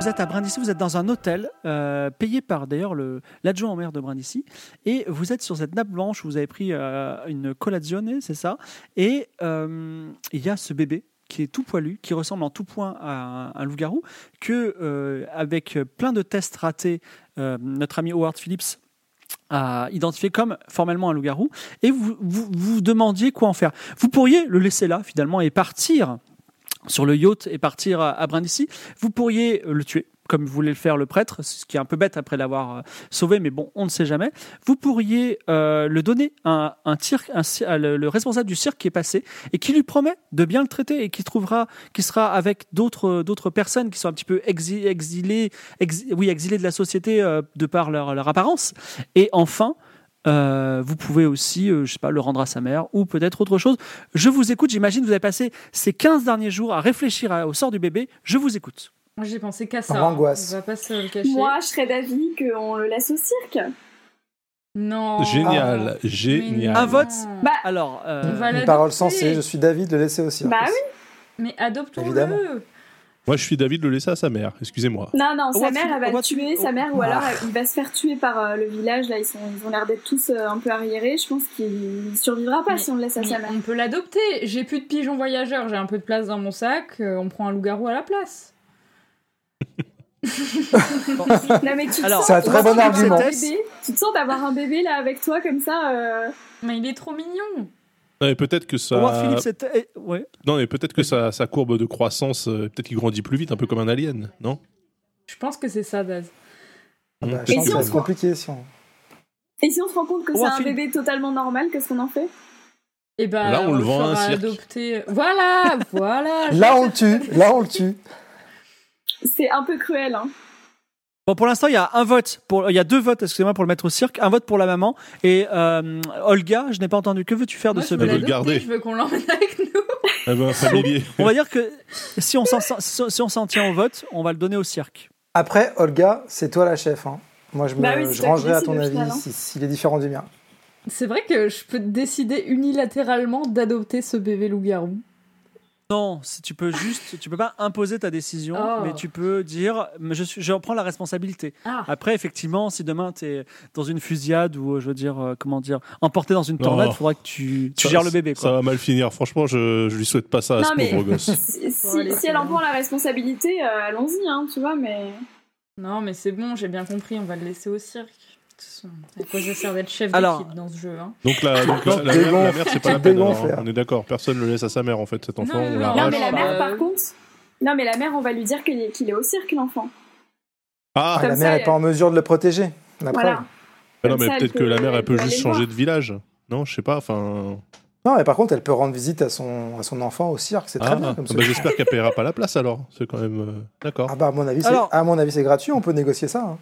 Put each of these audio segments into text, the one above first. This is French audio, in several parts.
Vous êtes à Brindisi, vous êtes dans un hôtel euh, payé par d'ailleurs le- l'adjoint en maire de Brindisi. Et vous êtes sur cette nappe blanche, vous avez pris euh, une colazione, c'est ça. Et euh, il y a ce bébé qui est tout poilu, qui ressemble en tout point à un, un loup-garou, que euh, avec plein de tests ratés, euh, notre ami Howard Phillips a identifié comme formellement un loup-garou. Et vous, vous vous demandiez quoi en faire. Vous pourriez le laisser là finalement et partir sur le yacht et partir à à Brindisi. Vous pourriez euh, le tuer, comme voulait le faire le prêtre, ce qui est un peu bête après l'avoir euh, sauvé, mais bon, on ne sait jamais. Vous pourriez euh, le donner à un, un cirque, un ci- à le, le responsable du cirque qui est passé et qui lui promet de bien le traiter et qui trouvera, qui sera avec d'autres euh, d'autres personnes qui sont un petit peu exi- exilées, exi- oui, exilées de la société euh, de par leur, leur apparence. Et enfin. euh, vous pouvez aussi, euh, je sais pas, le rendre à sa mère ou peut-être autre chose. Je vous écoute, j'imagine que vous avez passé ces 15 derniers jours à réfléchir à- au sort du bébé. Je vous écoute. Moi, j'ai pensé qu'à ça. Par angoisse. On va pas se le cacher. Moi, je serais d'avis qu'on le laisse au cirque. non. Oh. Ah. Génial, Mais génial. non. Ah, Un vote Bah, Alors, euh, On va Une l'adopter. parole sensée, je suis David, le laisser aussi. hein, Bah Mais Évidemment. adoptons-le. Moi, je suis David de le laisser à sa mère. Excusez-moi. Non, non, sa Howard mère, Phillips- elle va le Howard tuer, Phillips- sa mère, ou alors Ah. il va se faire tuer par euh, le village. Là, ils, sont, ils ont l'air d'être tous euh, un peu arriérés. Je pense qu'il survivra pas Mais- si on le laisse à Mais sa mère. on peut l'adopter. J'ai plus de pigeons voyageurs, j'ai un peu de place dans mon sac. euh, on prend un loup-garou à la place. Non, mais tu te Alors, sens- c'est un tu très te sens bon d'avoir argument. un bébé- Tu te sens d'avoir un bébé là avec toi comme ça euh, Mais il est trop mignon. Non, mais peut-être que Howard ça. Phillips est- eh, ouais. Non, mais peut-être que sa, sa courbe de croissance, euh, peut-être qu'il grandit plus vite, un peu comme un alien, non Je pense que c'est ça, Daz. Ah bah, Mmh. je Et pense si que ça on va se être croit- compliqué si on. Et si on se rend compte que c'est Howard un Phillips- bébé totalement normal, qu'est-ce qu'on en fait Et ben, Là, on le vend à un fera cirque. adopter. Voilà, Ah, voilà. Là, on le tue, là, on le tue. C'est un peu cruel, hein. Bon, pour l'instant, il y a un vote, pour, il y a deux votes, excusez-moi, pour le mettre au cirque, un vote pour la maman et euh, Olga. Je n'ai pas entendu. Que veux-tu faire de Moi, ce je veux veut bébé le garder. l'adopter. Je veux qu'on l'emmène avec nous. Elle veut Ah bah, un familier. On va dire que si on s'en si on s'en tient au vote, on va le donner au cirque. Après, Olga, c'est toi la chef. hein. Moi, je, me, Bah oui, c'est je toi qui rangerai à décides ton au avis final, hein. si- s'il est différent du mien. C'est vrai que je peux décider unilatéralement d'adopter ce bébé loup-garou. Non, si tu peux juste, tu peux pas imposer ta décision, Oh. mais tu peux dire, mais je suis, je prends la responsabilité. Ah, Après, effectivement, si demain tu es dans une fusillade ou, euh, je veux dire, euh, comment dire, emporté dans une Non. tornade, il faudra que tu, tu Ça- gères le bébé. Ça Quoi. va mal finir. Franchement, je, je lui souhaite pas ça à Non, ce mais- pauvre gosse. Si, si- Bon, allez, si c'est elle en bon. prend la responsabilité, euh, allons-y, hein, tu vois, mais. non, mais c'est bon, j'ai bien compris, on va le laisser au cirque. De toute façon, À quoi ça sert d'être chef Alors- d'équipe dans ce jeu hein Donc la, donc la, la Dégonfle. mère, la mère, c'est pas la peine. Dégonfle, alors, là. On est d'accord, personne ne le laisse à sa mère en fait, cet enfant. Non, on la non, Ah, non, arrache. mais la bah, mère, par euh, contre. Non, mais la mère, on va lui dire qu'il est, qu'il est au cirque, l'enfant. Ah, la Comme mère ça, n'est pas en mesure de le protéger. La Voilà. preuve. bah non, comme mais ça, elle peut-être que peut- la mère, elle peut elle peut juste aller changer voir. de village. Non, je sais pas, enfin. Non, mais par contre, elle peut rendre visite à son, à son enfant au cirque. C'est très Ah, bien comme ça. bah, j'espère qu'elle paiera pas la place alors. C'est quand même. euh, D'accord. Ah bah, à mon avis, c'est- Alors- à mon avis, c'est gratuit. On peut négocier ça. hein.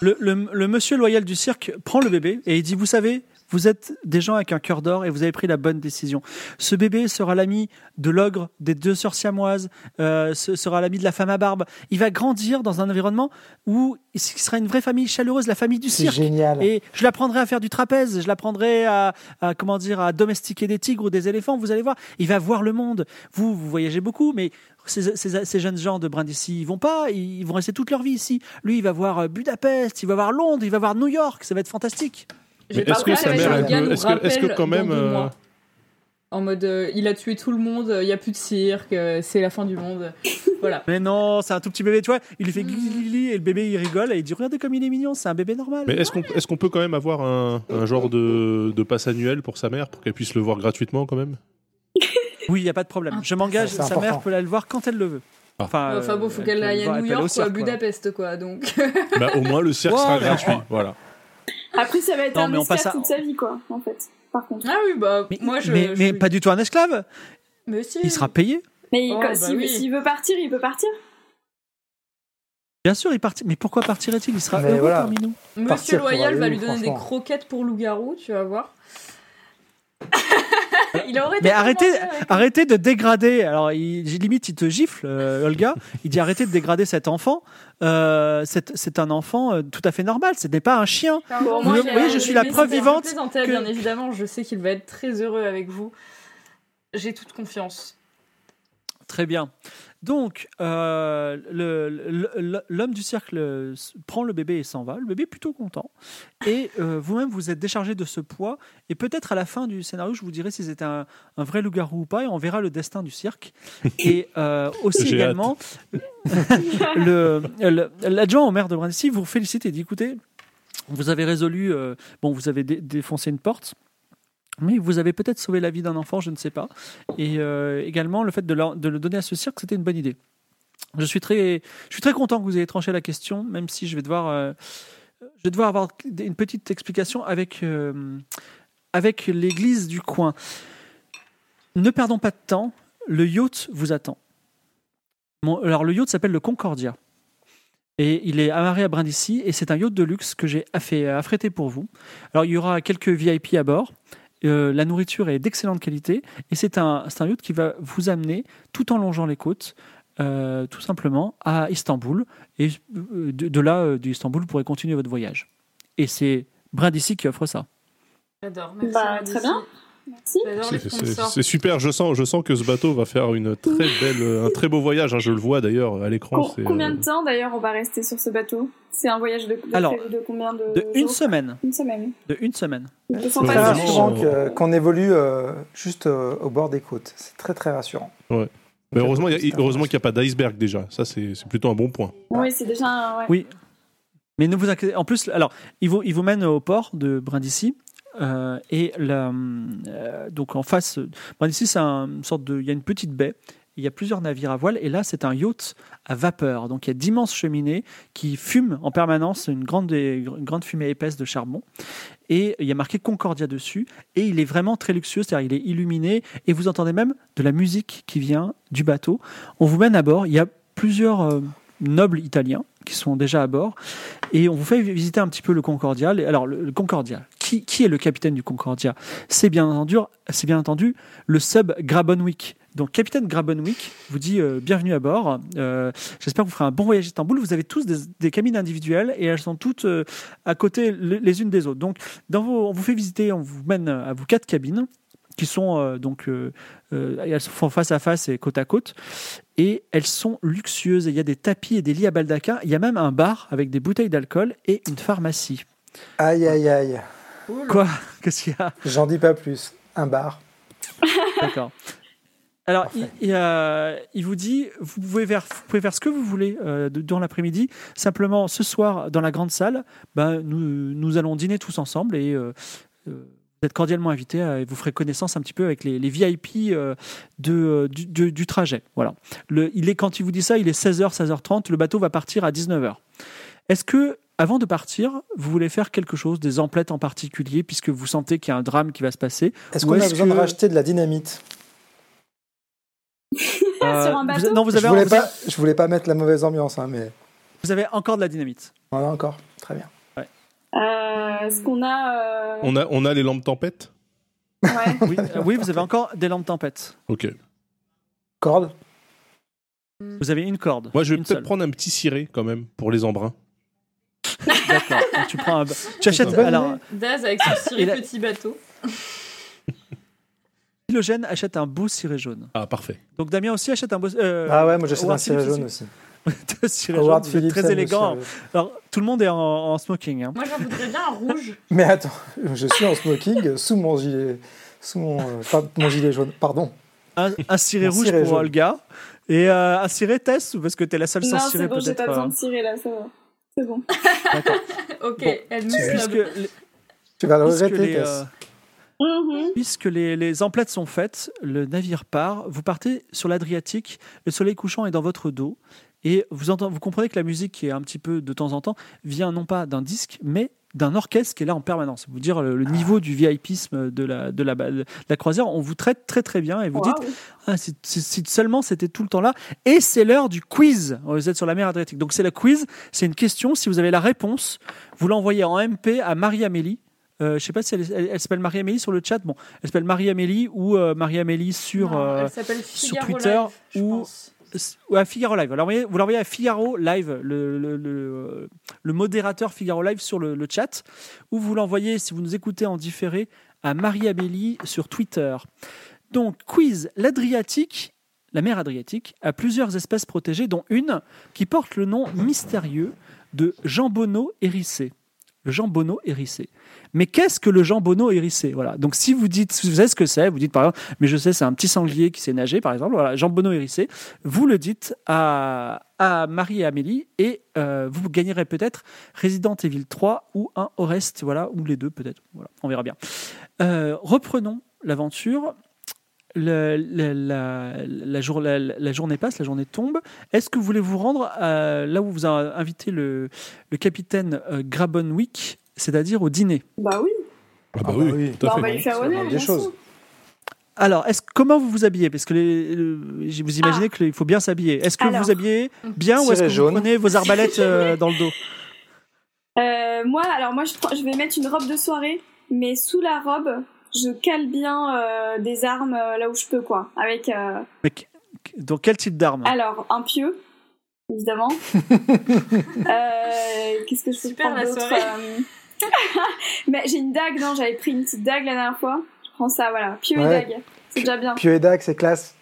Le, le- le monsieur loyal du cirque prend le bébé et il dit Vous savez, vous êtes des gens avec un cœur d'or et vous avez pris la bonne décision. Ce bébé sera l'ami de l'ogre, des deux sœurs siamoises, euh, ce sera l'ami de la femme à barbe. Il va grandir dans un environnement où il ce qui sera une vraie famille chaleureuse, la famille du C'est cirque. génial. Et je l'apprendrai à faire du trapèze, je l'apprendrai à, à, comment dire à domestiquer des tigres ou des éléphants. Vous allez voir, il va voir le monde. Vous, vous voyagez beaucoup, mais ces, ces- ces jeunes gens de Brindisi, ils vont pas, ils, ils vont rester toute leur vie ici. Lui, il va voir euh, Budapest, il va voir Londres, il va voir New York. Ça va être fantastique. J'ai Mais pas est-ce que peur, sa ça va être mère, un elle gars peut- nous est-ce que- est-ce que rappelle quand même, dans deux euh, mois. En mode, euh, il a tué tout le monde, il n'y a plus de cirque, euh, c'est la fin du monde. voilà. Mais non, c'est un tout petit bébé, tu vois. Il lui fait glili et le bébé il rigole et il dit regardez comme il est mignon, c'est un bébé normal. Mais est-ce qu'on est-ce qu'on peut quand même avoir un, un genre de, de passe annuel pour sa mère, pour qu'elle puisse le voir gratuitement quand même Oui, il y a pas de problème. Je m'engage. C'est Sa important. mère peut aller le voir quand elle le veut. Enfin, Enfin bon, faut euh, qu'elle peut le aille voir, à elle New peut aller au York ou à cirque, quoi. Budapest, quoi. Donc, bah, Au moins le cirque Ouais, sera mais- gratuit. Voilà. Après, ça va être Non, un mais on mystère passe à- toute sa vie, quoi, en fait, par contre. ah oui, bah, Mais, moi je. mais- je- mais pas du tout un esclave. Mais si. Il sera payé. Mais il- Oh, quand- bah s'il oui. s'il veut partir, il peut partir. Bien sûr, il partit. Mais pourquoi partirait-il Il sera Mais heureux voilà. parmi nous. Monsieur partir pour Loyal aller va où, lui donner des franchement croquettes pour loup-garou, tu vas voir. il aurait Mais tellement arrêtez, bien avec- arrêtez de dégrader. Alors, il, limite, il te gifle, euh, Olga. Il dit arrêtez de dégrader cet enfant. Euh, c'est c'est un enfant euh, tout à fait normal. Ce n'est pas un chien. Enfin, bon, Vous moi, le- j'ai- oui, je j'ai suis la plaisir- preuve j'ai vivante plaisanté, que- Bien évidemment, je sais qu'il va être très heureux avec vous. J'ai toute confiance. Très bien. Donc, euh, le- le- le- l'homme du cirque euh, s- prend le bébé et s'en va. Le bébé est plutôt content. Et euh, vous-même, vous êtes déchargé de ce poids. Et peut-être à la fin du scénario, je vous dirai si c'était un, un vrai loup-garou ou pas. Et on verra le destin du cirque. Et euh, aussi J'ai hâte. également, le- le- l'adjoint au maire de Brindisi vous félicite et dit écoutez, vous avez résolu, euh, bon, vous avez dé- défoncé une porte. Mais vous avez peut-être sauvé la vie d'un enfant, je ne sais pas. Et euh, également, le fait de, la- de le donner à ce cirque, c'était une bonne idée. Je suis, très, je suis très content que vous ayez tranché la question, même si je vais devoir, euh, je vais devoir avoir une petite explication avec, euh, avec l'église du coin. Ne perdons pas de temps, le yacht vous attend. Mon- alors, le yacht s'appelle le Concordia. Et il est amarré à Brindisi, et c'est un yacht de luxe que j'ai affa- affrété pour vous. Alors, il y aura quelques VIP à bord. Euh, la nourriture est d'excellente qualité, et c'est un, c'est un yacht qui va vous amener, tout en longeant les côtes, euh, tout simplement, à Istanbul. Et euh, de, de là, euh, d'Istanbul, vous pourrez continuer votre voyage. Et c'est Brindisi qui offre ça. J'adore. merci, Bah, Brindisi. très bien. Merci. J'adore les C'est- C'est sponsors. c'est super, je sens, je sens que ce bateau va faire une très belle, euh, un très beau voyage, hein, je le vois d'ailleurs à l'écran. Com- c'est, euh, combien de temps d'ailleurs on va rester sur ce bateau C'est un voyage de, de Alors, prévu de combien de, De une jours semaine. Une semaine. De une semaine. Euh, Ils sont Ouais, Très Pas pas vraiment. rassurant sûrs. que- qu'on évolue euh, juste euh, au bord des côtes. C'est très très rassurant. Mais heureusement, il y a- heureusement qu'il n'y a pas d'iceberg déjà, ça c'est c'est plutôt un bon point. Oui, c'est déjà un- ouais. Oui. Mais ne vous inquiétez. En plus, alors, ils vous, ils vous mènent au port de Brindisi. euh, et la, euh, donc en face, euh, Brindisi, c'est un- une sorte de. Il y a une petite baie. Il y a plusieurs navires à voile. Et là, c'est un yacht à vapeur. Donc il y a d'immenses cheminées qui fument en permanence une grande, une grande fumée épaisse de charbon. Et il y a marqué Concordia dessus. Et il est vraiment très luxueux. C'est-à-dire, il est illuminé. Et vous entendez même de la musique qui vient du bateau. On vous mène à bord. Il y a plusieurs. euh, nobles italiens qui sont déjà à bord. Et on vous fait visiter un petit peu le Concordia. Les- Alors, le le Concordia, qui, qui est le capitaine du Concordia C'est bien entendu, c'est bien entendu le sub Grabenwick. Donc, capitaine Grabenwick vous dit euh, bienvenue à bord. Euh, J'espère que vous ferez un bon voyage à Istanbul. Vous avez tous des, des cabines individuelles et elles sont toutes euh, à côté le- les unes des autres. Donc, dans vos- on vous fait visiter, on vous mène à vos quatre cabines qui sont euh, donc euh, euh, elles se font face à face et côte à côte et elles sont luxueuses. Et Il y a des tapis et des lits à baldaquin. Il y a même un bar avec des bouteilles d'alcool et une pharmacie. Aïe aïe aïe. Quoi Qu'est-ce qu'il y a J'en dis pas plus. Un bar. D'accord. Alors, il, Parfait. il, euh, il vous dit, vous pouvez faire, vous pouvez faire ce que vous voulez euh, de- dans l'après-midi. Simplement, ce soir, dans la grande salle, ben, nous, nous allons dîner tous ensemble et euh, euh, vous êtes cordialement invités euh, et vous ferez connaissance un petit peu avec les, les VIP euh, de, euh, du, du- du trajet. Voilà. Le, il est, quand il vous dit ça, il est 16h, 16h30. Le bateau va partir à 19h. Est-ce que, avant de partir, vous voulez faire quelque chose, des emplettes en particulier, puisque vous sentez qu'il y a un drame qui va se passer Est-ce Ou qu'on a est-ce besoin que- de racheter de la dynamite Sur un Euh, vous- bateau non, vous avez, je, voulais vous avez- pas, je voulais pas mettre la mauvaise ambiance, hein, mais vous avez encore de la dynamite. on en a encore. Très bien. Euh, Est-ce qu'on a. euh, On a, on a les lampes tempêtes ouais. Oui, euh, oui, vous avez encore des lampes tempêtes. Ok. Corde Vous avez une corde. Moi je vais Une peut-être seule. prendre un petit ciré quand même pour les embruns. D'accord. Donc, tu prends un- Tu achètes. une bonne Alors, Daz avec son ciré Il a- petit bateau. Philogène achète un beau ciré jaune. Ah parfait. Donc Damien aussi achète un beau. euh, Ah ouais, moi j'achète Howard un ciré Phillips jaune aussi. Deux cirés jaunes, Howard vous êtes Phillips très aime le élégant. ciré jaune. Alors, tout le monde est en, en smoking. hein. Moi, j'en voudrais bien un rouge. Mais attends, je suis en smoking euh, sous mon gilet, sous mon, euh, pas- mon gilet jaune. Pardon. Un, un ciré Un rouge ciré pour jaune. Olga. Et euh, un ciré Tess, parce que t'es la seule Non, sans c'est ciré bon, j'ai peut-être. pas besoin de euh, cirer là, ça va. C'est bon. d'accord. Ok, Bon, elle nous Puisque, snob. les- Tu vas le puisque regretter, les, Tess. euh, Mhm. Puisque les, les emplettes sont faites, le navire part, vous partez sur l'Adriatique, le soleil couchant est dans votre dos, et vous, entend- vous comprenez que la musique qui est un petit peu de temps en temps vient non pas d'un disque, mais d'un orchestre qui est là en permanence. Vous dire le, le niveau du VIPisme de la, de, la, de la croisière, on vous traite très très bien et vous dites Waouh. ah, si, si- si seulement c'était tout le temps là. Et c'est l'heure du quiz. Oh, Vous êtes sur la mer Adriatique. Donc c'est le quiz, c'est une question. Si vous avez la réponse, vous l'envoyez en MP à Marie-Amélie. Euh, je sais pas si elle, elle- elle s'appelle Marie-Amélie sur le chat. Bon, elle s'appelle Marie-Amélie ou euh, Marie-Amélie sur, Non, euh, elle s'appelle sur Figaro Twitter Live, je ou- pense. s- ou à Figaro Live. Alors, vous l'envoyez- vous l'envoyez à Figaro Live, le, le- le- le modérateur Figaro Live sur le, le chat, ou vous l'envoyez, si vous nous écoutez en différé, à Marie-Amélie sur Twitter. Donc, quiz, l'Adriatique, la mer Adriatique, a plusieurs espèces protégées, dont une qui porte le nom mystérieux de jambonneau hérissé. Le jambonneau hérissé. Mais qu'est-ce que le jambonneau hérissé Voilà. Donc si vous dites, si vous savez ce que c'est, vous dites par exemple, mais je sais, c'est un petit sanglier qui sait nager, par exemple. Voilà, jambonneau hérissé. Vous le dites à, à Marie et Amélie et euh, vous gagnerez peut-être Resident Evil 3 ou un Orest, voilà, ou les deux peut-être. Voilà, on verra bien. Euh, reprenons l'aventure. Le- le- la, la jour- la- la journée passe, la journée tombe. Est-ce que vous voulez vous rendre à- là où vous a invité le, le capitaine euh, Grabonwick, c'est-à-dire au dîner Bah oui, Ah bah oui. tout à Bah, on fait. va lui faire Ça honneur. demande des bien choses. sûr. Alors, est-ce, comment vous vous habillez Parce que les- le- vous imaginez qu'il faut bien s'habiller. Est-ce que vous Ah. Alors. vous habillez bien ou Ciré est-ce que vous jaune. prenez vos arbalètes euh, dans le dos Euh, moi, alors moi, je, prends- je vais mettre une robe de soirée, mais sous la robe, je cale bien euh, des armes euh, là où je peux, quoi. Avec, euh, Mais qu- dans quel type d'arme alors, un pieu, évidemment. Euh, Qu'est-ce que je peux Super, prendre la d'autre, soirée. euh, Mais j'ai une dague, non, j'avais pris une petite dague la dernière fois. Je prends ça, voilà. Pieu Ouais. et dague, c'est déjà bien. Pieux et Dac, c'est classe.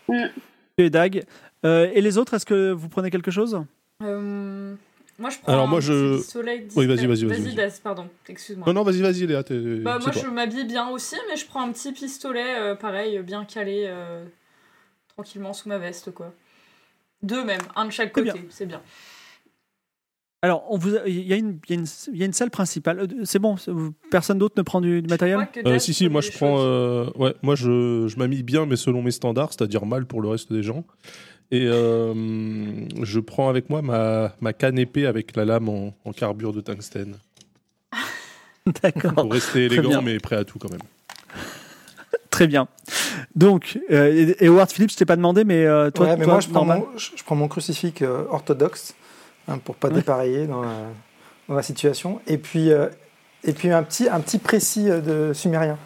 Les dagues. Euh, et les autres, est-ce que vous prenez quelque chose Euh, moi, je prends. Alors, moi, un je- petit soleil Oui, vas-y, vas-y, discret. vas-y, Vas-y, vas-y. Das, pardon, excuse-moi. Non, non, vas-y, vas-y, Léa. t'es- Bah, c'est moi, toi. je m'habille bien aussi, mais je prends un petit pistolet, euh, pareil, euh, bien calé, euh, tranquillement sous ma veste, quoi. Deux même, un de chaque C'est bien. côté, c'est bien. Alors, on vous a- il y, a une- il y a une- il y a une salle principale. Euh, C'est bon, c'est- vous- personne d'autre ne prend du, du Je matériel crois que Euh, Das si, si, pose moi des je prends. choses. euh, ouais, moi je, je m'habille bien, mais selon mes standards, c'est-à-dire mal pour le reste des gens. Et euh, je prends avec moi ma, ma canne épée avec la lame en, en carbure de tungstène. D'accord, Pour rester Très élégant, bien. mais prêt à tout quand même. très bien. Donc, euh, et- Howard Phillips, je t'ai pas demandé, mais euh, toi, ouais, mais toi, moi, je prends, normal. mon, je, je prends mon crucifix euh, orthodoxe hein, pour pas Ouais. dépareiller dans la, dans la situation. Et puis, euh, et puis un, petit, un petit précis euh, de sumérien.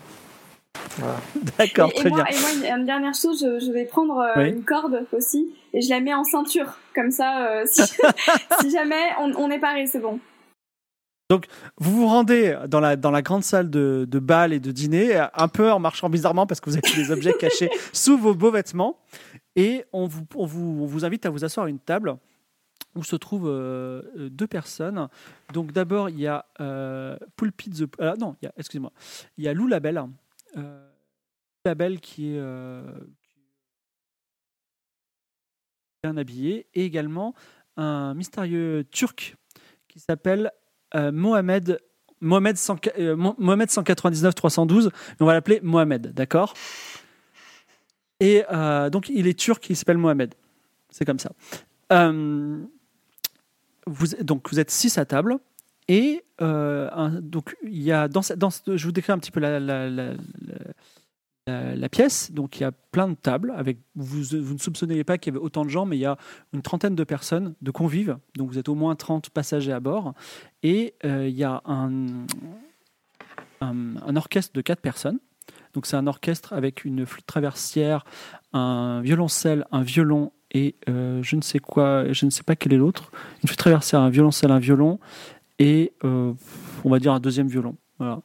Voilà. D'accord, Et- et, très moi, bien. et moi, une, une dernière chose, je, je vais prendre euh, Oui. une corde aussi et je la mets en ceinture. Comme ça, euh, si, si jamais on, on est paré, c'est bon. Vous vous rendez dans la, dans la grande salle de, de bal et de dîner, un peu en marchant bizarrement parce que vous avez des objets cachés sous vos beaux vêtements. Et on vous, on vous, on vous invite à vous asseoir à une table où se trouvent euh, euh, deux personnes. Donc d'abord, il y a euh, Poulpit the... ah, non, il y a- excusez-moi. Il y a Lou Labelle. Euh, Labelle qui est... euh, bien habillé. Et également un mystérieux turc qui s'appelle euh, Mohamed Mohamed, 100 euh, Mo- Mohamed 199 312, mais on va l'appeler Mohamed, d'accord Et euh, donc il est turc, il s'appelle Mohamed, c'est comme ça. Euh, vous, donc vous êtes six à table et euh, un- donc il y a dans, ce- dans ce- je vous décris un petit peu la, la- la- la- la- la pièce. Donc il y a plein de tables avec vous, vous ne soupçonnez pas qu'il y avait autant de gens, mais il y a une trentaine de personnes, de convives. Donc vous êtes au moins 30 passagers à bord. Et euh, il y a un, un, un orchestre de quatre personnes. Donc c'est un orchestre avec une flûte traversière, un violoncelle, un violon et euh, je ne sais quoi, je ne sais pas quel est l'autre. Une flûte traversière, un violoncelle, un violon et euh, on va dire un deuxième violon. Voilà.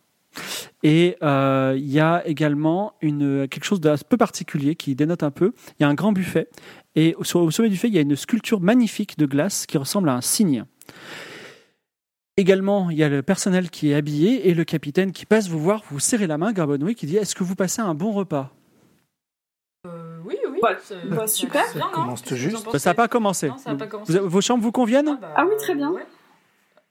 Et euh, il y a également une, quelque chose d'un peu particulier qui dénote un peu. Il y a un grand buffet et au, sur- au sommet du buffet, il y a une sculpture magnifique de glace qui ressemble à un cygne. Également, il y a le personnel qui est habillé et le capitaine qui passe vous voir, vous serrez la main, Grabonoué, qui dit Est-ce que vous passez un bon repas Euh, oui, oui. Bah, c'est- bah, c'est super. bien, Ça non commence tout Qu'est-ce que vous en juste. Bah, Ça n'a pensez pas commencé. Non, ça n'a pas commencé. Vous avez- vos chambres vous conviennent bah, Ah oui, très bien. ouais.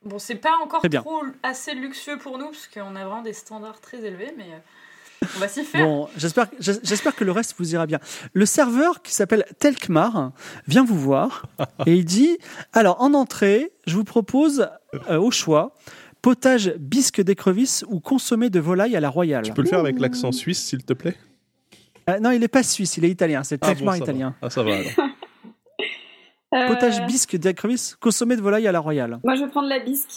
Bon, c'est pas encore Très bien. trop assez luxueux pour nous, parce qu'on a vraiment des standards très élevés, mais euh, on va s'y faire. Bon, j'espère, j'es- j'espère que le reste vous ira bien. Le serveur qui s'appelle Telkmar vient vous voir et il dit Alors, en entrée, je vous propose euh, au choix potage bisque d'écrevisse ou consommé de volaille à la royale. Tu peux le faire avec l'accent suisse, s'il te plaît Euh, non, il n'est pas suisse, il est italien. C'est Ah, Telkmar bon, ça va. italien. Ah, ça va alors. Euh, Potage bisque d'écrevisse, consommé de volaille à la royale. Moi, je vais prendre la bisque.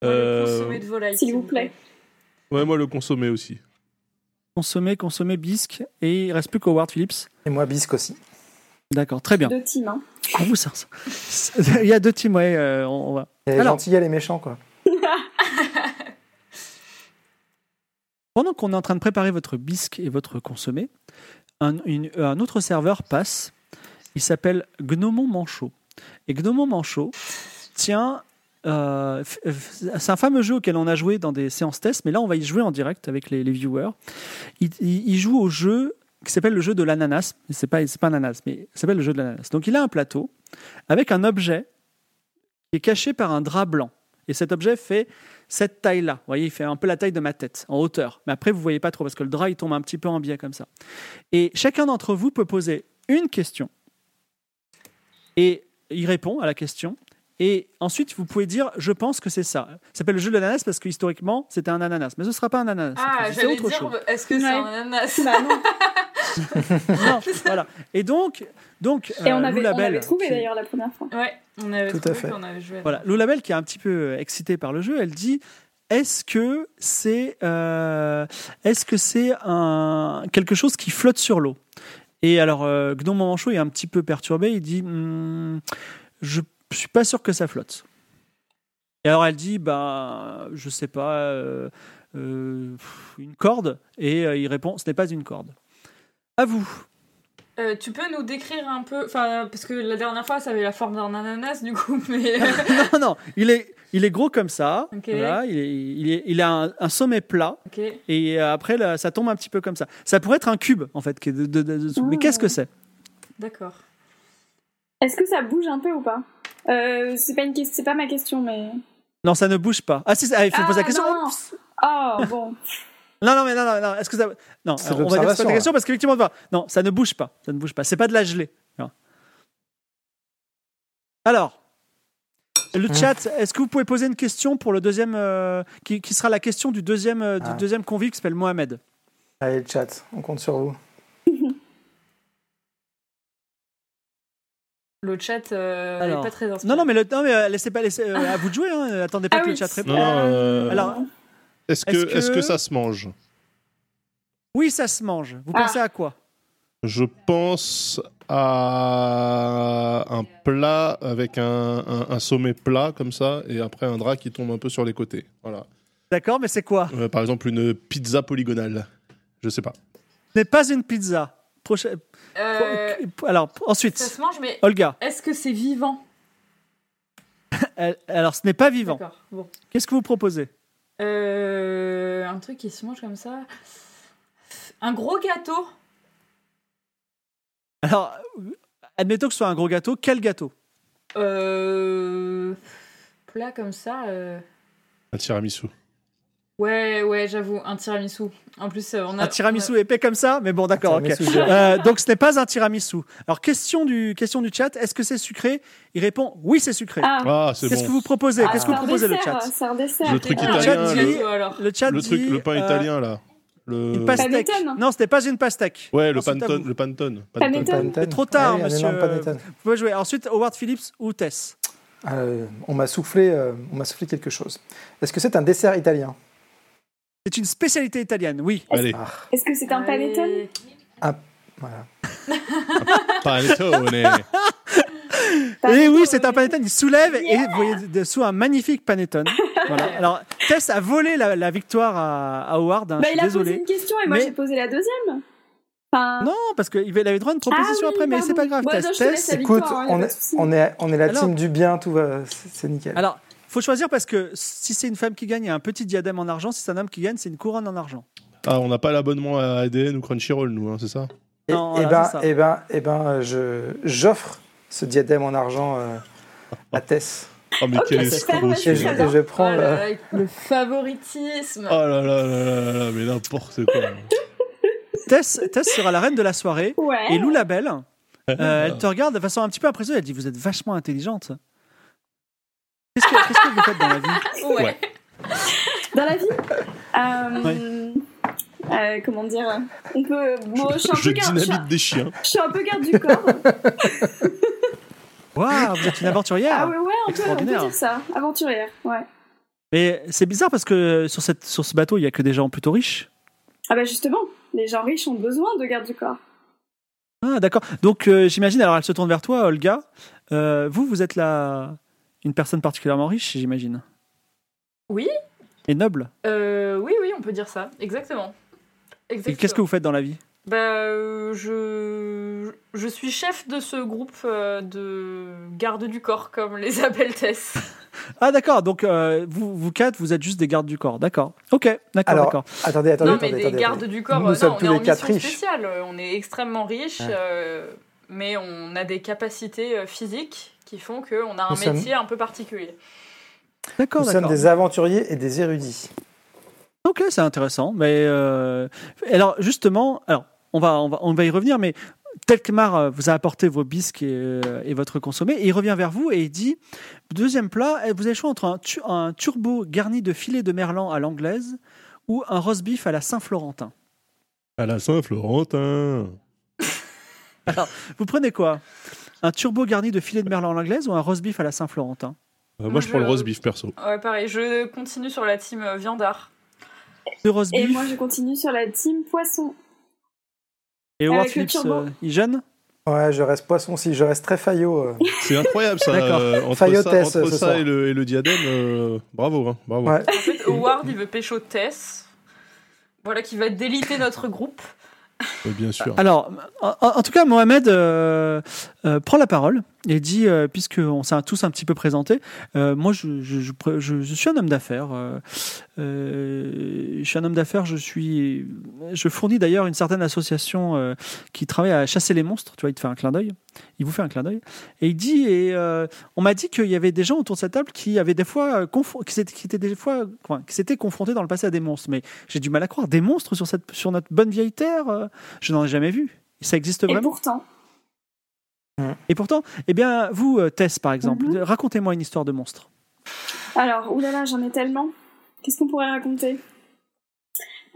Moi, le Euh, consommé de volaille, S'il vous plaît. ouais, moi le consommer aussi. Consommé, consommé bisque et il reste plus qu'Howard Phillips. Et moi, bisque aussi. D'accord, très bien. Deux teams. hein. Ah, vous, ça- ça- Il y a deux teams, ouais, euh, on, on va. Et les Alors. gentils et les méchants, quoi. Pendant qu'on est en train de préparer votre bisque et votre consommé, un, une- un autre serveur passe. Il s'appelle Gnomon Manchot. Et Gnomon Manchot, tiens, euh, f- f- c'est un fameux jeu auquel on a joué dans des séances tests, mais là on va y jouer en direct avec les, les viewers. Il, il- il joue au jeu qui s'appelle le jeu de l'ananas. Mais C'est pas, c'est pas un ananas, mais ça s'appelle le jeu de l'ananas. Donc il a un plateau avec un objet qui est caché par un drap blanc. Et cet objet fait cette taille-là. Vous voyez, il fait un peu la taille de ma tête, en hauteur. Mais après, vous voyez pas trop parce que le drap, il tombe un petit peu en biais comme ça. Et chacun d'entre vous peut poser une question. Et il répond à la question. Et ensuite, vous pouvez dire Je pense que c'est ça. Ça s'appelle le jeu de l'ananas parce que historiquement, c'était un ananas. Mais ce ne sera pas un ananas. Ah, c'est j'allais autre dire, chose. est-ce que c'est Ouais. un ananas Bah, non. Non, voilà. Et donc, donc Et euh, on Lou avait, on avait Labelle, trouvé qui- d'ailleurs la première fois. Ouais, on avait Tout à trouvé fait. qu'on avait joué. à- Voilà, Lou Labelle qui est un petit peu euh, excitée par le jeu, elle dit est-ce que c'est euh, est-ce que c'est un quelque chose qui flotte sur l'eau Et alors euh, Gnom Manchot est un petit peu perturbé, il dit Hmm, je suis pas sûr que ça flotte. Et alors elle dit bah je sais pas euh, euh, pff, une corde et euh, il répond ce n'est pas une corde. À vous. Euh, tu peux nous décrire un peu, enfin, parce que la dernière fois, ça avait la forme d'un ananas, du coup, mais... euh, non non, il est il est gros comme ça. Ok. Voilà, il, est- il est- il a un- un sommet plat. ok. Et euh, après, là, ça tombe un petit peu comme ça. Ça pourrait être un cube, en fait, qui est de, de- de- dessous. Mais Ah. qu'est-ce que c'est D'accord. Est-ce que ça bouge un peu ou pas euh, C'est pas une question, c'est pas ma question, mais. Non, ça ne bouge pas. Ah, si, ça- ah, il faut Ah, poser la question. non. Oh bon. Non, non, mais non, non, non. Est-ce que ça. Non, C'est alors, on va dire que c'est pas l'observation, ta question parce qu'effectivement, on va- non, ça ne bouge pas. Ça ne bouge pas. C'est pas de la gelée. Non. Alors, le Hmm. chat, est-ce que vous pouvez poser une question pour le deuxième. euh, qui, qui sera la question du deuxième, euh, du Ah. deuxième convive qui s'appelle Mohamed Allez, le chat, on compte sur vous. Le chat euh, Alors. est pas très inspiré. Non, non, mais, le, non, mais euh, laissez pas. Laissez, euh, à vous de jouer, hein. Attendez pas Ah que le oui. chat réponde. Non, euh, Alors, Est-ce que, Est-ce est que- que ça se mange Oui, ça se mange. Vous Ah. pensez à quoi Je pense à un plat avec un, un- un sommet plat comme ça et après un drap qui tombe un peu sur les côtés. Voilà. D'accord, mais c'est quoi Euh, par exemple, une pizza polygonale. Je sais pas. Ce n'est pas une pizza. Prochaine- Euh, Alors, ça ensuite, se mange, mais Olga. est-ce que c'est vivant Elle- Alors, ce n'est pas vivant. D'accord, bon. Qu'est-ce que vous proposez Euh, un truc qui se mange comme ça... Un gros gâteau Alors, euh, admettons que ce soit un gros gâteau. Quel gâteau Euh... Plat comme ça... euh, Un tiramisu. Ouais, ouais, j'avoue, un tiramisu. En plus, euh, on a... Un tiramisu épais comme ça Mais bon, d'accord, ok. Tiramisu, je- Euh, donc, ce n'est pas un tiramisu. Alors, question du, question du chat est-ce que c'est sucré Il répond oui, c'est sucré. Ah, Ah, c'est Qu'est-ce bon. que vous proposez Qu'est-ce que c'est vous un proposez, le dessert, chat C'est un dessert. Le truc Ah, italien, un le- gâteau, alors. Le chat Le, truc, dit, le pain euh, italien là. Le... Une pastèque. Panettone Non, ce n'est pas une pastèque. Euh, Ouais, le Ensuite, à pantone. vous. Le pantone. Panettone. Panettone. trop tard, oui, un monsieur. énorme panettone. Vous pouvez jouer. Ensuite, Howard Phillips ou Tess Euh, on m'a soufflé, euh, on m'a soufflé quelque chose. Est-ce que c'est un dessert italien C'est une spécialité italienne, oui. Allez, Ah, Est-ce que c'est un panettone Allez. voilà. panettone. Et Eh oui, Panettone. c'est un panettone. Il soulève et vous voyez dessous un magnifique panettone. voilà. Alors, Tess a volé la, la victoire à, à Howard. hein, Bah, je il suis a désolé. posé une question et moi Mais- j'ai posé la deuxième. Enfin, Non, parce qu'il avait droit à une proposition hein. Ah oui, après, mais pardon. c'est pas grave. Bon, Tess, non, je te Tess. laisse la Écoute, victoire, hein, y a on, pas de est, souci. on est, on est la Alors- team du bien, tout va, c'est c'est nickel. Alors, faut choisir parce que si c'est une femme qui gagne, il y a un petit diadème en argent. Si c'est un homme qui gagne, c'est une couronne en argent. Ah, on n'a pas l'abonnement à ADN ou Crunchyroll, nous, hein, c'est ça Et, Non, et voilà, ben, c'est ça. et ben, et ben, euh, je j'offre ce diadème en argent euh, à Tess. Oh, mais Ok, quel super, escroc merci. Et je, celui-là. et je prends. Oh euh, là là, le favoritisme. Oh là là là là là là, mais n'importe quoi. Tess, Tess sera la reine de la soirée. Ouais. Et Lou Labelle, euh, elle te regarde de façon un petit peu impressionnée. Elle dit Vous êtes vachement intelligente. Qu'est-ce que, qu'est-ce que vous faites dans la vie ouais. Ouais. Dans la vie euh, euh, Comment dire On peut. Bon, je, suis un Je peu garde, je, suis dynamite un- des chiens. je suis un peu garde du corps. Waouh, vous êtes une aventurière. ah ouais, ouais, on peut, on peut Extraordinaire. dire ça. Aventurière, ouais. Mais c'est bizarre parce que sur, cette, sur ce bateau, il y a que des gens plutôt riches. Ah bah justement, les gens riches ont besoin de garde du corps. Ah, d'accord. Donc, euh, j'imagine, alors elle se tourne vers toi, Olga. Euh, vous, vous êtes là une personne particulièrement riche, j'imagine. Oui. Et noble. Euh, oui, oui, on peut dire ça, exactement. Et qu'est-ce que vous faites dans la vie Bah, euh, je... je suis chef de ce groupe euh, de gardes du corps, comme les appelle Tess. Ah, d'accord. Donc, euh, vous, vous quatre, vous êtes juste des gardes du corps. D'accord. Ok, d'accord, Alors, d'accord. Attendez, attendez, non, mais attendez. des attendez, gardes attendez. du corps, Nous euh, sommes non, tous on est en les quatre mission riches. spéciale. euh, On est extrêmement riches, Ouais. euh, mais on a des capacités euh, physiques qui font qu'on a un Nous sommes- métier un peu particulier. D'accord, Nous sommes d'accord. des aventuriers et des érudits. Ok, c'est intéressant. Mais euh, alors justement, alors on va, on va, on va y revenir. Mais Telkmar euh, vous a apporté vos bisques et, euh, et votre consommé, et il revient vers vous et il dit deuxième plat, eh, vous avez le choix entre un, tu- un turbo garni de filets de merlan à l'anglaise ou un roast beef à la Saint-Florentin. À la Saint-Florentin. Vous prenez quoi Un turbo garni de filets de merlan à l'anglaise ou un roast beef à la Saint-Florentin Euh, moi, Moi, je je- prends le roast beef perso. Ouais, pareil, je continue sur la team euh, viandard. Le roast Et beef moi, je continue sur la team poisson. et Howard avec le Phillips, turbo. euh, il gêne Ouais, je reste poisson si je reste très faillot. euh. C'est incroyable ça. D'accord. euh, entre Faillotesse, ça, entre ce ça soir. et, le, et le diadème, euh, bravo, hein, bravo. Ouais. En fait, Howard, il veut pécho Tess. Voilà, qui va déliter notre groupe. Euh, bien sûr. Alors, en, en- en tout cas, Mohamed euh, euh, prend la parole et dit, euh, puisqu'on s'est tous un petit peu présenté, euh, moi, je, je- je pré- je- je suis un homme d'affaires. euh, euh, je suis un homme d'affaires, je suis... Je fournis d'ailleurs une certaine association euh, qui travaille à chasser les monstres. Tu vois, il te fait un clin d'œil. Il vous fait un clin d'œil. Et il dit, et euh, on m'a dit qu'il y avait des gens autour de cette table qui avaient des fois... euh, confo- qui s'étaient- qui étaient des fois... enfin, qui s'étaient confrontés dans le passé à des monstres. Mais j'ai du mal à croire. Des monstres sur, cette, sur notre bonne vieille terre euh, je n'en ai jamais vu. Ça existe Et vraiment. pourtant, Et pourtant, eh bien, vous, euh, Tess, par exemple, Mhm. de- racontez-moi une histoire de monstre. alors, oulala, j'en ai tellement. Qu'est-ce qu'on pourrait raconter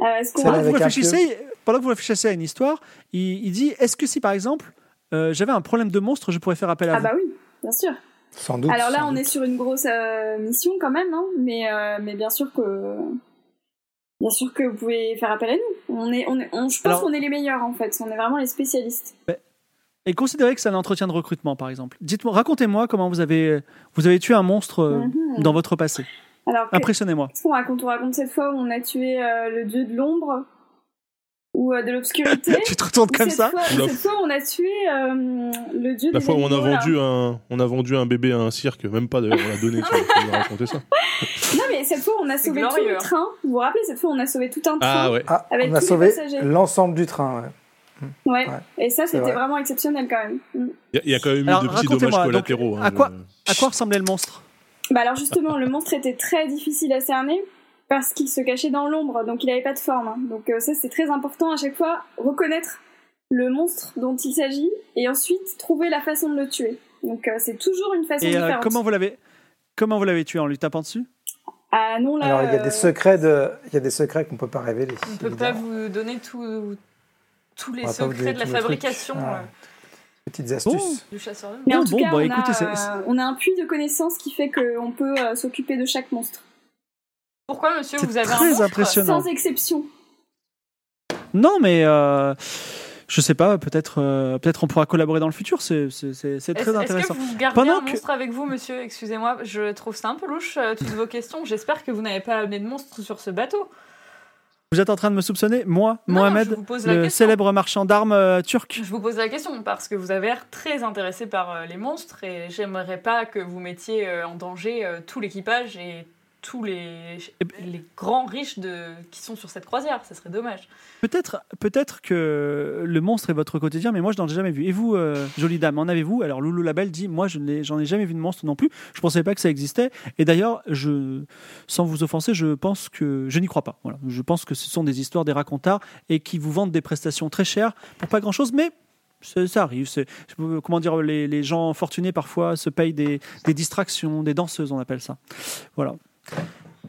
Euh, Est-ce qu'on Ça Pendant que, va. vous avec un réfléchissez, pendant que vous réfléchissez à une histoire, il, il dit est-ce que si, par exemple, euh, j'avais un problème de monstre, je pourrais faire appel à Ah vous bah oui, bien sûr. Sans doute. Alors là, sans on doute. est sur une grosse euh, mission quand même, hein, mais, euh, mais bien sûr que. Bien sûr que vous pouvez faire appel à nous. On est, on est, on- je pense Alors- qu'on est les meilleurs en fait. On est vraiment les spécialistes. Et considérez que c'est un entretien de recrutement, par exemple. Dites-moi, racontez-moi comment vous avez, vous avez tué un monstre euh, Mhm. dans votre passé. Alors que- Impressionnez-moi. qu'est-ce qu'on raconte On raconte cette fois où on a tué euh, le dieu de l'ombre ou euh, de l'obscurité. tu te retournes Ou comme cette ça fois, Oula. Cette fois, on a tué euh, le dieu La des fois où on a animaux, là. vendu un, on a vendu un bébé à un cirque, même pas d'ailleurs, on l'a donné. tu vois, on lui a raconté ça. Non mais cette fois, on a sauvé tout glorieux. le train. Vous vous rappelez cette fois, on a sauvé tout un train. Ah ouais. Ah, Avec on a tous les sauvé passagers. l'ensemble du train. ouais. Ouais. Ouais. Et ça, c'était vrai. vraiment exceptionnel quand même. Mm. Il y, a quand même eu Alors, des petits racontez-moi, dommages donc, collatéraux. hein, à quoi- je- À quoi ressemblait le monstre Bah alors justement, le monstre était très difficile à cerner parce qu'il se cachait dans l'ombre, donc il n'avait pas de forme. hein. Donc euh, ça, c'est très important à chaque fois, reconnaître le monstre dont il s'agit et ensuite trouver la façon de le tuer. Donc euh, c'est toujours une façon Et euh, différente. comment vous l'avez comment vous l'avez tué en lui tapant dessus Ah non là. Alors il y a euh, des secrets de, il y a des secrets qu'on peut pas révéler. On peut pas évidemment. vous donner tout- tous les On va pas vous secrets donner de la tous nos trucs. fabrication Ah. euh, Petites astuces. du chasseur de Mais en Bon, tout bon, cas, bah, on, écoutez, a, c'est- euh, on a un puits de connaissances qui fait qu'on peut euh, s'occuper de chaque monstre, Pourquoi, monsieur, C'est vous avez un très monstre impressionnant. sans exception. Non, mais euh, je sais pas. Peut-être, euh, peut-être on pourra collaborer dans le futur. C'est, c'est, c'est- c'est Est-ce très est-ce que intéressant. vous gardez Pendant un que- monstre avec vous, monsieur Excusez-moi, je trouve ça un peu louche, euh, toutes vos questions. J'espère que vous n'avez pas amené de monstre sur ce bateau. Vous êtes en train de me soupçonner, moi, Non, je Mohamed, vous pose la le question. célèbre marchand d'armes euh, turc. Je vous pose la question parce que vous avez l'air très intéressé par euh, les monstres et j'aimerais pas que vous mettiez euh, en danger euh, tout l'équipage et tous les, Eh ben- les grands riches de... qui sont sur cette croisière. Ça serait dommage. Peut-être, peut-être que le monstre est votre quotidien, mais moi je n'en ai jamais vu. Et vous, euh, jolie dame, en avez-vous Alors Loulou Labelle dit, moi je n'ai, j'en ai jamais vu de monstre non plus. Je pensais pas que ça existait. Et d'ailleurs, je, sans vous offenser, je pense que je n'y crois pas. Voilà, je pense que ce sont des histoires des racontars et qui vous vendent des prestations très chères pour pas grand-chose, mais c'est- ça arrive. C'est, je- comment dire, les, les gens fortunés parfois se payent des, des distractions, des danseuses, on appelle ça. Voilà.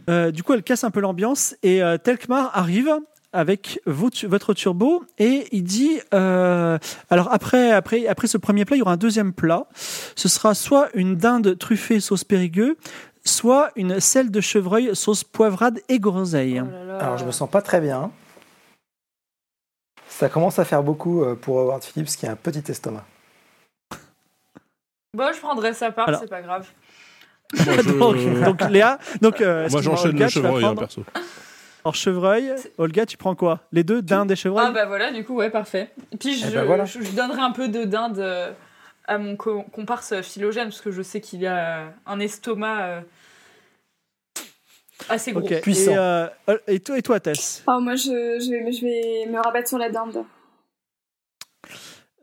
Euh, du coup, elle casse un peu l'ambiance et euh, Telkmar arrive avec vos tu- votre turbo et il dit euh, alors après après après ce premier plat il y aura un deuxième plat ce sera soit une dinde truffée sauce périgueux soit une selle de chevreuil sauce poivrade et groseille Oh là là. Alors je me sens pas très bien. Ça commence à faire beaucoup euh, pour Howard Phillips qui a un petit estomac. Bon, je prendrai sa part, Alors- c'est pas grave. Moi, je- donc, donc, Léa donc euh, Moi, excuse-moi, j'enchaîne Olga, le tu vas chevreuil, hein, prendre- perso. Alors, chevreuil, Olga, tu prends quoi Les deux Dinde et chevreuil Ah bah voilà, du coup, ouais, parfait. Et puis je, Eh bah voilà. je, je donnerai un peu de dinde euh, à mon co- comparse Philogène, parce que je sais qu'il a un estomac euh, assez gros. Ok. Et, Puissant. euh, Ol- et, toi, et toi, Tess Oh, moi, je, je, vais, je vais me rabattre sur la dinde.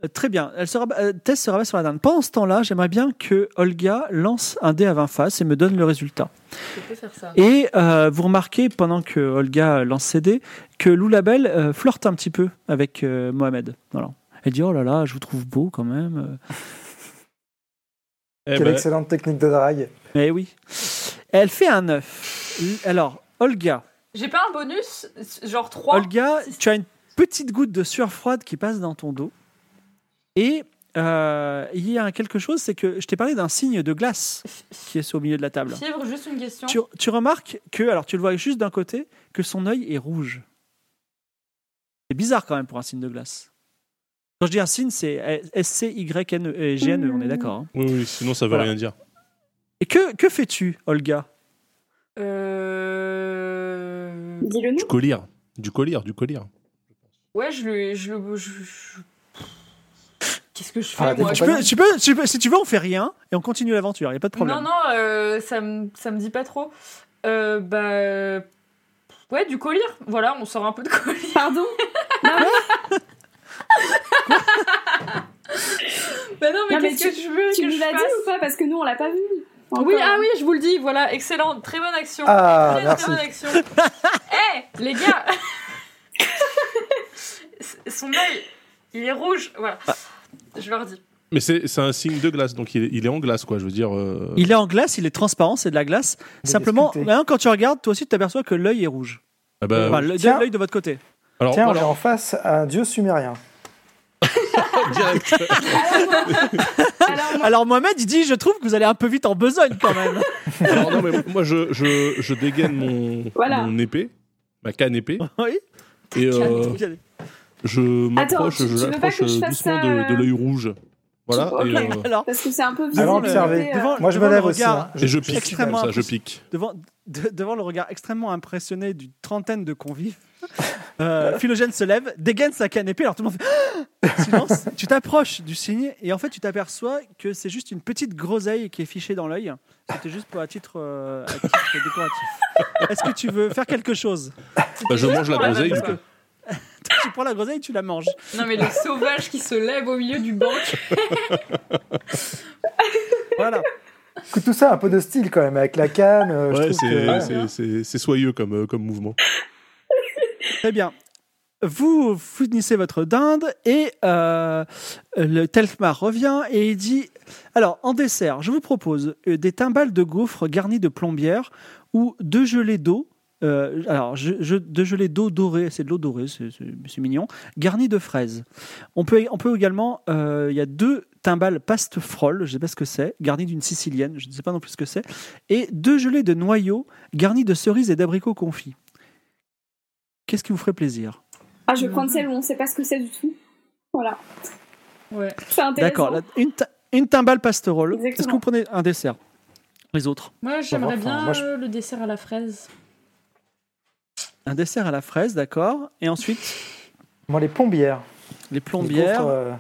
Euh, Très bien. Elle se rab- euh, Tess se rabat sur la dinde. Pendant ce temps-là, j'aimerais bien que Olga lance un dé à 20 faces et me donne le résultat. Je peux faire ça. Et euh, vous remarquez, pendant que Olga lance ses dés, que Lou Labelle euh, flirte un petit peu avec euh, Mohamed. Voilà. Elle dit Oh là là, je vous trouve beau quand même. Euh, Eh Quelle ben, excellente technique de drague. Mais oui. Elle fait un 9. Alors, Olga, J'ai pas un bonus, genre 3. Olga, c'est- tu as une petite goutte de sueur froide qui passe dans ton dos. Et euh, il y a quelque chose, c'est que je t'ai parlé d'un signe de glace qui est au milieu de la table. Fibre, juste une question. Tu, tu remarques que, alors tu le vois juste d'un côté, que son œil est rouge. C'est bizarre quand même pour un signe de glace. Quand je dis un signe, c'est S-C-Y-N-E-G-N-E, on est d'accord. hein. oui, oui, sinon ça veut Voilà. rien dire. Et que, que fais-tu, Olga Euh... Dis-le Du nous. collier. Du collier, du collier. Ouais, je le... Je le je- je- Qu'est-ce que je fais, Ah, t'es moi pas tu mal. peux, tu peux- tu peux- Si tu veux, on fait rien et on continue l'aventure, il n'y a pas de problème. Non, non, euh, ça, me, ça me dit pas trop. Euh, bah. euh, Ouais, du collier. Voilà, on sort un peu de collier. Pardon bah non, mais Non, mais qu'est-ce que tu veux Tu que nous je l'as dit fasse ou pas Parce que nous, on l'a pas vu. Oui, Encore. ah oui, je vous le dis, voilà, excellent, très bonne action. Ah, très, merci. très bonne action. Eh, les gars Son œil, il est rouge, voilà. Ah. Je leur dis. Mais c'est c'est un signe de glace, donc il est, il est en glace, quoi. Je veux dire. euh, Il est en glace, il est transparent, c'est de la glace. Il est Simplement, sculpté. maintenant, quand tu regardes, toi aussi, tu t'aperçois que l'œil est rouge. ah bah, Enfin, l'œil Tiens. l'œil de votre côté. alors, Tiens, on est en face à un dieu sumérien. direct. Alors, moi, Alors Mohamed, il dit, je trouve que vous allez un peu vite en besogne quand même. Alors, non, mais moi, je, je, je dégaine mon, Voilà. mon épée, ma canne épée, oui. et euh, je m'approche, tu- tu je veux pas l'approche que je doucement fasse ça, de, de euh, l'œil rouge. Voilà, Ok. et, euh, Alors, parce que c'est un peu visible. Allons le- observer. côté, euh, devant, Moi, je Oh, devant me le lève aussi. regard, hein. et je suis pique, extrêmement comme ça, je impressionnant. pique. devant, de- devant le regard extrêmement impressionné d'une trentaine de convives, euh, Philogène se lève, dégaine sa canne épée, alors tout le monde fait Ah silence. Tu t'approches du signe et en fait tu t'aperçois que c'est juste une petite groseille qui est fichée dans l'œil. C'était juste pour à titre, euh, à titre décoratif. Est-ce que tu veux faire quelque chose Bah, je C'était mange la pour groseille, vanne, du coup. quoi. Tu prends la groseille, tu la manges. Non, mais les sauvages qui se lèvent au milieu du banc. Voilà. Écoute, Tout ça, un peu de style quand même, avec la canne. euh, je Ouais, trouve que- c'est- ouais. c'est- c'est c'est soyeux comme, euh, comme mouvement. Très Eh bien. Vous fournissez votre dinde et euh, le Telfmar revient et il dit Alors, en dessert, je vous propose euh, des timbales de gaufres garnies de plombières ou deux gelées d'eau. euh, alors, je, je- deux gelées d'eau dorée, c'est de l'eau dorée, c'est- c'est c'est mignon, garnies de fraises. On peut, on peut également, euh, il y a deux timbales paste frolle, je ne sais pas ce que c'est, garnies d'une sicilienne, je ne sais pas non plus ce que c'est, et deux gelées de noyaux garnies de cerises et d'abricots confits. Qu'est-ce qui vous ferait plaisir Ah, je vais prendre celle où on sait pas ce que c'est du tout. Voilà. Ouais. C'est intéressant. D'accord, la- une, ti- une timbale pastorale. Exactement. Est-ce que vous prenez un dessert Les autres Moi, j'aimerais Enfin, bien moi, je- euh, le dessert à la fraise. Un dessert à la fraise, d'accord. Et ensuite, Moi, les plombières. les Les plombières gaufres, euh,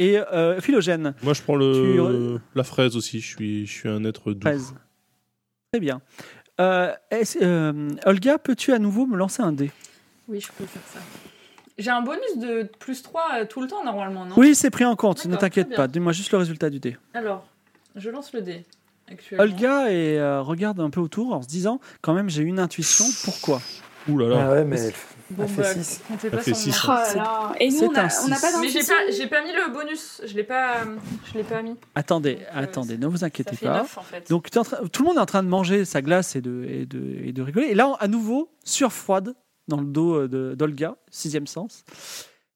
et euh, phylogène. Moi, je prends le, la fraise aussi. Je suis, je suis un être doux. Fraise. Très bien. Euh, est-ce- euh, Olga, peux-tu à nouveau me lancer un dé Oui, je peux faire ça. J'ai un bonus de plus 3 tout le temps, normalement, non Oui, c'est pris en compte, ne D'accord, t'inquiète très pas. bien. Dis-moi juste le résultat du dé. Alors, je lance le dé. Actuellement. Olga et, euh, regarde un peu autour en se disant quand même, j'ai une intuition, pourquoi Ouh là ah là. ouais, mais Bon, Elle fait bah, six. comptez Elle pas fait son six. nom. Oh là là. Et nous, C'est on n'a un on n'a six. pas Mais j'ai d'intuition. pas, j'ai pas mis le bonus. Je l'ai pas, euh, je l'ai pas mis. Attendez, Euh, attendez, ne vous Ça inquiétez fait pas. 9 en fait. Donc t'es en train- tout le monde est en train de manger sa glace et de, et de, et de rigoler. Et là, à nouveau, sur froide, dans le dos euh, de- d'Olga, sixième sens,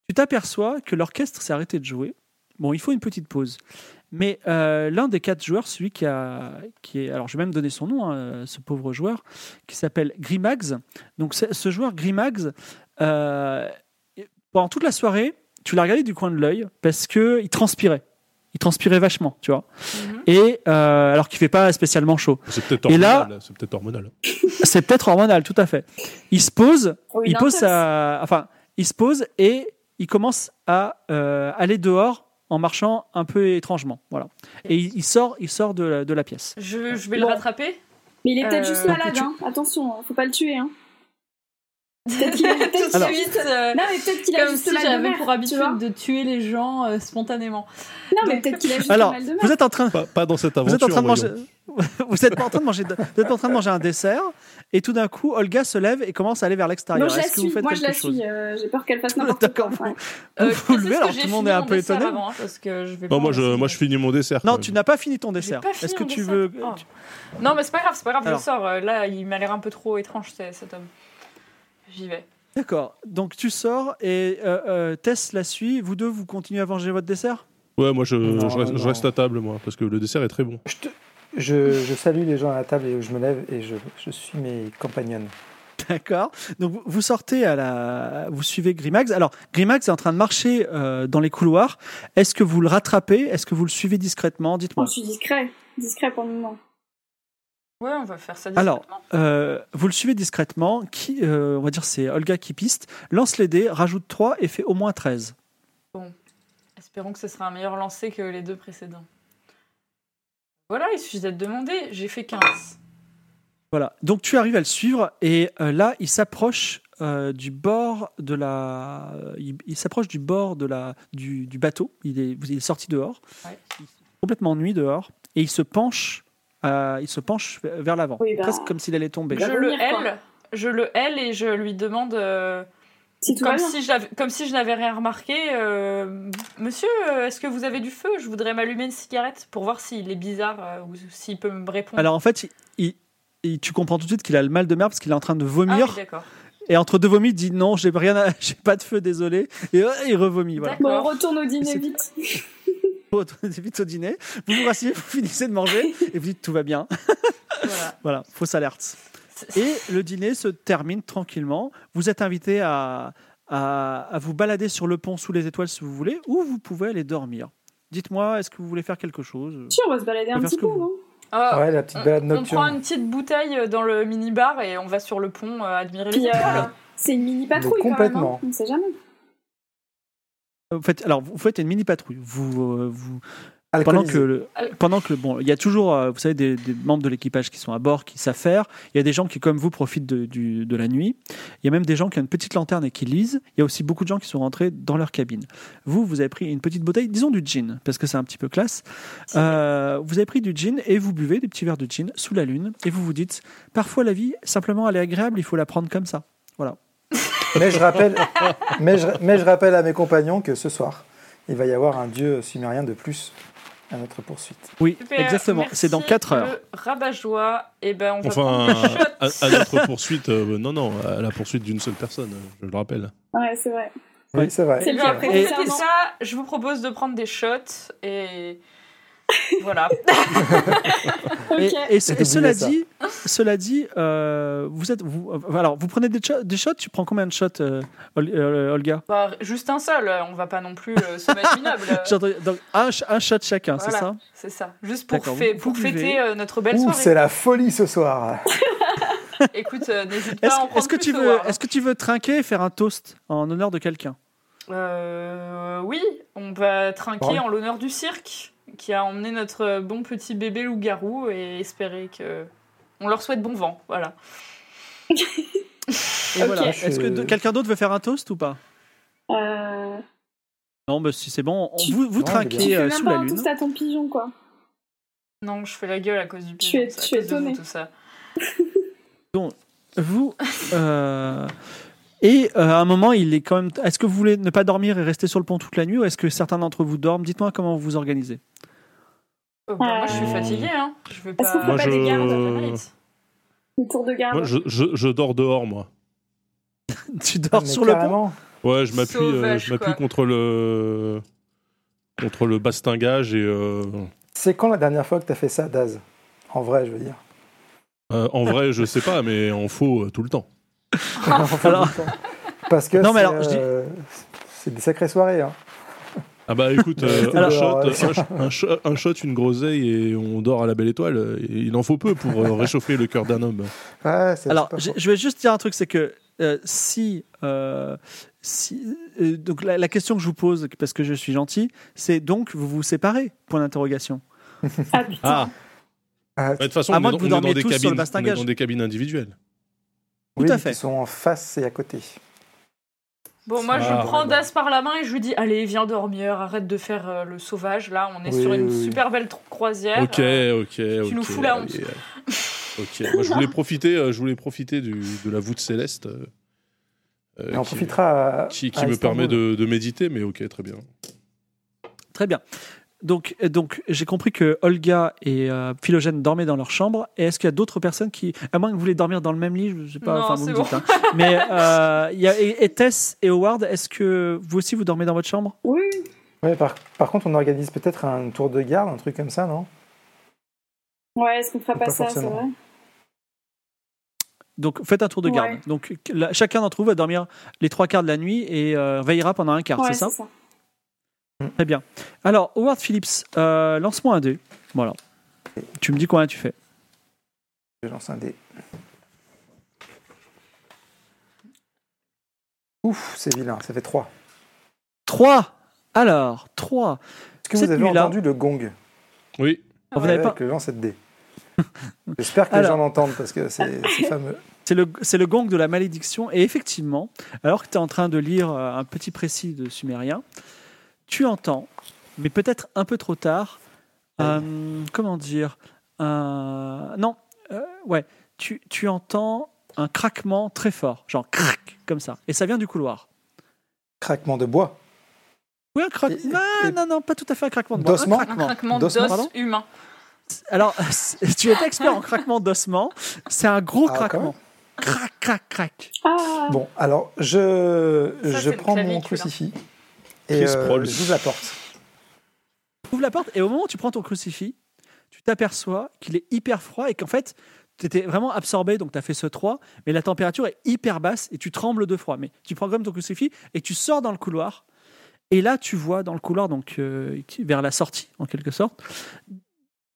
tu t'aperçois que l'orchestre s'est arrêté de jouer. Bon, il faut une petite pause. Mais euh, l'un des quatre joueurs, celui qui a, qui est, alors je vais même donner son nom, hein, ce pauvre joueur, qui s'appelle Grimax. Donc ce ce joueur Grimax, euh, pendant toute la soirée, tu l'as regardé du coin de l'œil parce que il transpirait, il transpirait vachement, tu vois. Mhm. Et euh, alors qu'il fait pas spécialement chaud. C'est peut-être Et hormonal. là- là, C'est peut-être hormonal. C'est peut-être hormonal, tout à fait. Il se pose, Ou une il pose intox. sa- enfin, il se pose et il commence à euh, aller dehors en marchant un peu étrangement, voilà. Et il, il sort, il sort de la, de la pièce. Je, je vais Bon. le rattraper. Mais il est peut-être Euh, juste donc, malade, tu- hein. attention, hein, faut pas le tuer. Hein. Peut-être Tout qu'il peut-être qu'il de a juste. suite, euh, Non, mais peut-être qu'il a comme juste si mal de j'avais mer, pour tu vois. habitude de tuer les gens euh, spontanément. Non, mais Donc- peut-être qu'il a juste Alors, mal de mer. vous êtes en train, Pas, pas dans cette vous aventure. êtes en train de voyons. manger, vous êtes pas en train de manger, de- vous êtes en train de manger un dessert et tout d'un coup, Olga se lève et commence à aller vers Non, l'extérieur. je la Est-ce que vous suis, faites moi je la quelque chose Ah, suis, euh, j'ai peur qu'elle fasse n'importe quoi. D'accord, ouais. Vous vous Euh, levez, qu'est-ce que alors j'ai tout le monde fini est un mon peu dessert étonné. avant, hein, parce que je vais Non, pas moi en je, rester. moi je finis mon dessert. Non, quand tu même. n'as pas fini ton J'ai dessert. pas fini Est-ce que mon tu dessert. veux Oh. Non, mais c'est pas grave, c'est pas grave, Alors. je sors. Euh, Là, il m'a l'air un peu trop étrange, c'est- cet homme. J'y vais. D'accord. Donc tu sors et euh, euh, Tess la suit. Vous deux, vous continuez à manger votre dessert Ouais, moi je, Non, je, reste, je non. reste à table, moi, parce que le dessert est très bon. Je, te- je, je salue les gens à la table et je me lève et je, je suis mes compagnons. D'accord. Donc vous- vous sortez à la, vous suivez Grimax. Alors Grimax est en train de marcher euh, dans les couloirs. Est-ce que vous le rattrapez Est-ce que vous le suivez discrètement Dites-moi. Bon, je suis discret, discret pour le moment. Ouais, on va faire ça Alors, discrètement. Euh, vous le suivez discrètement. Qui, euh, on va dire, c'est Olga qui piste. Lance les dés, rajoute 3 et fait au moins 13. Espérons que ce sera un meilleur lancer que les deux précédents. Voilà, il suffit d'être demandé. J'ai fait 15. Voilà. Donc tu arrives à le suivre et euh, là il s'approche euh, du bord de la, il, il s'approche du bord de la du, du bateau. Il est, il est sorti dehors. Ouais. Il fait complètement nuit dehors et il se penche, euh, il se penche vers l'avant, Oui, bah. presque comme s'il allait tomber. Il va ben, Je le vomir, quoi. L, je le L et je lui demande, euh, Si tout va comme, bien. si je l'avais- comme si je n'avais rien remarqué, euh, Monsieur, euh, est-ce que vous avez du feu Je voudrais m'allumer une cigarette pour voir s'il est bizarre euh, ou s'il peut me répondre. Alors en fait, il- il- il- tu comprends tout de suite qu'il a le mal de mer parce qu'il est en train de Ah oui, vomir d'accord. et entre deux vomis, il dit non, j'ai rien, à- j'ai pas de feu, désolé, et euh, il revomit. Voilà. Bon, on D'accord. retourne au dîner C'est- vite. Vous retournez vite au dîner, vous vous rasseyez, vous finissez de manger et vous dites tout va bien. Voilà. Voilà, fausse alerte. Et le dîner se termine tranquillement. Vous êtes invité à, à, à vous balader sur le pont sous les étoiles si vous voulez, ou vous pouvez aller dormir. Dites-moi, est-ce que vous voulez faire quelque chose Sûr, on va se balader un Faire ce petit que peu, vous- non Ah, Ouais, la petite balade on, on prend nocturne. une petite bouteille euh, dans le minibar et on va sur le pont euh, admirer les Puis, euh, étoiles. C'est une mini patrouille Mais quand même. hein. complètement. On ne sait jamais. Vous faites, alors, vous faites une mini patrouille. Vous, euh, vous pendant Alcoolisée. que, le- pendant que le- bon, il y a toujours, euh, vous savez, des, des membres de l'équipage qui sont à bord, qui s'affairent. Il y a des gens qui, comme vous, profitent de, du- de la nuit. Il y a même des gens qui ont une petite lanterne et qui lisent. Il y a aussi beaucoup de gens qui sont rentrés dans leur cabine. Vous, vous avez pris une petite bouteille, disons du gin, parce que c'est un petit peu classe. Euh, vous avez pris du gin et vous buvez des petits verres de gin sous la lune et vous vous dites, parfois la vie, simplement, elle est agréable. Il faut la prendre comme ça. Mais je rappelle, mais je, mais je rappelle à mes compagnons que ce soir, il va y avoir un dieu sumérien de plus à notre poursuite. Oui, Super, exactement. C'est dans merci, 4 heures. Le rabat joie, et ben on va Enfin, prendre un shot. à, à notre poursuite, euh, non, non, à la poursuite d'une seule personne, euh, je le rappelle. Ouais, c'est vrai. Oui, c'est vrai. C'est Eh lui bien, après. pour Et- fêter ça, je vous propose de prendre des shots et voilà. Ok. Et, et ce- J'ai et cela, oublié ça. dit, cela dit, euh, vous êtes, vous, euh, alors vous prenez des, cho- des shots. Tu prends combien de shots, euh, Ol- euh, Olga Bah, juste un seul, on va pas non plus euh, se mettre minable. J'ai entendu- donc, un, ch- un shot chacun, c'est Voilà. Bah, ça C'est ça, juste pour, D'accord, fê- vous- pour vous buvez. fêter euh, notre belle Ouh, soirée. c'est la folie ce soir. Écoute, euh, n'hésite pas Est-ce à en que- prendre est-ce que plus tu au veux, Ward. est-ce que tu veux trinquer et faire un toast en honneur de quelqu'un Euh, oui, on va trinquer Bon. en l'honneur du cirque qui a emmené notre bon petit bébé loup-garou et espérer que on leur souhaite bon vent, voilà. Et Ok. voilà. Je- Est-ce que de- quelqu'un d'autre veut faire un toast ou pas Euh, Non, bah, si c'est bon, on- Tu- vous, vous Non, tu trinquez fais euh, même sous pas la un lune. toast à ton pigeon, quoi. Non, je fais la gueule à cause du Tu es- pigeon, c'est à tu es cause de vous, étonné. tout ça. Vous euh, et euh, à un moment, il est quand même. Est-ce que vous voulez ne pas dormir et rester sur le pont toute la nuit, ou est-ce que certains d'entre vous dorment Dites-moi comment vous vous organisez. Oh, bah, moi je suis Euh. fatiguée hein. Je vais Ah. Est-ce pas Ah, qu'on peut Moi, pas je- des gardes Moi, Une tour de garde. je, je- je dors dehors, moi. Tu dors Mais sur le pont. carrément. Ouais, je m'appuie euh, Sauvage, je m'appuie quoi. contre le contre le bastingage et euh, C'est quand la dernière fois que tu as fait ça, Daz En vrai, je veux dire. euh, en vrai, je sais pas, mais en faux euh, tout le temps. Enfin, Alors- Ah. tout le temps. Parce que Non, mais c'est, alors, je dis- euh, c'est des sacrées soirées. hein. Ah bah écoute, euh, un, Alors- shot, Ouais. un sh- un sh- un shot, une groseille et on dort à la belle étoile. Et Il en faut peu pour euh, réchauffer le cœur d'un homme. Ouais, c'est Alors, c'est pas je faux. je vais juste dire un truc, c'est que euh, si, euh, si euh, donc la, la question que je vous pose, parce que je suis gentil, c'est donc vous vous séparez Point d'interrogation. Ah putain. Ah, Bah, De toute façon, À on moins est, que vous on est dans dormiez des tous sur le cabines, on est bastingage. dans des cabines individuelles. Tout oui, à mais fait. Ils sont en face et à côté. Bon, moi, je Ah, prends ouais. Das par la main et je lui dis Allez, viens dormir, arrête de faire euh, le sauvage. Là, on est Oui, sur une oui, oui. super belle tr- croisière. Ok, Euh, ok, ok. Tu nous fous la honte. Ok, moi, je voulais profiter, euh, je voulais profiter du, de la voûte céleste. euh, euh, Mais on qui- profitera. Ah, à- Qui, qui à me Istanbul. permet de, de méditer, mais ok, très bien. Très bien. Donc, euh, donc j'ai compris que Olga et euh, Philogène dormaient dans leur chambre. Et est-ce qu'il y a d'autres personnes qui, à moins que vous voulez dormir dans le même lit, je sais pas, Non, enfin vous me c'est dites. hein. Mais euh, il y a, et, et Tess et Howard, est-ce que vous aussi vous dormez dans votre chambre Oui, Ouais, par, par contre, on organise peut-être un tour de garde, un truc comme ça, non ouais, est-ce qu'on fera pas, Pas ça, c'est forcément. vrai Donc faites un tour de garde. Ouais. Donc la- chacun d'entre vous va dormir les trois quarts de la nuit et euh, veillera pendant un quart, Ouais, c'est ça Très bien. Alors, Howard Phillips, euh, lance-moi un dé. Voilà. Tu me dis combien tu fais. Je lance un dé. Ouf, c'est vilain, ça fait 3. 3 Alors, 3. Est-ce que Cette vous avez nuit-là- entendu le gong Oui, Vous n'avez pas... avec le lance de dé J'espère que les Alors- gens l'entendent parce que c'est c'est fameux. C'est le, c'est le gong de la malédiction. Et effectivement, alors que tu es en train de lire euh, un petit précis de sumérien, tu entends, mais peut-être un peu trop tard, euh, comment dire un- Non, euh, ouais, tu, tu entends un craquement très fort, genre crac, comme ça. Et ça vient du couloir. Craquement de bois. Oui, un craquement. Et- Non, et- non, non, pas tout à fait un craquement de bois. D'ossement Un Un craquement. craquement d'os D'ossement, pardon humain. Alors, c'est- tu es expert en craquement d'ossement. C'est un gros Ah, quand même. craquement. Crac, crac, crac. Ah, Bon, alors je, Ça, je c'est le prends mon clavicule, hein. crucifix et Chris Prolls. euh, j'ouvre la porte. Tu ouvres la porte et au moment où tu prends ton crucifix, tu t'aperçois qu'il est hyper froid et qu'en fait, tu étais vraiment absorbé, donc tu as fait ce 3, mais la température est hyper basse et tu trembles de froid. Mais tu prends quand même ton crucifix et tu sors dans le couloir. Et là, tu vois dans le couloir, donc euh, qui- vers la sortie en quelque sorte,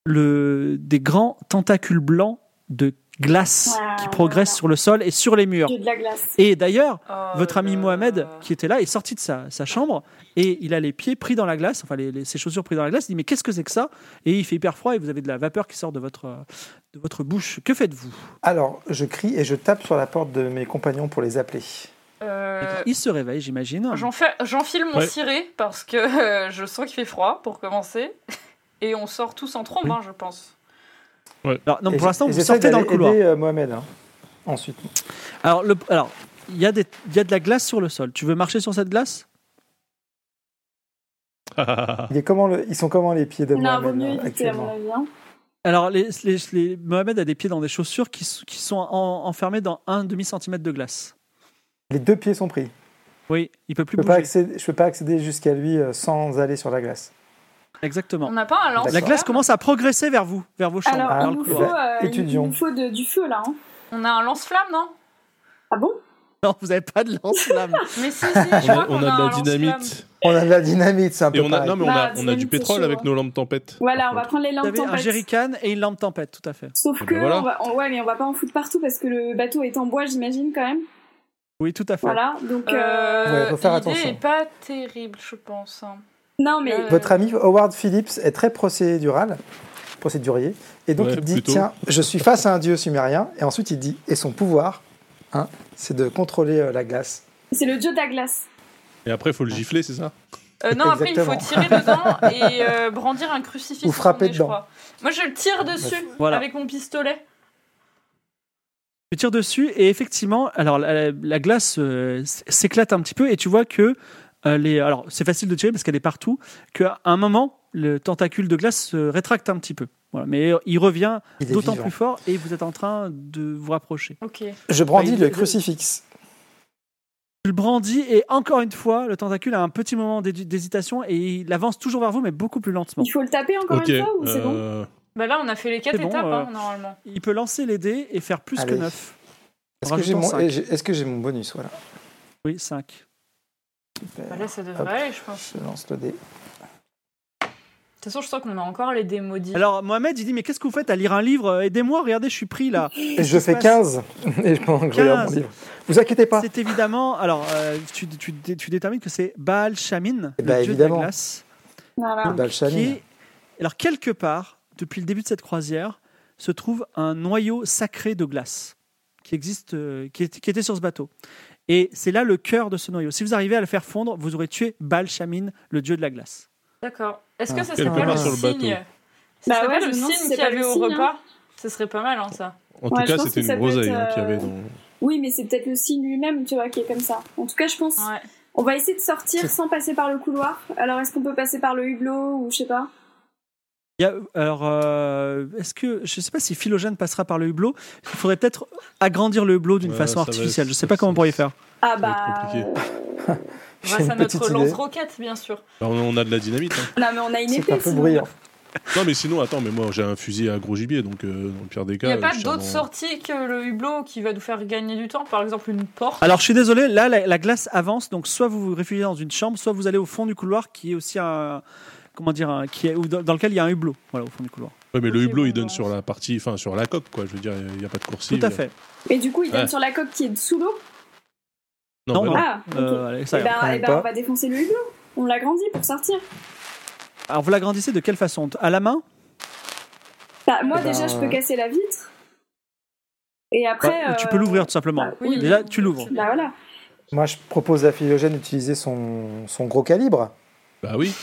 le, des grands tentacules blancs de glace qui progressent sur le sol et sur les murs. j'ai de la glace. Et d'ailleurs, Euh, votre ami le- Mohamed, qui était là, est sorti de sa, sa chambre et il a les pieds pris dans la glace, enfin les, les- ses chaussures prises dans la glace. Il dit Mais qu'est-ce que c'est que ça Et il fait hyper froid et vous avez de la vapeur qui sort de votre, euh, de votre bouche. Que faites-vous Alors je crie et je tape sur la porte de mes compagnons pour les appeler. Euh, Il se réveille, j'imagine. j'en fais- J'enfile mon Ouais. ciré parce que euh, je sens qu'il fait froid pour commencer. Et on sort tous en trombe, hein, je pense. Alors, non, Et pour l'instant, j- et vous j'essaie sortez dans le d'aller couloir. aider, euh, Mohamed. hein, Ensuite. Alors, le, alors il, y a des, il y a de la glace sur le sol. Tu veux marcher sur cette glace Ah. Il est comment le- Ils sont comment les pieds de Non, vaut Mohamed euh, mieux là, éviter, à mon actuellement avis. hein. Alors, les, les- les- Mohamed a des pieds dans des chaussures qui, s- qui sont en- enfermées dans un demi-centimètre de glace. Les deux pieds sont pris. Oui, il peut plus Je peux pas bouger. accéder, je peux pas accéder jusqu'à lui euh, sans aller sur la glace. Exactement. On n'a pas un lance La glace flamme commence à progresser vers vous, vers vos chambres. Alors, vers il, le nous couloir. faut, euh, il- il Étudions. nous faut de- du feu, là. hein. On a un lance-flamme, non Ah bon Non, vous n'avez pas de lance-flamme. Mais si, si, je Ah, on crois a, qu'on on a hein, un de la lance-flamme. dynamite. On a de la dynamite, c'est un Et peu on a, pareil. non, mais on a, Bah, on a du dynamite, pétrole c'est avec chaud, nos lampes tempête. Voilà, par on va contre. prendre les Vous lampes avez un tempêtes. jerrycan et une lampe tempête, tout à fait. Sauf Eh que, ben voilà. on va, on- ouais, mais on va pas en foutre partout parce que le bateau est en bois, j'imagine, quand même. Oui, tout à fait. Voilà, donc... euh, Euh, Ouais, faut faire L'idée attention. est pas terrible, je pense. hein. Non, mais... Euh, Votre ami Howard Phillips est très procédural, procédurier, et donc Ouais, il dit plutôt. tiens, je suis face à un dieu sumérien, et ensuite il dit et son pouvoir, hein, c'est de contrôler euh, la glace. C'est le dieu de la glace. Et après, il faut le gifler, c'est ça Euh, non, après, il faut Exactement. tirer dedans et euh, brandir un crucifix. Ou frapper sur son nez, dedans. Je crois. Moi, je le tire dessus Voilà. avec mon pistolet. Tu tires dessus et effectivement, alors la, la glace euh, s- s'éclate un petit peu et tu vois que euh, les. Alors, c'est facile de tirer parce qu'elle est partout. Qu'à un moment, le tentacule de glace se rétracte un petit peu. Voilà, mais il revient Il est d'autant vivant. plus fort et vous êtes en train de vous rapprocher. Ok. Je brandis Bah, il- le crucifix. Tu le brandis et encore une fois, le tentacule a un petit moment d'hé- d'hésitation et il avance toujours vers vous, mais beaucoup plus lentement. Il faut le taper encore Ok. une fois ou c'est bon euh, Bah là, on a fait les quatre C'est bon, étapes, euh, hein, normalement. Il peut lancer les dés et faire plus Allez. que 9. Est-ce que j'ai mon, Rajoutant cinq. est-ce que j'ai mon bonus voilà. Oui, 5. Super. Bah, là, ça devrait aller, je pense. Je lance le dé. De toute façon, je sens qu'on a encore les dés maudits. Alors Mohamed, il dit mais qu'est-ce que vous faites à lire un livre Aidez-moi, regardez, je suis pris là. Et je qui se fais passe 15. Et je prends- je regarde mon 15. livre. Vous inquiétez pas. C'est évidemment. Alors euh, tu, tu, dé- tu détermines que c'est Baal Shamin, Eh le ben, dieu de évidemment. la glace, Voilà. qui Balchamin. est- alors quelque part depuis le début de cette croisière se trouve un noyau sacré de glace qui existe, euh, qui, est- qui était sur ce bateau. Et c'est là le cœur de ce noyau. Si vous arrivez à le faire fondre, vous aurez tué Baal Shamin, le dieu de la glace. D'accord. Est-ce que Ah, ça quelque serait pas part le sur le signe bateau. Ce Bah serait ouais, pas je le me demande si signe c'est qu'il y pas le avait au signe, hein. repas Ce serait pas mal, hein, ça. En Ouais, tout cas, je pense c'était que ça une peut groseille être, hein, qu'il y avait euh, dans. Oui, mais c'est peut-être le signe lui-même, tu vois, qui est comme ça. En tout cas, je pense. Ouais. On va essayer de sortir sans passer par le couloir. Alors, est-ce qu'on peut passer par le hublot ou je sais pas Il y a- alors, euh, est-ce que je ne sais pas si Philogène passera par le hublot Il faudrait peut-être agrandir le hublot d'une Ouais, façon ça va, artificielle. je ne sais ça- pas comment on ça- pourrait faire. Ah va bah. être J'ai Grâce une à petite notre idée. lance-roquette, bien sûr. Bah, on on a de la dynamite. hein. euh, Non, mais on a une C'est épée. un peu sinon. bruyant. Non, mais sinon, attends, mais moi j'ai un fusil à gros gibier, donc euh, dans le pire des Il cas. n'y a pas je tire d'autre dans- sortie que le hublot qui va nous faire gagner du temps, par exemple une porte. Alors, je suis désolé, là, la, la glace avance, donc soit vous vous réfugiez dans une chambre, soit vous allez au fond du couloir qui est aussi un. Comment dire un- qui est, ou dans, dans lequel il y a un hublot, voilà, au fond du couloir. Ouais, mais le Ok, hublot bon, il donne bah. sur la partie, enfin sur la coque, quoi. Je veux dire, il n'y a pas de coursive. Tout à fait. Mais du coup, il donne Ouais. sur la coque qui est sous l'eau. Non, Non, non. bah non. Ah, ok. Euh, allez, ça Eh y est. ben, quand eh même ben, pas. on va défoncer le hublot. On l'agrandit pour sortir. Alors, vous l'agrandissez de quelle façon À la main Bah, moi, Eh ben, déjà, je peux euh, casser la vitre. Et après. Bah, Tu euh, peux l'ouvrir tout simplement. bah, oui. Déjà, tu l'ouvres. Bah voilà. Moi, je propose à Philogène d'utiliser son, son gros calibre. Bah oui.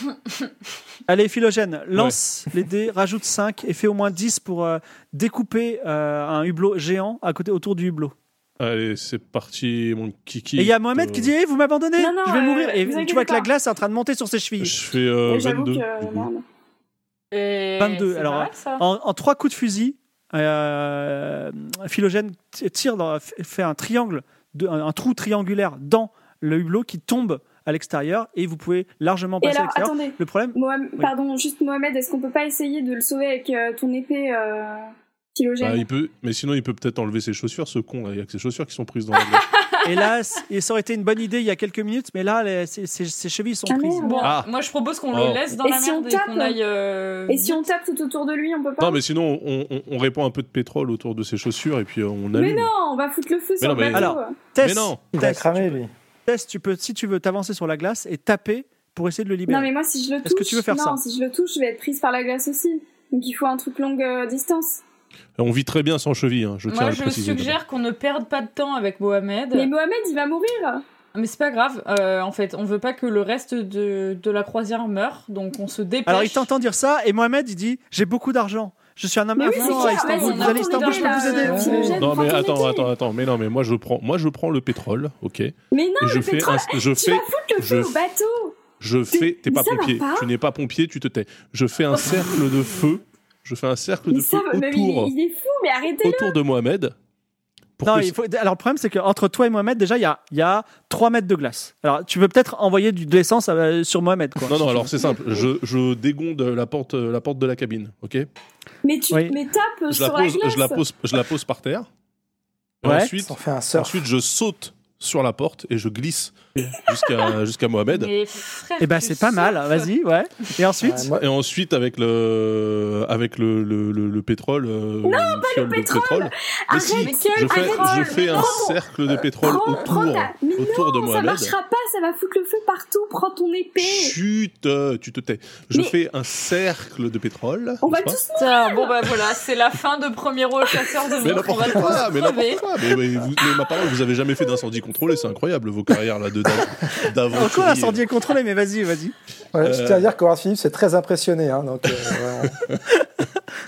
Allez, Philogène, lance les dés, rajoute 5 et fais au moins 10 pour euh, découper euh, un hublot géant à côté, autour du hublot. Allez, c'est parti, mon kiki. Et il y a Mohamed Euh, qui dit Eh, Vous m'abandonnez Non, non, Je vais euh, mourir. Et vous tu vois inquiétez que la pas. glace est en train de monter sur ses chevilles. Je fais euh, Et Oh, J'avoue 22. que. du coup. merde. Et 22, c'est alors, hein. pas mal, ça. En, en trois coups de fusil, euh, Philogène t- tire dans- f- fait un triangle, de- un, un trou triangulaire dans le hublot qui tombe à l'extérieur et vous pouvez largement Et passer à alors, l'extérieur. attendez. Le problème, Mohamed- Oui. Pardon, juste Mohamed, est-ce qu'on peut pas essayer de le sauver avec euh, ton épée euh, phylogène Bah, il peut... Mais sinon, il peut peut-être enlever ses chaussures, ce con. là. Il y a que ses chaussures qui sont prises dans la glace. hélas, et ça aurait été une bonne idée il y a quelques minutes, mais là, les- ses, ses- ses chevilles sont Ah, prises. merde. Bon, Ah. moi je propose qu'on Oh. le laisse dans Et la si on merde tape, et qu'on aille. euh, Et si on tape tout autour de lui, on peut pas non, mais sinon, on, on- on répand un peu de pétrole autour de ses chaussures et puis euh, on Mais allume. non, on va foutre le feu sur non, le mais- bateau. Alors, Mais Tess, non. Il va Tess, cramer, lui. Tess, tu peux, si tu veux t'avancer sur la glace et taper pour essayer de le libérer. non, mais moi, si je le touche, Est-ce que tu veux faire non, ça si je le touche, je vais être prise par la glace aussi. Donc il faut un truc longue euh, distance. On vit très bien sans cheville, hein, je tiens à Moi le je préciser. suggère qu'on ne perde pas de temps avec Mohamed. Mais Mohamed, il va Ah, mourir. Mais c'est pas grave, euh, en fait, on veut pas que le reste de, de la croisière meure, donc on se dépêche. Alors il t'entend dire ça et Mohamed il dit J'ai beaucoup d'argent. Je suis un homme Mais oui, influent c'est à clair, Istanbul. vas-y, Vous allez à prends ton Istanbul, je idole, peux vous aider. euh, Philogène, prends Non mais ton attends, épée. attends, attends, mais non, mais moi je prends, moi je prends le pétrole, ok, et Mais non, je Ah, le fais, pétrole, un- je tu fais, vas foutre le feu je- au bateau. je fais, t'es mais pas ça va pompier, pas tu n'es pas pompier, tu te tais. Je fais un cercle de feu, je fais un cercle de Mais feu ça, va- mais autour, il, il est fou, mais arrêtez-le. autour de Mohamed. Pour Non, que- il faut... Alors, le problème, c'est qu'entre toi et Mohamed, déjà, il y a, il y a 3 mètres de glace. Alors, tu peux peut-être envoyer du, de l'essence euh, sur Mohamed. Quoi. Non, non, alors c'est simple, je, je dégonde la porte, la porte de la cabine, ok Mais tu Oui. mais tape je Euh, sur la, pose, glace. je, la pose, je la pose par terre, Et Ouais. ensuite, On fait un surf. ensuite je saute sur la porte et je glisse jusqu'à jusqu'à Mohamed. Mais frère, Eh ben, tu c'est pas mal, surfes. vas-y, ouais. Et ensuite, Ouais, moi- Et ensuite, avec le, avec le, le, le- le pétrole. non, pas le pétrole, Mais Arrête, si, mais quel je fais, pétrole, je fais mais un non. cercle de pétrole prends, prends autour, ta- Mais autour de non, ça Mohamed. marchera pas, ça va foutre le feu partout. Prends ton épée. Chut, euh, tu te tais. Je Mais- fais un cercle de pétrole. On va n'est-ce pas tous Putain, bon bah voilà, c'est la fin de premier rôle chasseur de Mais monstres. On va n'importe tous quoi, mais n'importe crever. quoi. Mais, mais vous, mais ma parole, vous avez jamais fait d'incendie contrôlé, c'est incroyable vos carrières là de d'av- d'aventurier. encore l'incendie est contrôlé, mais vas-y, vas-y. Ouais, Je Euh, tiens à dire qu'Horace Philippe, c'est très impressionné. Hein, donc, euh, vraiment.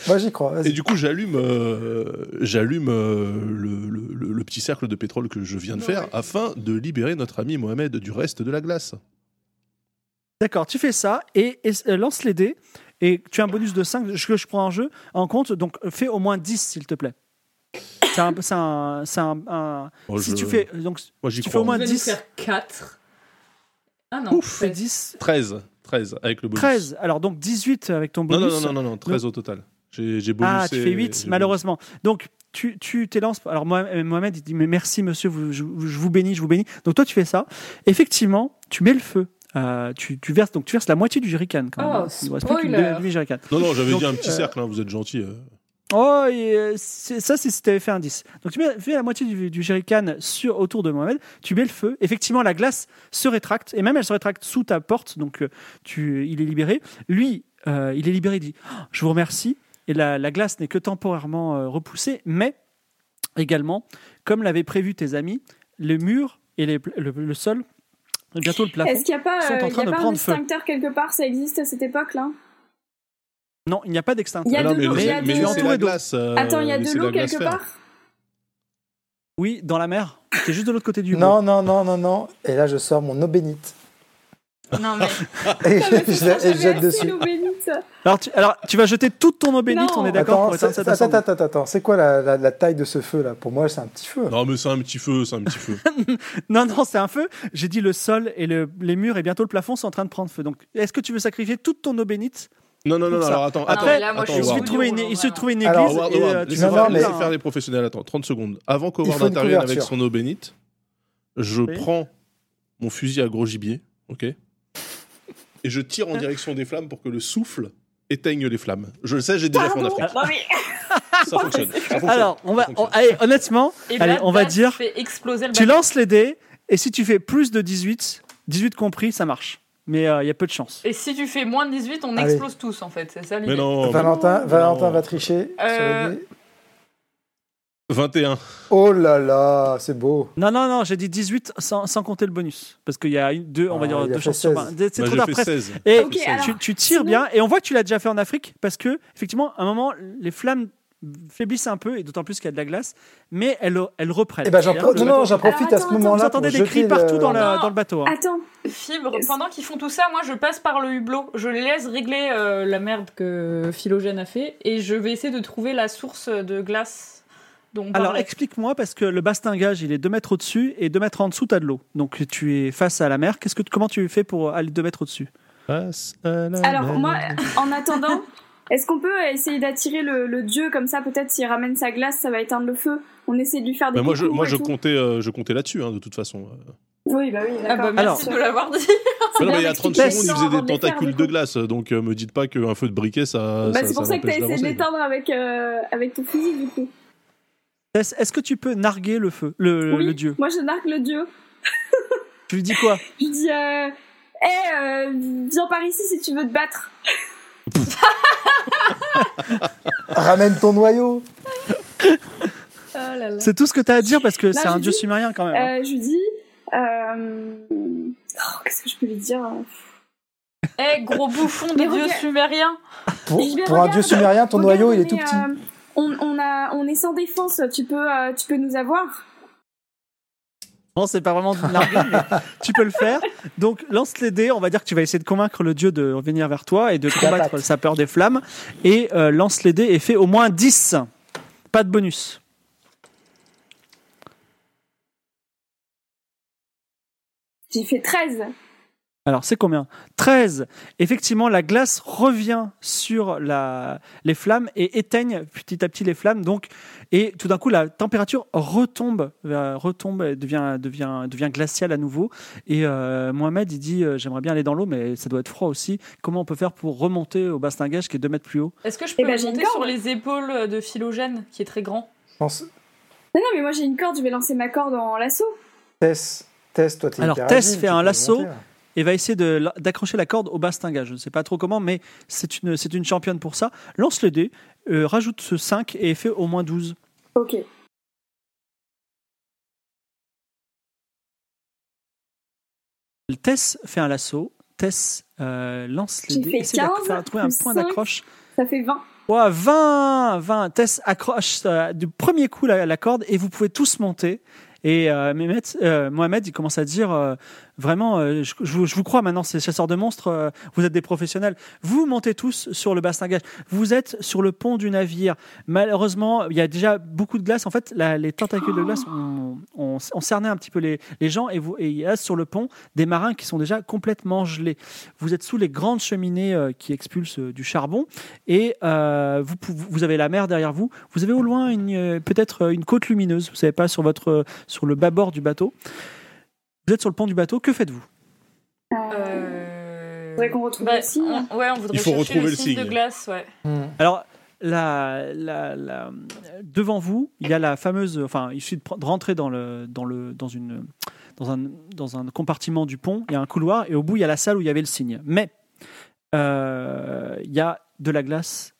Moi, j'y crois. Et Vas-y. du coup, j'allume, euh, j'allume euh, le, le- le- le petit cercle de pétrole que je viens de faire afin de libérer notre ami Mohamed du reste de la glace. D'accord, tu fais ça et, et- euh, lance les dés. Et tu as un bonus de 5 que je prends en jeu, en compte. Donc, euh, fais au moins 10, s'il te plaît. C'est un. c'est un- c'est un- un- Moi, si Oh, je- tu fais. Donc, moi, j'y tu fais crois. au moins Il va nous 10. faire 4. Ah non, ouf, fais sept. 10. 13, 13 avec le bonus. 13. Alors, donc 18 avec ton non, bonus. non, non, non, non, non, 13 au total. J'ai j'ai bonus. Ah, tu fais 8, malheureusement. Donc, tu, tu t'élances. Alors Mohamed, Mohamed, il dit mais merci monsieur, vous- je, je vous bénis, je vous bénis. Donc toi tu fais ça. Effectivement, tu mets le feu. Euh, tu, tu verses donc tu verses la moitié du jerrycan quand même. Oh, hein. Il nous reste plus qu'une spoiler. demi- demi-jerrycan. Non, non, j'avais Donc, dit un petit euh, cercle, hein, vous êtes gentil. euh. Oh, et, euh, c'est- ça, c'est si tu avais fait un 10. Donc, tu mets, fais la moitié du, du jerrycan sur, autour de Mohamed, tu mets le feu. Effectivement, la glace se rétracte, et même elle se rétracte sous ta porte, donc euh, tu, il est libéré. Lui, euh, il est libéré, il dit Oh, Je vous remercie. Et la, la glace n'est que temporairement euh, repoussée, mais également, comme l'avaient prévu tes amis, le mur et les pla- le, le sol, et bientôt le plafond. Est-ce qu'il n'y a pas, sont en euh, il y train a de pas un prendre feu. extincteur quelque part Ça existe à cette époque-là Non, il n'y a pas d'extincteur. Il y a Ah non, de mais l'eau, mais- il y a mais de c'est l'eau. la Entouré d'eau. glace, euh, Attends, il y a mais de c'est la l'eau glace quelque ferme. part Oui, dans la mer. C'est juste de l'autre côté du mur. Non, non, non, non, non. Et là, je sors mon eau bénite. Non, mais Et Ah, je, mais c'est la- ça, et je j'avais jette assez dessus. l'eau bénite. Alors tu, alors, tu vas jeter toute ton eau bénite, Non. on est d'accord Attends, pour c'est- éteindre cette attends, attends, incendie. attends, attends. C'est quoi la, la- la taille de ce feu là Pour moi, c'est un petit feu. Non, mais c'est un petit feu, c'est un petit feu. Non, non, c'est un feu. J'ai dit le sol et le- les murs et bientôt le plafond sont en train de prendre feu. Donc, est-ce que tu veux sacrifier toute ton eau bénite Non, non, non, Ah non, Ça. Ah alors attends, Après, attends, là, moi, je attends, suis Il au suffit Howard. de bout trouver du une, rouleau, il suffit de vraiment. trouver une église. Alors, Howard, et, Howard, euh, tu laissez vas non, faire- voir mais- laissez plus tard, faire hein. les professionnels, attends, 30 secondes. Avant Il qu'Howard faut une intervienne avec couverture. son eau bénite, je Oui. prends mon fusil à gros gibier, ok Et je tire en direction des flammes pour que le souffle éteigne les flammes. Je le sais, j'ai déjà fait en Afrique. non, mais... Ça fonctionne. ça fonctionne. Alors, on va, Ça on- fonctionne. allez, honnêtement, Et Allez, là, on va Daz dire- fait exploser le tu bateau. lances les dés et si tu fais plus de 18, 18 compris, ça marche. Mais euh, il y a peu de chance. Et si tu fais moins de 18, on Allez. explose tous en fait, c'est ça l'idée. Mais non, Valentin, non. Valentin va tricher. sur Euh, les dés. 21. Oh là là, c'est beau. Non, non, non, j'ai dit 18 sans, sans compter le bonus. Parce qu'il y a une, deux, on va Ah, dire il a deux fait chances sur 16. vingt. C'est Bah, trop j'ai tard, fait presque. 16. Et Ok, c'est- alors, tu, tu tires sinon- bien et on voit que tu l'as déjà fait en Afrique parce que effectivement à un moment les flammes faiblissent un peu et d'autant plus qu'il y a de la glace mais elles, elles reprennent. Et ben, j'en pro- C'est-à-dire non, que le non, bateau- j'en profite attends, à ce attends, vous moment-là. pour entendez des jeter euh, cris le- partout dans, la- Non. dans le bateau. hein. Attends, Fibre, pendant qu'ils font tout ça, moi je passe par le hublot, je les laisse régler euh, la merde que Philogène a fait et je vais essayer de trouver la source de glace dont on Alors parlait. explique-moi parce que le bastingage il est 2 mètres au-dessus et 2 mètres en dessous t'as de l'eau donc tu es face à la mer. Qu'est-ce que tu- comment tu fais pour aller 2 mètres au-dessus alors moi, en attendant, est-ce qu'on peut essayer d'attirer le, le dieu comme ça Peut-être s'il ramène sa glace, ça va éteindre le feu. On essaie de lui faire des Bah, moi, je, coucous moi et je, tout. comptais, euh, je comptais là-dessus, hein, de toute façon. Oui, bah oui, Ah d'accord. bah merci Alors- de l'avoir dit. Bah non, bien mais il y a 30 d'expliquer ça secondes, il avant de faisait des les faire, tentacules du de coup. glace, donc euh, me dites pas qu'un feu de briquet, ça. Bah, euh, ça- c'est pour ça que t'as essayé n'empêche de d'avancer. l'éteindre avec, euh, avec ton fusil, du coup. Est-ce est-ce que tu peux narguer le feu le, Euh, le- Oui, le dieu Moi, je nargue le dieu. Tu lui dis quoi Je lui dis, euh, Eh, euh, viens par ici si tu veux te battre. Ramène ton noyau. Oh là là. C'est tout ce que t'as à dire parce que c'est Bah, je un dieu dis- sumérien quand même. hein. Euh, je lui dis, euh, oh, qu'est-ce que je peux lui dire hein. Eh gros bouffon des Mais dieux regarde- sumériens Pour, Je vais pour un regarder. dieu sumérien, ton Regarde, noyau, il on est tout petit. euh, on, on, a, on est sans défense, tu peux, euh, tu peux nous avoir. Non, c'est pas vraiment de l'argot, mais tu peux le faire. Donc, lance les dés. On va dire que tu vas essayer de convaincre le dieu de venir vers toi et de combattre patte. sa peur des flammes. Et euh, lance les dés et fais au moins 10. Pas de bonus. J'ai fait 13. Alors, c'est combien 13. Effectivement, la glace revient sur la... les flammes et éteigne petit à petit les flammes. Donc, et tout d'un coup, la température retombe, euh, retombe, et devient, devient, devient glaciale à nouveau. Et euh, Mohamed, il dit euh, J'aimerais bien aller dans l'eau, mais ça doit être froid aussi. Comment on peut faire pour remonter au bastingage qui est 2 mètres plus haut Est-ce que je Eh peux ben, j'ai monter une sur corde. les épaules de Philogène qui est très grand Je pense- Non, non, mais moi j'ai une corde, je vais lancer ma corde en lasso. Tess, Tess, toi, t'es Alors, hyper Tess agile, fait tu un peux lasso. monter, là. Et va essayer de la- d'accrocher la corde au bastingage. Je ne sais pas trop comment, mais c'est une, c'est une championne pour ça. Lance le dé, euh, rajoute ce 5 et fais au moins 12. Ok. Tess fait un lasso. Tess euh, lance les J'ai dés. fait Essaye d'ac- 15, faire- trouver un plus point cinq. d'accroche. Ça fait 20. Ouah, 20 20 Tess accroche euh, du premier coup la, la corde et vous pouvez tous monter. Et euh, Mehmet- euh, Mohamed, il commence à dire euh, Vraiment, euh, je, je vous, je vous crois maintenant, ces chasseurs de monstres, euh, vous êtes des professionnels. Vous montez tous sur le bastingage. Vous êtes sur le pont du navire. Malheureusement, il y a déjà beaucoup de glace. En fait, la- les tentacules de glace ont, ont- ont cerné un petit peu les, les gens et, vous, et il y a sur le pont des marins qui sont déjà complètement gelés. Vous êtes sous les grandes cheminées euh, qui expulsent euh, du charbon et euh, vous, pou- vous avez la mer derrière vous. Vous avez au loin une, euh, peut-être euh, une côte lumineuse. Vous savez pas sur votre euh, sur le bâbord du bateau. Vous êtes sur le pont du bateau. Que faites-vous Ah Euh, Euh... faudrait qu'on retrouve hein. Bah, le signe. on- ouais, on voudrait Il faut chercher retrouver le le signe de signe. glace, ouais. hein. Hmm. Alors la, la- la- devant vous, il y a la fameuse. Enfin, il suffit de, pre- de rentrer dans le dans le dans une dans un dans un compartiment du pont. Il y a un couloir et au bout il y a la salle où il y avait le signe. Mais euh, il y a de la glace.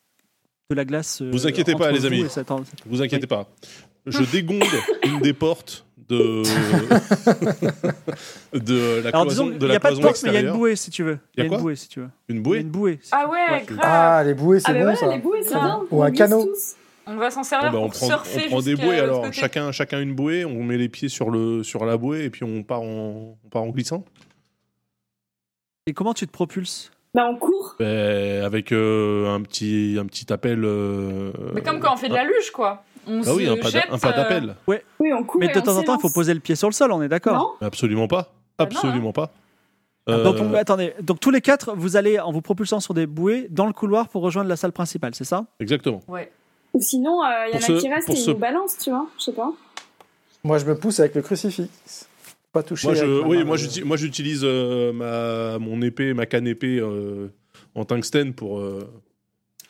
De la glace. euh, Vous inquiétez pas, entre les vous amis. et cette- Vous inquiétez Oui. pas. Je dégonde une des portes de de la Alors disons, cloison, de il n'y la a pas de cloison porte, mais il y a une extérieure. bouée si tu veux. Il y a une quoi bouée si tu veux. Une Il y a bouée. Une bouée. si Ah tu veux. ouais, Ouais. grave. Ah, les bouées, Ah, c'est bah bon voilà, ça. les bouées, c'est Ah. bien. Ou un glisse canot. tous. On va s'en Bon, Ah, servir bah, on pour prend, surfer on prend des jusqu'à bouées l'autre alors côté. chacun chacun une bouée. On met les pieds sur le sur la bouée et puis on part en on part en glissant. Et comment tu te propulses Bah, on court. Ben, avec euh, un petit un petit appel. euh, Mais comme quand on fait de la luge, quoi. On Ah se oui, un pas d'a- jette, un pas euh, d'appel. Oui, on court. Mais et de on temps en temps, il faut s'élance. poser le pied sur le sol, on est d'accord Non Absolument pas. Bah non, Absolument pas. Ah, Donc Euh, on- attendez, donc tous les quatre, vous allez en vous propulsant sur des bouées dans le couloir pour rejoindre la salle principale, c'est ça Exactement. Ouais. Ou sinon, euh, il y en a Pour ce- qui restent pour et ce- ils nous balancent, tu vois. Je sais pas. Moi, je me pousse avec le crucifix. Pas touché. Moi, je, oui, moi, j'uti- moi, j'utilise euh, ma, mon épée, ma canne épée euh, en tungstène pour. euh,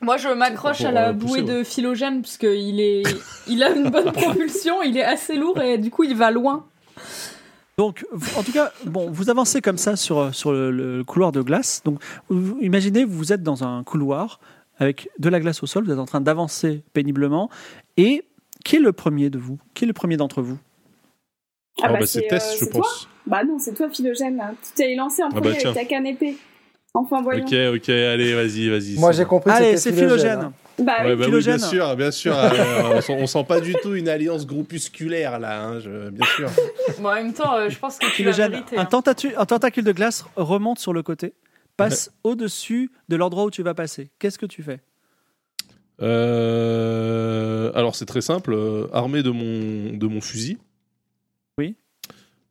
Moi, je m'accroche Pour, à la euh, pousser, bouée de Philogène parce qu'il est... il a une bonne propulsion, il est assez lourd et du coup, il va loin. Donc, vous- en tout cas, bon, vous avancez comme ça sur, sur le, le couloir de glace. Donc, vous- imaginez, vous êtes dans un couloir avec de la glace au sol, vous êtes en train d'avancer péniblement. Et qui est le premier de vous Qui est le premier d'entre vous Ah, bah, c'est Tess, euh, je c'est toi pense. Bah non, c'est toi, Philogène. là. Tu t'es lancé en bah, premier tiens. avec ta canne épée. Enfin, voyons. Ok, ok, allez, vas-y, vas-y. Moi, c'est j'ai bon. compris. Allez, c'est c'était Philogène. Bah oui. Ouais, bah oui, bien Philogène. sûr, bien sûr. euh, on, sent, on sent pas du tout une alliance groupusculaire là, hein, je- bien sûr. Bon, en même temps, euh, je pense que tu l'as Philogène, mérité. un, hein. tentatu- un tentacule de glace remonte sur le côté, passe au-dessus de l'endroit où tu vas passer. Qu'est-ce que tu fais Euh, alors, c'est très simple. euh, armé de mon, de mon fusil. Oui.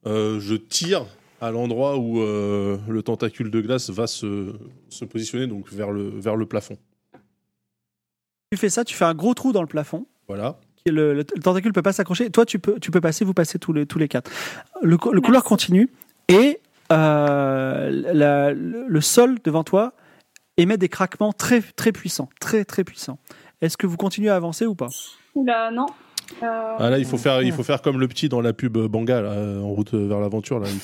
euh, je tire à l'endroit où euh, le tentacule de glace va se, se positionner, donc vers le, vers le plafond. Tu fais ça, tu fais un gros trou dans le plafond. Voilà. qui est Le, le- le tentacule peut pas s'accrocher. Toi, tu peux, tu peux passer, vous passez tous les, tous les quatre. Le, cou- le couloir continue et euh, la- le, le sol devant toi émet des craquements très, très puissants. Très, très puissants. Est-ce que vous continuez à avancer ou pas Oula, non. Euh, Ah là, il faut faire, il faut faire comme le petit dans la pub euh, Banga, là, euh, en route euh, vers l'aventure. Là, il,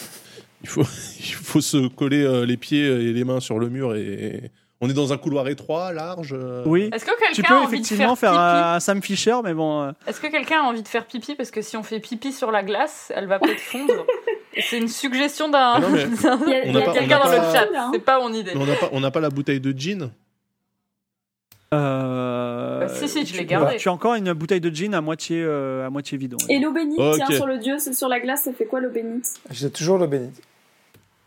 il faut, il faut se coller euh, les pieds et les mains sur le mur et on est dans un couloir étroit, large. euh, Oui. Est-ce que Tu quelqu'un peux a envie de effectivement faire, faire, pipi un Sam Fisher, mais bon. euh, Est-ce que quelqu'un a envie de faire pipi Parce que si on fait pipi sur la glace, elle va peut-être fondre. Et C'est une suggestion d'un. Non, mais- d'un- Il y a, On il y n'a a pas- on quelqu'un n'a dans le pas- chat. Hein. C'est pas mon idée. mais On n'a pas, on n'a pas la bouteille de gin. euh, Bah, si, si, je l'ai tu- gardé. Tu as encore une bouteille de gin à moitié, euh, à moitié vide. on va dire. Et l'eau bénite, Ok. tiens, sur le dieu, c'est sur la glace, ça fait quoi l'eau bénite hein. J'ai toujours le bénite.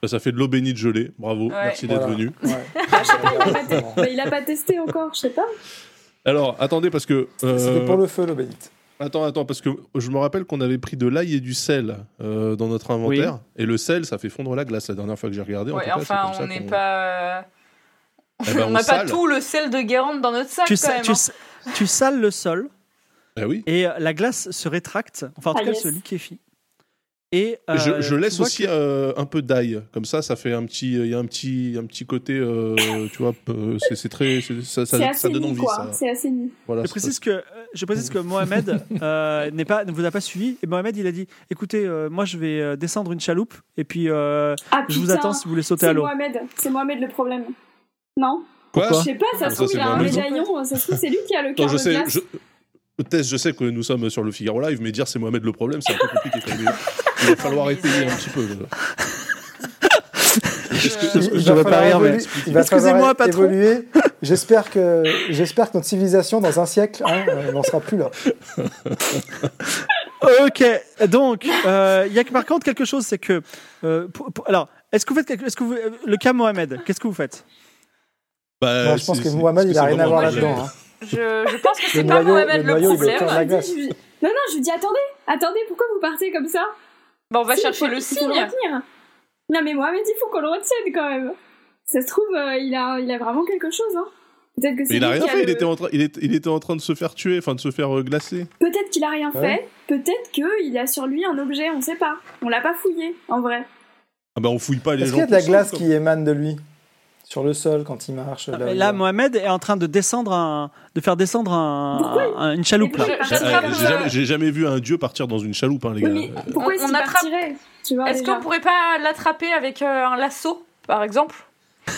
Bah, Ça fait de l'eau bénite gelée. Bravo, merci d'être Voilà. venu. Ouais. Ah, Bah, Il a pas testé encore, je sais pas. Alors, attendez parce que. euh, C'était pour le feu, le bénite. Attends, attends, parce que je me rappelle qu'on avait pris de l'ail et du sel euh, dans notre inventaire. Et le sel, ça fait fondre la glace. La dernière fois que j'ai regardé, en Ouais, tout cas, c'est enfin, comme ça on n'est qu'on- pas. euh, Eh ben, on on n'a pas sale. tout le sel de Guérande dans notre sac Tu, quand sa- même. tu hein. sa- tu sales le sol. Eh oui. Et euh, la glace se rétracte, enfin en tout Ah, cas yes. se liquéfie. Et euh, je, je tu laisse vois aussi que- euh, un peu d'ail, comme ça, ça fait un petit, il y a un petit, un petit côté, euh, tu vois, peu- c'est c'est très, c'est- ça, C'est ça- ça donne assaini, envie. quoi. hein, ça. C'est assaini. Voilà, Je ça- précise que euh, je précise que Mohamed euh, n'est pas ne vous a pas suivi et Mohamed il a dit écoutez euh, moi je vais euh, descendre une chaloupe et puis euh, Ah, je vous putain, attends si vous voulez sauter à C'est l'eau. Mohamed, c'est Mohamed le problème. Non Quoi Je sais pas, ça Ah, se ça, trouve, c'est il a un Mohamed. médaillon, ça se trouve, c'est lui qui a le Non, cœur je de sais, glace. je, Tess, je sais que nous sommes sur le Figaro Live, mais dire c'est Mohamed le problème, c'est un peu compliqué. quand même. Il va falloir étayer un petit peu. là. Est-ce que- Il- est-ce que- il je vais va pas falloir rire, mais- évolu- il va Excusez-moi, falloir patron. évoluer. J'espère que, j'espère que notre civilisation, dans un siècle, hein, euh, n'en sera plus là. Ok, donc, euh, il y a que par contre quelque chose, c'est que. euh, pour- pour- alors, est-ce que vous faites. quelque- Est-ce que vous, euh, le cas Mohamed, qu'est-ce que vous faites Bah, Non, je pense c'est- que c'est- Mohamed, est-ce il que a c'est rien à vraiment voir un je- jeu là-dedans. hein. Je, je pense que c'est Le pas noyau- Mohamed le le, noyau, il Je problème. lui Putain, la ai dit, glace. je lui- Non, non, je lui dis attendez, attendez, pourquoi vous partez comme ça Bah, on va Si, chercher faut- le faut signe. retenir. Non, mais moi, il faut qu'on le retienne quand même. Ça se trouve, euh, il, a, il a vraiment quelque chose. Hein. Peut-être que c'est Mais il a lui rien qui a fait, il le- était, en train- il, est- il était en train de se faire tuer, enfin de se faire euh, glacer. Peut-être qu'il a rien Ouais. fait, peut-être qu'il a sur lui un objet, on sait pas. On l'a pas fouillé, en vrai. Ah bah on fouille pas les gens. Est-ce qu'il y a de la pour ça, glace quoi. qui émane de lui Sur le sol quand il marche Ah, là, mais où Là, il- Mohamed est en train de descendre un. de faire descendre un, un- une chaloupe, là. Mais pourquoi J'ai J'attrape euh, le- j'ai jamais, j'ai jamais vu un dieu partir dans une chaloupe, hein, les Oui, gars. mais Euh, pourquoi on- est-ce on qu'il attrape- partirait tu vois, Est-ce déjà qu'on pourrait pas l'attraper avec euh, un lasso, par exemple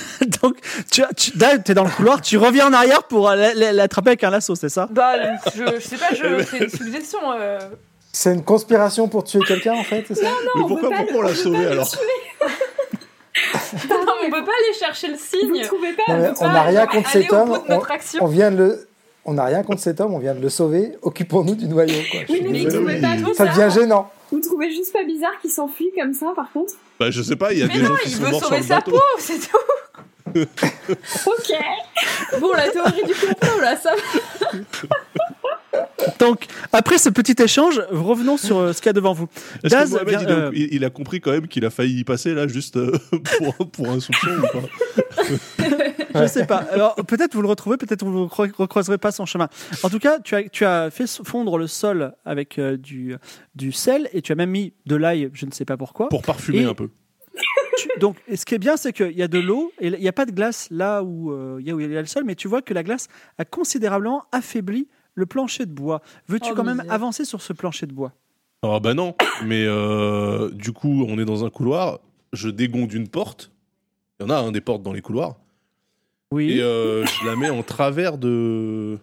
Donc, tu, tu là, t'es dans le couloir, tu reviens en arrière pour euh, l'a- l'a- l'attraper avec un lasso, c'est ça Bah, je, je sais pas, je- c'est une suggestion. euh. C'est une conspiration pour tuer quelqu'un en fait, c'est ça mais on pourquoi, peut pas pourquoi on le- l'a on peut sauvé pas le alors Non, on peut pas aller chercher le Vous signe. trouvez pas Non, mais vous on Pas n'a rien aller contre au cet bout homme. de On, notre action. on vient de le, on n'a rien contre cet homme. On vient de le sauver. Occupons-nous du noyau. Quoi. Je suis Oui, mais vous désolé. trouvez, pas, Oui. vous, Ça devient gênant. vous trouvez juste pas bizarre qu'il s'enfuit comme ça, par contre Bah je sais pas, il y a Mais des non, gens qui il sont veut morts sur sauver le sa bateau. peau, c'est tout. Ok Bon, la théorie du complot, là, ça Donc, après ce petit échange, revenons sur euh, ce qu'il y a devant vous. Est-ce que Daz Mohamed, vient- il, a, euh, il- il a compris quand même qu'il a failli y passer là juste euh, pour, pour un soupçon ou pas Je sais pas. Alors peut-être vous le retrouvez, peut-être vous ne recro- recroiserez pas son chemin. En tout cas, tu as, tu as fait fondre le sol avec euh, du, du sel et tu as même mis de l'ail, je ne sais pas pourquoi. Pour parfumer Et- un peu. Tu- donc, et ce qui est bien, c'est qu'il y a de l'eau et il n'y a pas de glace là où euh, il y, a- où il y a le sol, mais tu vois que la glace a considérablement affaibli le plancher de bois. Veux-tu Oh, quand même misère. avancer sur ce plancher de bois Ah bah non, mais euh, du coup on est dans un couloir, je dégonde une porte, il y en a un des portes dans les couloirs, Oui. et euh, je la mets en travers de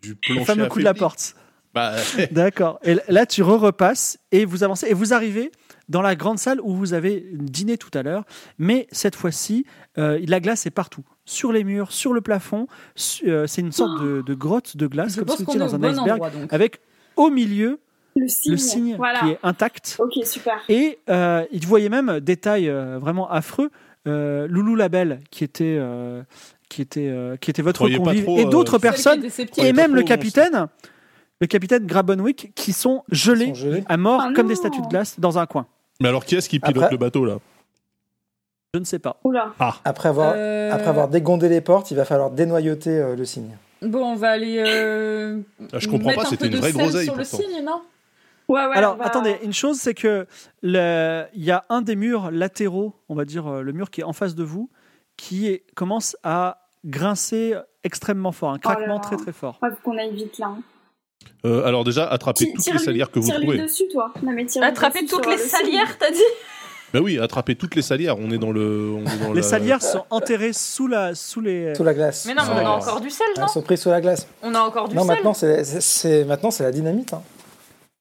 du plancher le fameux coup de la affaibli. porte. Bah, D'accord. Et là, tu re-repasses et vous avancez et vous arrivez dans la grande salle où vous avez dîné tout à l'heure. Mais cette fois-ci, euh, la glace est partout. Sur les murs, sur le plafond. su- euh, c'est une sorte de, de grotte de glace, Je comme pense si vous qu'on étiez est dans au un bon iceberg, endroit, donc. avec au milieu Le signe. le signe Voilà. qui est intact. Ok, super. Et euh, il voyait même, détail euh, vraiment affreux, euh, Loulou Labelle, qui était, euh, qui était, euh, qui était votre Croyez pas convive, trop, et euh, d'autres personnes, Croyez et même pas trop le au monstre. capitaine, le capitaine Grabonwick, qui sont Ils gelés sont gelés. à mort Ah comme des non. statues de glace dans un coin. mais alors qui est-ce qui pilote Après- le bateau là Ah, Je ne sais pas. Oula. Après avoir, Euh, après avoir dégondé les portes, il va falloir dénoyauter euh, le signe. Bon, on va aller. euh, Ah, Je comprends mettre pas, un peu c'était une de vraie sel groseille sur le pourtant. signe, non Ouais, ouais, bah- Alors, on va- attendez, une chose, c'est que le- il y a un des murs latéraux, on va dire euh, le mur qui est en face de vous, qui est- commence à grincer extrêmement fort, un craquement Oh là. très très Oh fort. Ouais, faut qu'on aille vite là. hein. Euh, alors déjà Ti- attrapez toutes les tire-lui- salières que vous tire-lui trouvez. dessus, toi. Non, mais tire-lui Attraper dessus, toutes sur les le signe. salières, t'as dit Bah oui, attrapez toutes les salières, on est dans le on est dans Les la- salières sont enterrées sous, la, sous les... Sous la glace. Mais non, mais on a Ah. encore du sel, non Elles sont prises sous la glace. On a encore du non, sel. maintenant c'est- c'est c'est- maintenant c'est la dynamite. hein.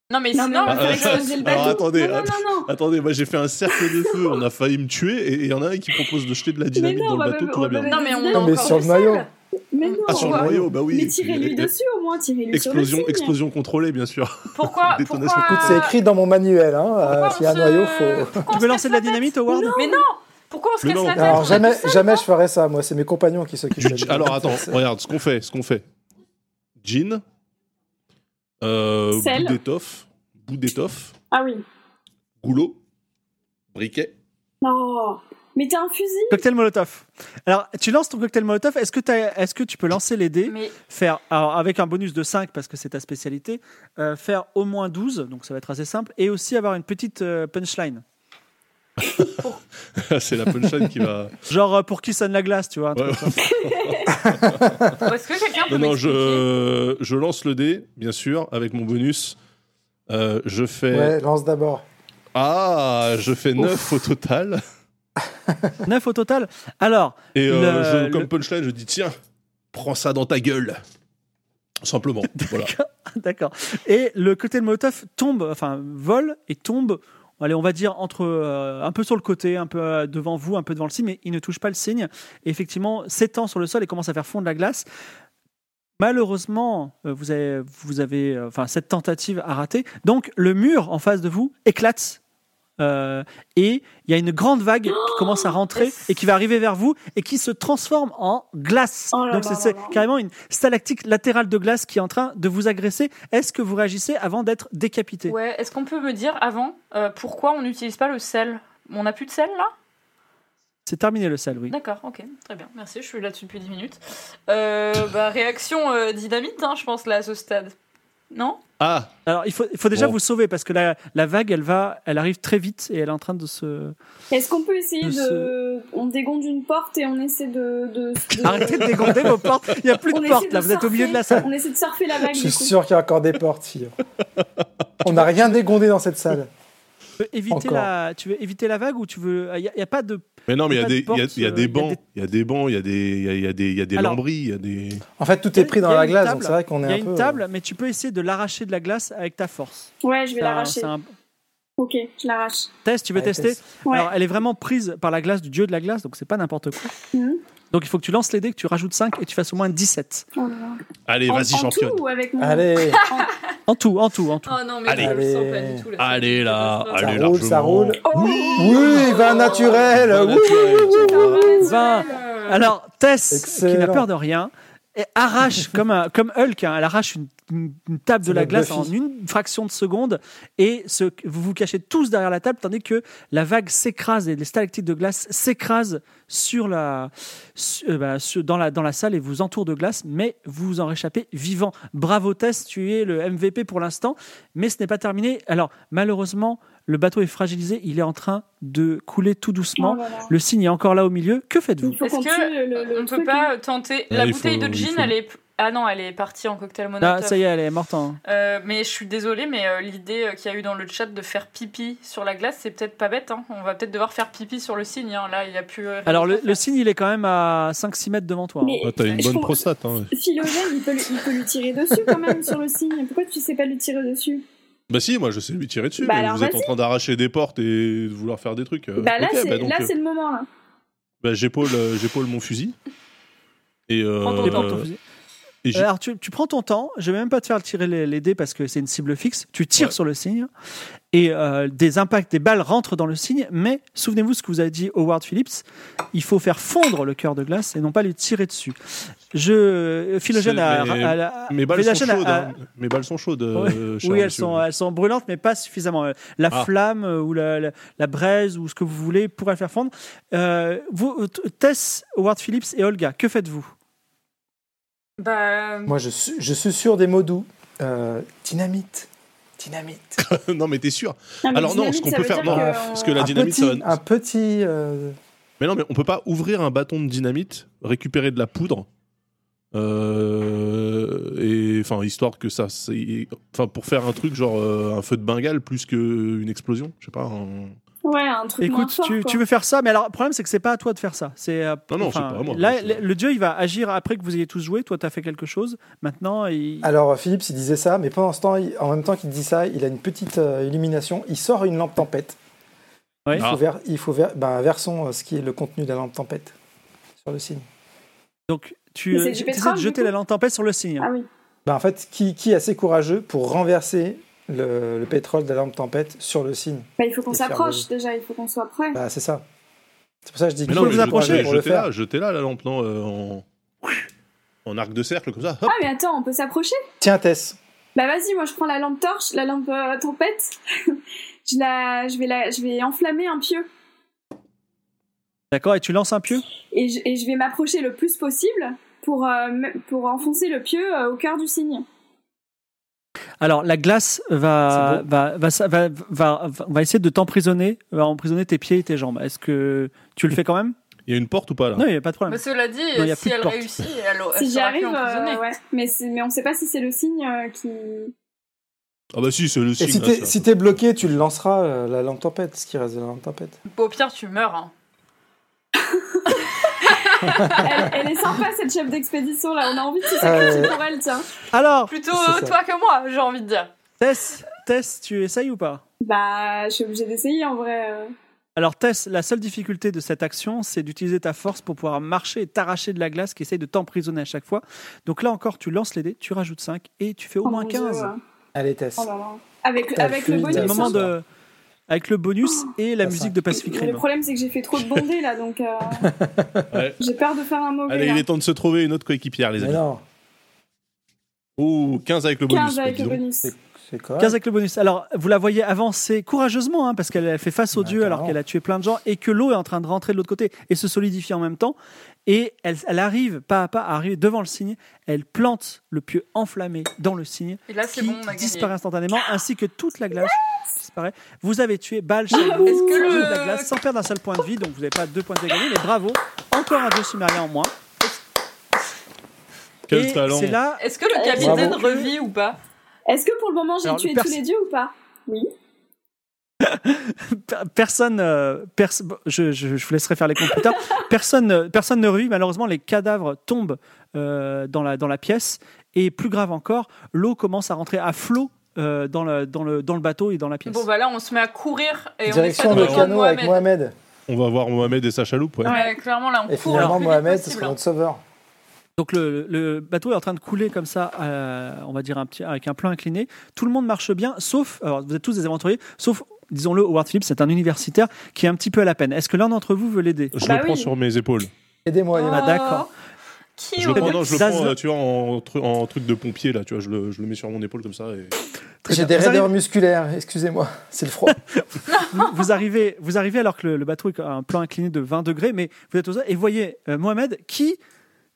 Non, mais Non, sinon, mais on on fait va Ah, faire ça- exploser le alors bateau. attendez, Non, non, non, non. Attendez, moi j'ai fait un cercle de feu, on a failli me tuer et il y en a un qui propose de jeter de la dynamite non, dans on le va bateau, même- tout va on bien. va Non, mais on a Non, encore mais sur du le maillot. sel. Mais non. Ah, sur le Ouais. noyau, bah oui. Mais tirez-lui dessus au moins, tirez-lui Explosion, sur le signe. hein. explosion contrôlée, bien sûr. Pourquoi, Détonation. pourquoi... Ah. Écoute, c'est écrit dans mon manuel. Hein. euh, pourquoi S'il y a un on se- noyau, faut. pourquoi on Tu se veux lancer de la casse tête dynamite, Howard Mais non Pourquoi on se Mais casse non. la tête Ah, Alors On est jamais, tout seul. jamais je ferai ça. Moi, c'est mes compagnons qui s'occupent. Du- de la Alors dynamite. hein, attends, regarde ce qu'on fait, ce qu'on fait. Jean, euh, Sel. bout d'étoffe, bout d'étoffe, Ah oui. goulot, briquet. Non. Mais t'as un fusil Cocktail Molotov. Alors, tu lances ton cocktail Molotov. Est-ce que, t'as- est-ce que tu peux lancer les dés Mais faire alors, avec un bonus de 5 parce que c'est ta spécialité, euh, faire au moins 12, donc ça va être assez simple, et aussi avoir une petite euh, punchline. C'est la punchline qui va. Genre euh, pour qui sonne la glace, tu vois. un truc Ouais. comme ça. est-ce que quelqu'un peut Non, non, m'expliquer je, je lance le dé, bien sûr, avec mon bonus. Euh, je fais. Ouais, lance d'abord. Ah, je fais 9 au total. 9 au total. Alors, Et euh, Le- je- comme le- punchline, je dis tiens, prends ça dans ta gueule. Simplement. voilà. d'accord. Et le cocktail Molotov tombe, enfin vole et tombe, allez, on va dire entre euh, un peu sur le côté, un peu euh, devant vous, un peu devant le signe, mais il ne touche pas le signe. Et effectivement, s'étend sur le sol et commence à faire fondre la glace. Malheureusement, euh, vous avez, vous avez euh, enfin, cette tentative a raté. Donc, le mur en face de vous éclate. Euh, et il y a une grande vague qui commence à rentrer et qui va arriver vers vous et qui se transforme en glace. Oh là Donc, là c'est là c'est là. carrément une stalactite latérale de glace qui est en train de vous agresser. Est-ce que vous réagissez avant d'être décapité Ouais, est-ce qu'on peut me dire avant euh, pourquoi on n'utilise pas le sel On n'a plus de sel là C'est terminé le sel, oui. D'accord, ok, très bien, merci, je suis là-dessus depuis 10 minutes. Euh, bah, réaction euh, dynamite, hein, je pense, là, à ce stade. Non Ah Alors, il faut, il faut déjà Bon. vous sauver parce que la, la vague, elle va, elle arrive très vite et elle est en train de se. Est-ce qu'on peut essayer De de. se- On dégonde une porte et on essaie de. de, de- Arrêtez de dégonder vos portes. Il n'y a plus on de essaie portes là. Vous êtes au surfer. milieu de la salle. On essaie de surfer la Ah, vague Je du suis coup. sûr qu'il y a encore des portes, fille. On n'a rien dégondé dans cette salle. Tu veux éviter Encore. la, tu veux éviter la vague ou tu veux. Il n'y a, il y a pas de. Mais non, mais il y a Il y a des- pas il de y a- porte, il y a euh, des il y a bancs, il y a des bancs, il y a des- il y a- il y a des il y a des Alors- lambris, il y a des. En fait, tout Il y est a- pris dans il y a la une glace, table. donc c'est vrai qu'on Il est y a un peu. une table, mais tu peux essayer de l'arracher de la glace avec ta force. Ouais, je vais C'est un- l'arracher. c'est un Ok, je l'arrache. test. Tu veux Ouais, tester test. Ouais. Alors, elle est vraiment prise par la glace du dieu de la glace, donc c'est pas n'importe quoi. Mhm. Donc, il faut que tu lances les dés, que tu rajoutes 5 et tu fasses au moins 17. Oh là là. Allez, En- vas-y, en championne. tout ou avec mon. Allez, En tout, en tout, en tout. Oh non, mais Allez. je le sens pas Allez. du tout là. Allez là, Ça allez roule, ça largement. roule. Oh. Oui, oui, vin naturel. Vin oui. naturel. Oh, Vingt. euh, Alors, Tess, qui n'a Excellent. peur de rien, et arrache comme, un, comme Hulk, hein, elle arrache une, une- une table de C'est la notre glace en Buffy. une fraction de seconde et ce, vous vous cachez tous derrière la table tandis que la vague s'écrase et les stalactites de glace s'écrasent sur la, su- euh, bah, sur- dans, la, dans la salle et vous entourent de glace, mais vous vous en réchappez vivant. Bravo Tess, tu es le MVP pour l'instant, mais ce n'est pas terminé. Alors, malheureusement, le bateau est fragilisé, il est en train de couler tout Oh doucement. là là. Le signe est encore là au milieu. Que faites-vous Il faut Est-ce qu'on que tue le, le On peut truc, hein. pas tenter. Ouais, La il bouteille faut- de il gin, faut. elle est. Ah non, elle est partie en cocktail Ah, monotone. ça y est, elle est morte. hein. Euh, mais je suis désolée, mais euh, l'idée euh, qu'il y a eu dans le chat de faire pipi sur la glace, c'est peut-être pas bête. hein. On va peut-être devoir faire pipi sur le signe. hein. Là, il y a plus. euh, Alors, le, rien à le faire. signe, il est quand même à 5-6 mètres devant toi. hein. Mais Ah, T'as une je bonne comprends- prostate. hein. Philogène, il peut, lui, il peut lui tirer dessus quand même sur le signe. Pourquoi tu sais pas lui tirer dessus Bah si, moi je sais lui tirer dessus. Bah mais alors, vous êtes en vas-y. train d'arracher des portes et de vouloir faire des trucs. euh, Bah là, ok, c'est bah donc, là, euh, c'est le moment là. bah, j'épaule, euh, j'épaule mon fusil. Et, euh, Prends ton Les temps. portes au fusil. et j'ai- Alors, euh, tu, tu prends ton temps. Je vais même pas te faire tirer les, les dés parce que c'est une cible fixe. Tu tires Ouais. sur le signe et euh, des impacts, des balles rentrent dans le signe. Mais souvenez-vous ce que vous a dit Howard Phillips il faut faire fondre le cœur de glace et non pas lui tirer dessus. Je, Philogène C'est- a. mais- a- a- mes balles sont Philogène a- chaudes. a- ah. hein. Mes balles sont chaudes. Ouais. euh, cher Oui, elles monsieur. sont, elles sont brûlantes, mais pas suffisamment. Euh, La Ah. flamme euh, ou la, la, la braise ou ce que vous voulez pourrait le faire fondre. Euh, vous, t- Tess, Howard Phillips et Olga, que faites-vous Bah, Moi, je, su- je suis sûr des mots doux. Euh, dynamite. Dynamite. non, mais t'es sûr. Ah, mais Alors non, dynamite, ce qu'on ça peut veut faire, dire non, que Parce on- que la un dynamite, ça petit. va- Un petit euh, Mais non, mais on peut pas ouvrir un bâton de dynamite, récupérer de la poudre. euh, et enfin, histoire que ça. c'est- Enfin, pour faire un truc genre euh, un feu de Bengale plus qu'une explosion. Je sais pas. un- Ouais, un truc moins Écoute, fort, tu, quoi. tu veux faire ça, mais alors le problème c'est que c'est pas à toi de faire ça. C'est euh, Non, non, enfin, c'est pas à moi. Là, C'est- le, le dieu, il va agir après que vous ayez tous joué. Toi, t'as fait quelque chose. Maintenant, il... Alors Philippe, il disait ça, mais pendant ce temps, il- en même temps qu'il dit ça, il a une petite euh, illumination. Il sort une lampe tempête. Ouais. Il Ah. faut, ver- il faut ver- ben, versons euh, ce qui est le contenu de la lampe tempête sur le signe. donc tu euh, Mais c'est du essaies pétrole, de du jeter coup la lampe tempête sur le signe. Ah oui. Ben, en fait, qui, qui est assez courageux pour renverser le, le pétrole de la lampe tempête sur le signe Bah, il faut qu'on Et faire s'approche déjà, il faut qu'on soit prêt. Bah c'est ça. C'est pour ça que je dis Mais qu'il non, faut mais vous je- approcher mais pour le jetez là, faire. jetez là la lampe, non euh, en... en arc de cercle comme ça. hop. Ah mais attends, on peut s'approcher Tiens Tess, Bah vas-y, moi je prends la lampe torche, la lampe euh, tempête. je la, je vais la, je vais enflammer un pieu D'accord, et tu lances un pieu. et je, et je vais m'approcher le plus possible pour euh, me- pour enfoncer le pieu euh, au cœur du signe. Alors la glace va va, va, va, va, va- va essayer de t'emprisonner, va emprisonner tes pieds et tes jambes. Est-ce que tu le fais quand même Il y a une porte ou pas là Non, il n'y a pas de problème. mais cela dit, Non, y a plus si de elle porte. réussit, elle, elle Si j'y sera plus arrive, euh, emprisonnée. ouais. Mais c'est- mais on sait pas si c'est le signe euh, qui. Ah bah si, c'est le et signe. si là, t'es ça. si t'es bloqué, tu le lanceras euh, la lampe tempête, ce qui reste de la lampe tempête. Au pire, tu meurs. hein. elle, elle est sympa cette chef d'expédition là. On a envie de se sacrifier Euh. pour elle, tiens. Alors, Plutôt C'est euh, ça. toi que moi, j'ai envie de dire. Tess, Tess, tu essayes ou pas Bah, je suis obligée d'essayer en vrai. euh. Alors Tess, la seule difficulté de cette action, c'est d'utiliser ta force pour pouvoir marcher et t'arracher de la glace qui essaye de t'emprisonner à chaque fois. Donc là encore, tu lances les dés, tu rajoutes 5 et tu fais au Oh moins mon Dieu, 15. ouais. Allez, Tess. Oh là là. Avec, T'as avec le fui, C'est t'as le bonus. Oh. moment hein. de... Avec le bonus et la T'as musique cinq. de Pacific Le Rim. problème, c'est que j'ai fait trop de bondés là, donc euh, Ouais. j'ai peur de faire un mauvais. Allez, là. il est temps de se trouver une autre coéquipière, les Mais amis. non, Oh, 15 avec le bonus. 15 avec quoi, le disons. bonus. c'est c'est quoi 15 avec le bonus. Alors, vous la voyez avancer courageusement, hein, parce qu'elle a fait face au Bah, dieu alors carrément. qu'elle a tué plein de gens, et que l'eau est en train de rentrer de l'autre côté et se solidifier en même temps. Et elle, elle arrive pas à pas à arriver devant le signe. Elle plante le pieu enflammé dans le signe, Et là, qui Ah, c'est bon, on a disparaît gagné. instantanément, ainsi que toute la glace qui disparaît. Vous avez tué Baal chez Est-ce que le- la glace sans perdre un seul point de vie, donc vous n'avez pas deux points de vie gagnés, mais bravo. Encore un dieu sumérien en moins. Quel et talent. c'est là Est-ce que le Bravo. capitaine revit ou pas Est-ce que pour le moment, j'ai Alors, tué le tous perso- les dieux ou pas Oui. Pe- personne, euh, pers- bon, je, je- je vous laisserai faire les comptes plus tard. Personne, euh, personne ne revit. Malheureusement, les cadavres tombent euh, dans, la, dans la pièce. Et plus grave encore, l'eau commence à rentrer à flot euh, dans, le, dans, le, dans le bateau et dans la pièce. Bon, bah là, on se met à courir et Direction on essaie de le rejoindre canot avec Mohamed. On va voir Mohamed et sa chaloupe. Ouais. Ouais, clairement, là, on Et court. finalement, le plus vite Mohamed, ce hein. possible. sera notre sauveur. Donc le, le bateau est en train de couler comme ça, euh, on va dire un petit, avec un plan incliné. Tout le monde marche bien, sauf, alors vous êtes tous des aventuriers, sauf, disons-le, Howard Phillips, c'est un universitaire qui est un petit peu à la peine. Est-ce que l'un d'entre vous veut l'aider Je Bah le prends oui. sur mes épaules. Aidez-moi, aidez-moi. Ah, d'accord. Qui Je le aurait prends, pu non, je le Zaza prends euh, tu vois, en, tru- en truc de pompier, là, tu vois, je le, je le mets sur mon épaule comme ça. Et... Très J'ai bien. des Vous arrivez- raideurs musculaires, excusez-moi, c'est le froid. vous, vous arrivez, vous arrivez alors que le, le bateau est à un plan incliné de 20 degrés, mais vous êtes aux et voyez euh, Mohamed qui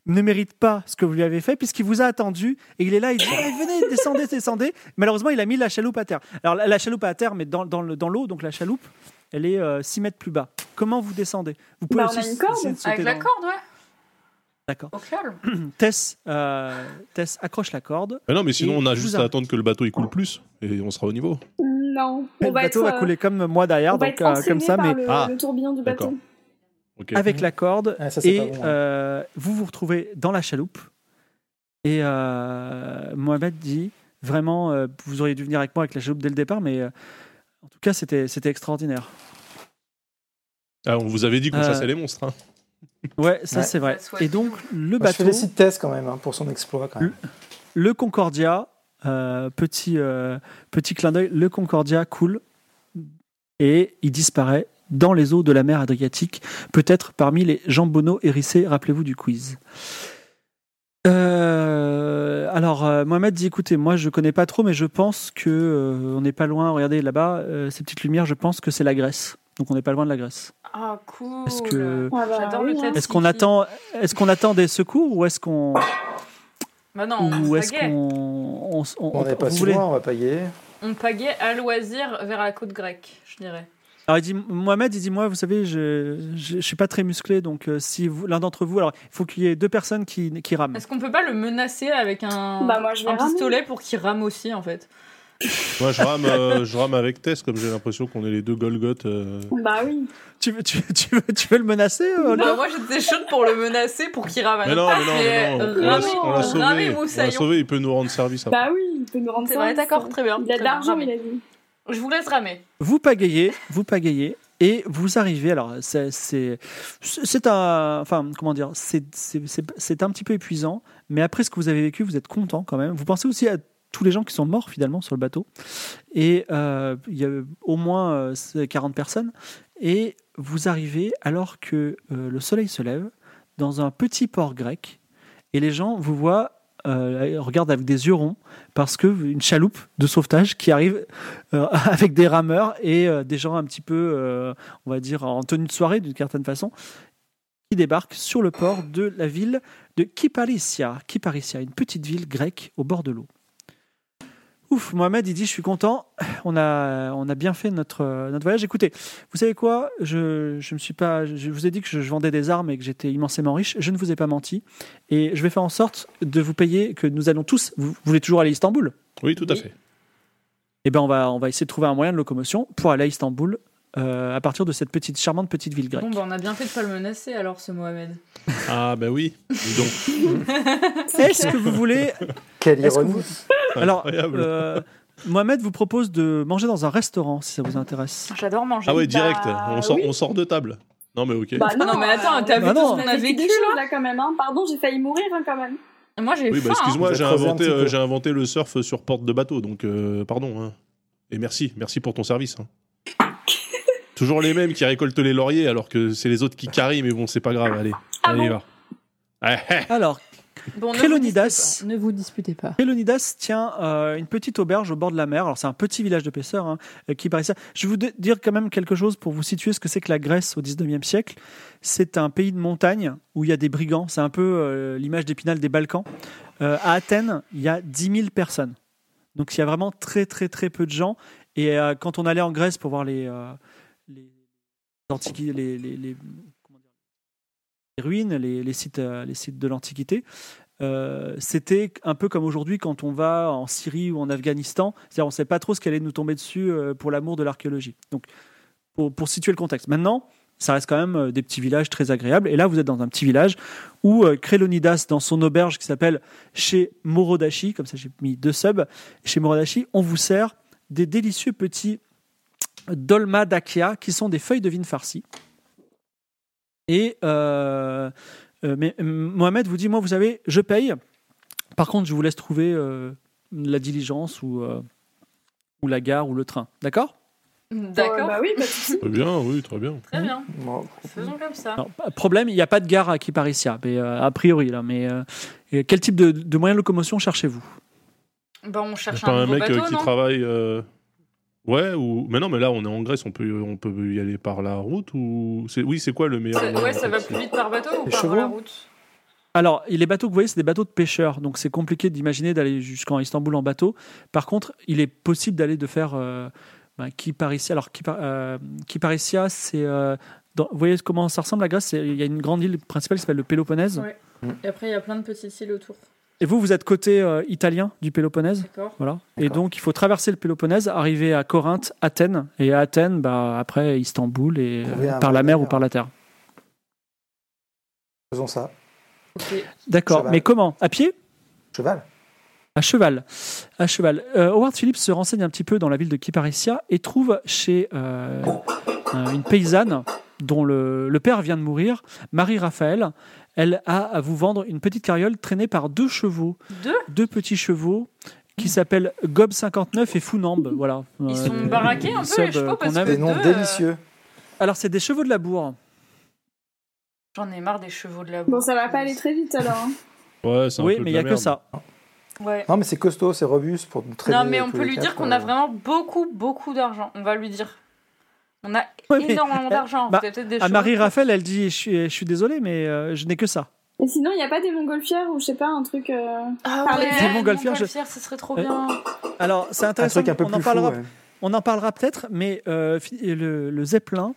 ne mérite pas ce que vous lui avez fait puisqu'il vous a attendu et il est là, il dit Allez, venez, descendez, descendez. Malheureusement, il a mis la chaloupe à terre. Alors la, la chaloupe est à terre, mais dans, dans le- dans l'eau, donc la chaloupe, elle est euh, 6 mètres plus bas. Comment vous descendez Vous Bah, on a une corde. essayer de sauter Avec la dans- corde, ouais, D'accord. au calme. Tess, euh, Tess accroche la corde. Ah non, mais sinon, Et on a je vous juste à arrête. attendre que le bateau il coule plus et on sera au niveau. Non. On le va bateau être, va euh, couler comme moi derrière, on va donc être euh, entraîné comme ça, par mais le, Ah, le tourbillon du d'accord. bateau. Ok. avec la corde Ah, ça, c'est et pas bon, hein. euh, vous vous retrouvez dans la chaloupe et euh, Mohamed dit vraiment euh, vous auriez dû venir avec moi avec la chaloupe dès le départ mais euh, en tout cas c'était c'était extraordinaire Ah, on vous avait dit qu'on Euh, chassait les monstres. hein. ouais ça Ouais. c'est vrai That's what et donc le Moi, je bateau félicite Tess quand même hein, pour son exploit. Quand même. le Concordia euh, petit euh, petit clin d'œil le Concordia coule et il disparaît dans les eaux de la mer Adriatique, peut-être parmi les jambonneaux hérissés, rappelez-vous du quiz. Euh, alors, euh, Mohamed dit écoutez, moi je connais pas trop, mais je pense que euh, on n'est pas loin. Regardez là-bas, euh, ces petites lumières, je pense que c'est la Grèce. Donc on n'est pas loin de la Grèce. Ah, cool. Est-ce que- Ah bah J'adore le oui, hein. canot. Est-ce qu'on attend, est-ce qu'on attend des secours ou est-ce qu'on, Bah non, ou on est-ce qu'on, pagayait. on, on- On n'est pas vous si voulez- loin, on va pas y aller. On pagayait à loisir vers la côte grecque, je dirais. Alors il dit, Mohamed, il dit moi, vous savez, je, je, je suis pas très musclé, donc euh, si vous- l'un d'entre vous, alors il faut qu'il y ait deux personnes qui, qui rament. Est-ce qu'on peut pas le menacer avec un, Bah, moi, je vais un ramer. pistolet pour qu'il rame aussi, en fait Moi, je rame, euh, je rame avec Tess, comme j'ai l'impression qu'on est les deux Golgoth. euh. Bah oui. Tu veux, tu, tu veux, tu veux le menacer Oh euh, Bah, Moi, j'étais chaude pour le menacer, pour qu'il rame. Mais non, mais non, mais non, on l'a- Ramer, on l'a ramer, sauvé. On l'a moussaillon. sauvé, il peut nous rendre service après. Bah oui, il peut nous rendre C'est vrai, service. d'accord, très bien. Il a Très de bien, l'argent, ramer. il a dit. Je vous laisse ramer. Vous pagayez, vous pagayez, et vous arrivez. Alors, c'est- c'est c'est un. Enfin, comment dire c'est- C'est c'est- c'est un petit peu épuisant, mais après ce que vous avez vécu, vous êtes content quand même. Vous pensez aussi à tous les gens qui sont morts finalement sur le bateau. Et euh, il y a au moins euh, c'est 40 personnes. Et vous arrivez alors que euh, le soleil se lève dans un petit port grec. Et les gens vous voient, euh, regardent avec des yeux ronds, parce que une chaloupe de sauvetage qui arrive euh, avec des rameurs et euh, des gens un petit peu, euh, on va dire, en tenue de soirée d'une certaine façon, qui débarquent sur le port de la ville de Kyparissia. Kyparissia, une petite ville grecque au bord de l'eau. Ouf, Mohamed, il dit, je suis content, on a, on a bien fait notre, euh, notre voyage. Écoutez, vous savez quoi je, je me suis pas, je vous ai dit que je, je vendais des armes et que j'étais immensément riche, je ne vous ai pas menti, et je vais faire en sorte de vous payer, que nous allons tous, vous, vous voulez toujours aller à Istanbul Oui, tout à Oui. fait. eh ben on va, on va essayer de trouver un moyen de locomotion pour aller à Istanbul euh, à partir de cette petite charmante petite ville grecque. Bon, bah, on a bien fait de pas le menacer, alors, ce Mohamed. Ah, bah oui. Dis donc. Est-ce que vous voulez Quelle Est-ce que ironie. vous- Alors, Incroyable. euh, Mohamed vous propose de manger dans un restaurant si ça vous intéresse. J'adore manger. Ah ouais, Bah, direct. On sort, oui. on sort de table. Non, mais ok. Bah Ah non, mais attends, t'as euh, vu Bah tout non. ce qu'on a on a vécu vécu là là quand même. hein. Pardon, j'ai failli mourir hein, quand même. Moi j'ai oui, bah, faim. hein. excuse-moi, Vous j'ai êtes creusé un inventé, petit euh, peu. j'ai inventé le surf sur porte de bateau, donc euh, pardon. hein. Et merci, merci pour ton service. hein. Toujours les mêmes qui récoltent les lauriers alors que c'est les autres qui carrient, mais bon, c'est pas grave, allez. Eh, Ah allez, bon y va. Ouais. Alors, Bon, ne vous Crélonidas. disputez pas. Ne vous disputez pas. Elonidas tient euh, une petite auberge au bord de la mer. Alors c'est un petit village de pêcheurs hein, euh, qui paraît ça. Je vais vous de- dire quand même quelque chose pour vous situer ce que c'est que la Grèce au 19e siècle. C'est un pays de montagne où il y a des brigands. C'est un peu euh, l'image d'Épinal des Balkans. Euh, à Athènes, il y a 10 000 personnes. Donc il y a vraiment très très très peu de gens. Et euh, quand on allait en Grèce pour voir les euh, les, antiqui- les, les- les- comment dire, les ruines, les, les sites euh, les sites de l'Antiquité, euh, c'était un peu comme aujourd'hui quand on va en Syrie ou en Afghanistan. C'est-à-dire, on ne sait pas trop ce qui allait nous tomber dessus euh, pour l'amour de l'archéologie. Donc, pour, pour situer le contexte. Maintenant, ça reste quand même euh, des petits villages très agréables. Et là, vous êtes dans un petit village où euh, Crélonidas, dans son auberge qui s'appelle chez Morodashi, comme ça j'ai mis deux subs, chez Morodashi, on vous sert des délicieux petits dolma d'akia qui sont des feuilles de vigne farcies. Et euh, euh, mais euh, Mohamed vous dit moi vous savez je paye par contre je vous laisse trouver euh, la diligence ou euh, ou la gare ou le train d'accord Ouais, D'accord. bah oui, pas de souci. Très bien, oui, très bien. Très bien. Bon, Faisons comme ça. Alors, p- problème il n'y a pas de gare à Kiparicia mais euh, a priori là mais euh, et quel type de, de moyen de locomotion cherchez-vous Bah on cherche C'est pas un, un nouveau mec euh, bateau, qui non travaille. euh, Ouais, ou. Mais non, mais là, on est en Grèce, on peut, on peut y aller par la route ou. c'est- Oui, euh, c'est quoi le meilleur. Ça- moyen Ouais, ça va plus vite par bateau ou Les par chevaux la route alors, les bateaux que vous voyez, c'est des bateaux de pêcheurs, donc c'est compliqué d'imaginer d'aller jusqu'en Istanbul en bateau. Par contre, il est possible d'aller de faire euh, ben, Kiparicia. Alors, Kipa- euh, Kiparicia, c'est. euh, dans- vous voyez comment ça ressemble la Grèce C'est- Il y a une grande île principale qui s'appelle le Péloponnèse. Ouais. Et après, il y a plein de petites îles autour. Et vous, vous êtes côté euh, italien du Péloponnèse D'accord. voilà. Et D'accord. donc, il faut traverser le Péloponnèse, arriver à Corinthe, Athènes, et à Athènes, bah, après Istanbul, et Trouver euh, un par la bon mer ou navire. par la terre. faisons ça. Ok. D'accord, Cheval. mais comment À pied Cheval. À cheval. À cheval. Euh, Howard Phillips se renseigne un petit peu dans la ville de Kiparicia et trouve chez euh, un- une paysanne dont le, le père vient de mourir, Marie-Raphaël. Elle a à vous vendre une petite carriole traînée par deux chevaux, Deux deux petits chevaux qui s'appellent Gob 59 et Founambe. Voilà. Ils Euh, sont baraqués un peu, subs, les chevaux, euh, parce qu'on aime. que Des noms deux, euh, délicieux. Alors, c'est des chevaux de la bourre. J'en ai marre des chevaux de la boue. Bon, ça va pas aller très vite alors. hein. Ouais, c'est un Oui, peu de mais il la n'y a que merde. ça. Ouais. Non, mais c'est costaud, c'est robuste pour nous traîner Non, mais tous on peut les lui dire quatre, qu'on euh, a vraiment beaucoup, beaucoup d'argent. On va lui dire. On a Ouais, mais énormément d'argent. bah, Vous avez peut-être des À chevaux. Marie-Raphaël, elle dit Je suis, je suis désolé, mais euh, je n'ai que ça. Et sinon, il n'y a pas des montgolfières ou je sais pas, un truc. euh, Ah Par ouais, les- Des les montgolfières, je- montgolfières, ce serait trop Euh, bien. Alors, c'est Un intéressant. truc un peu on en plus fou. parlera ouais. On en parlera peut-être, mais euh, fi- le, le Zeppelin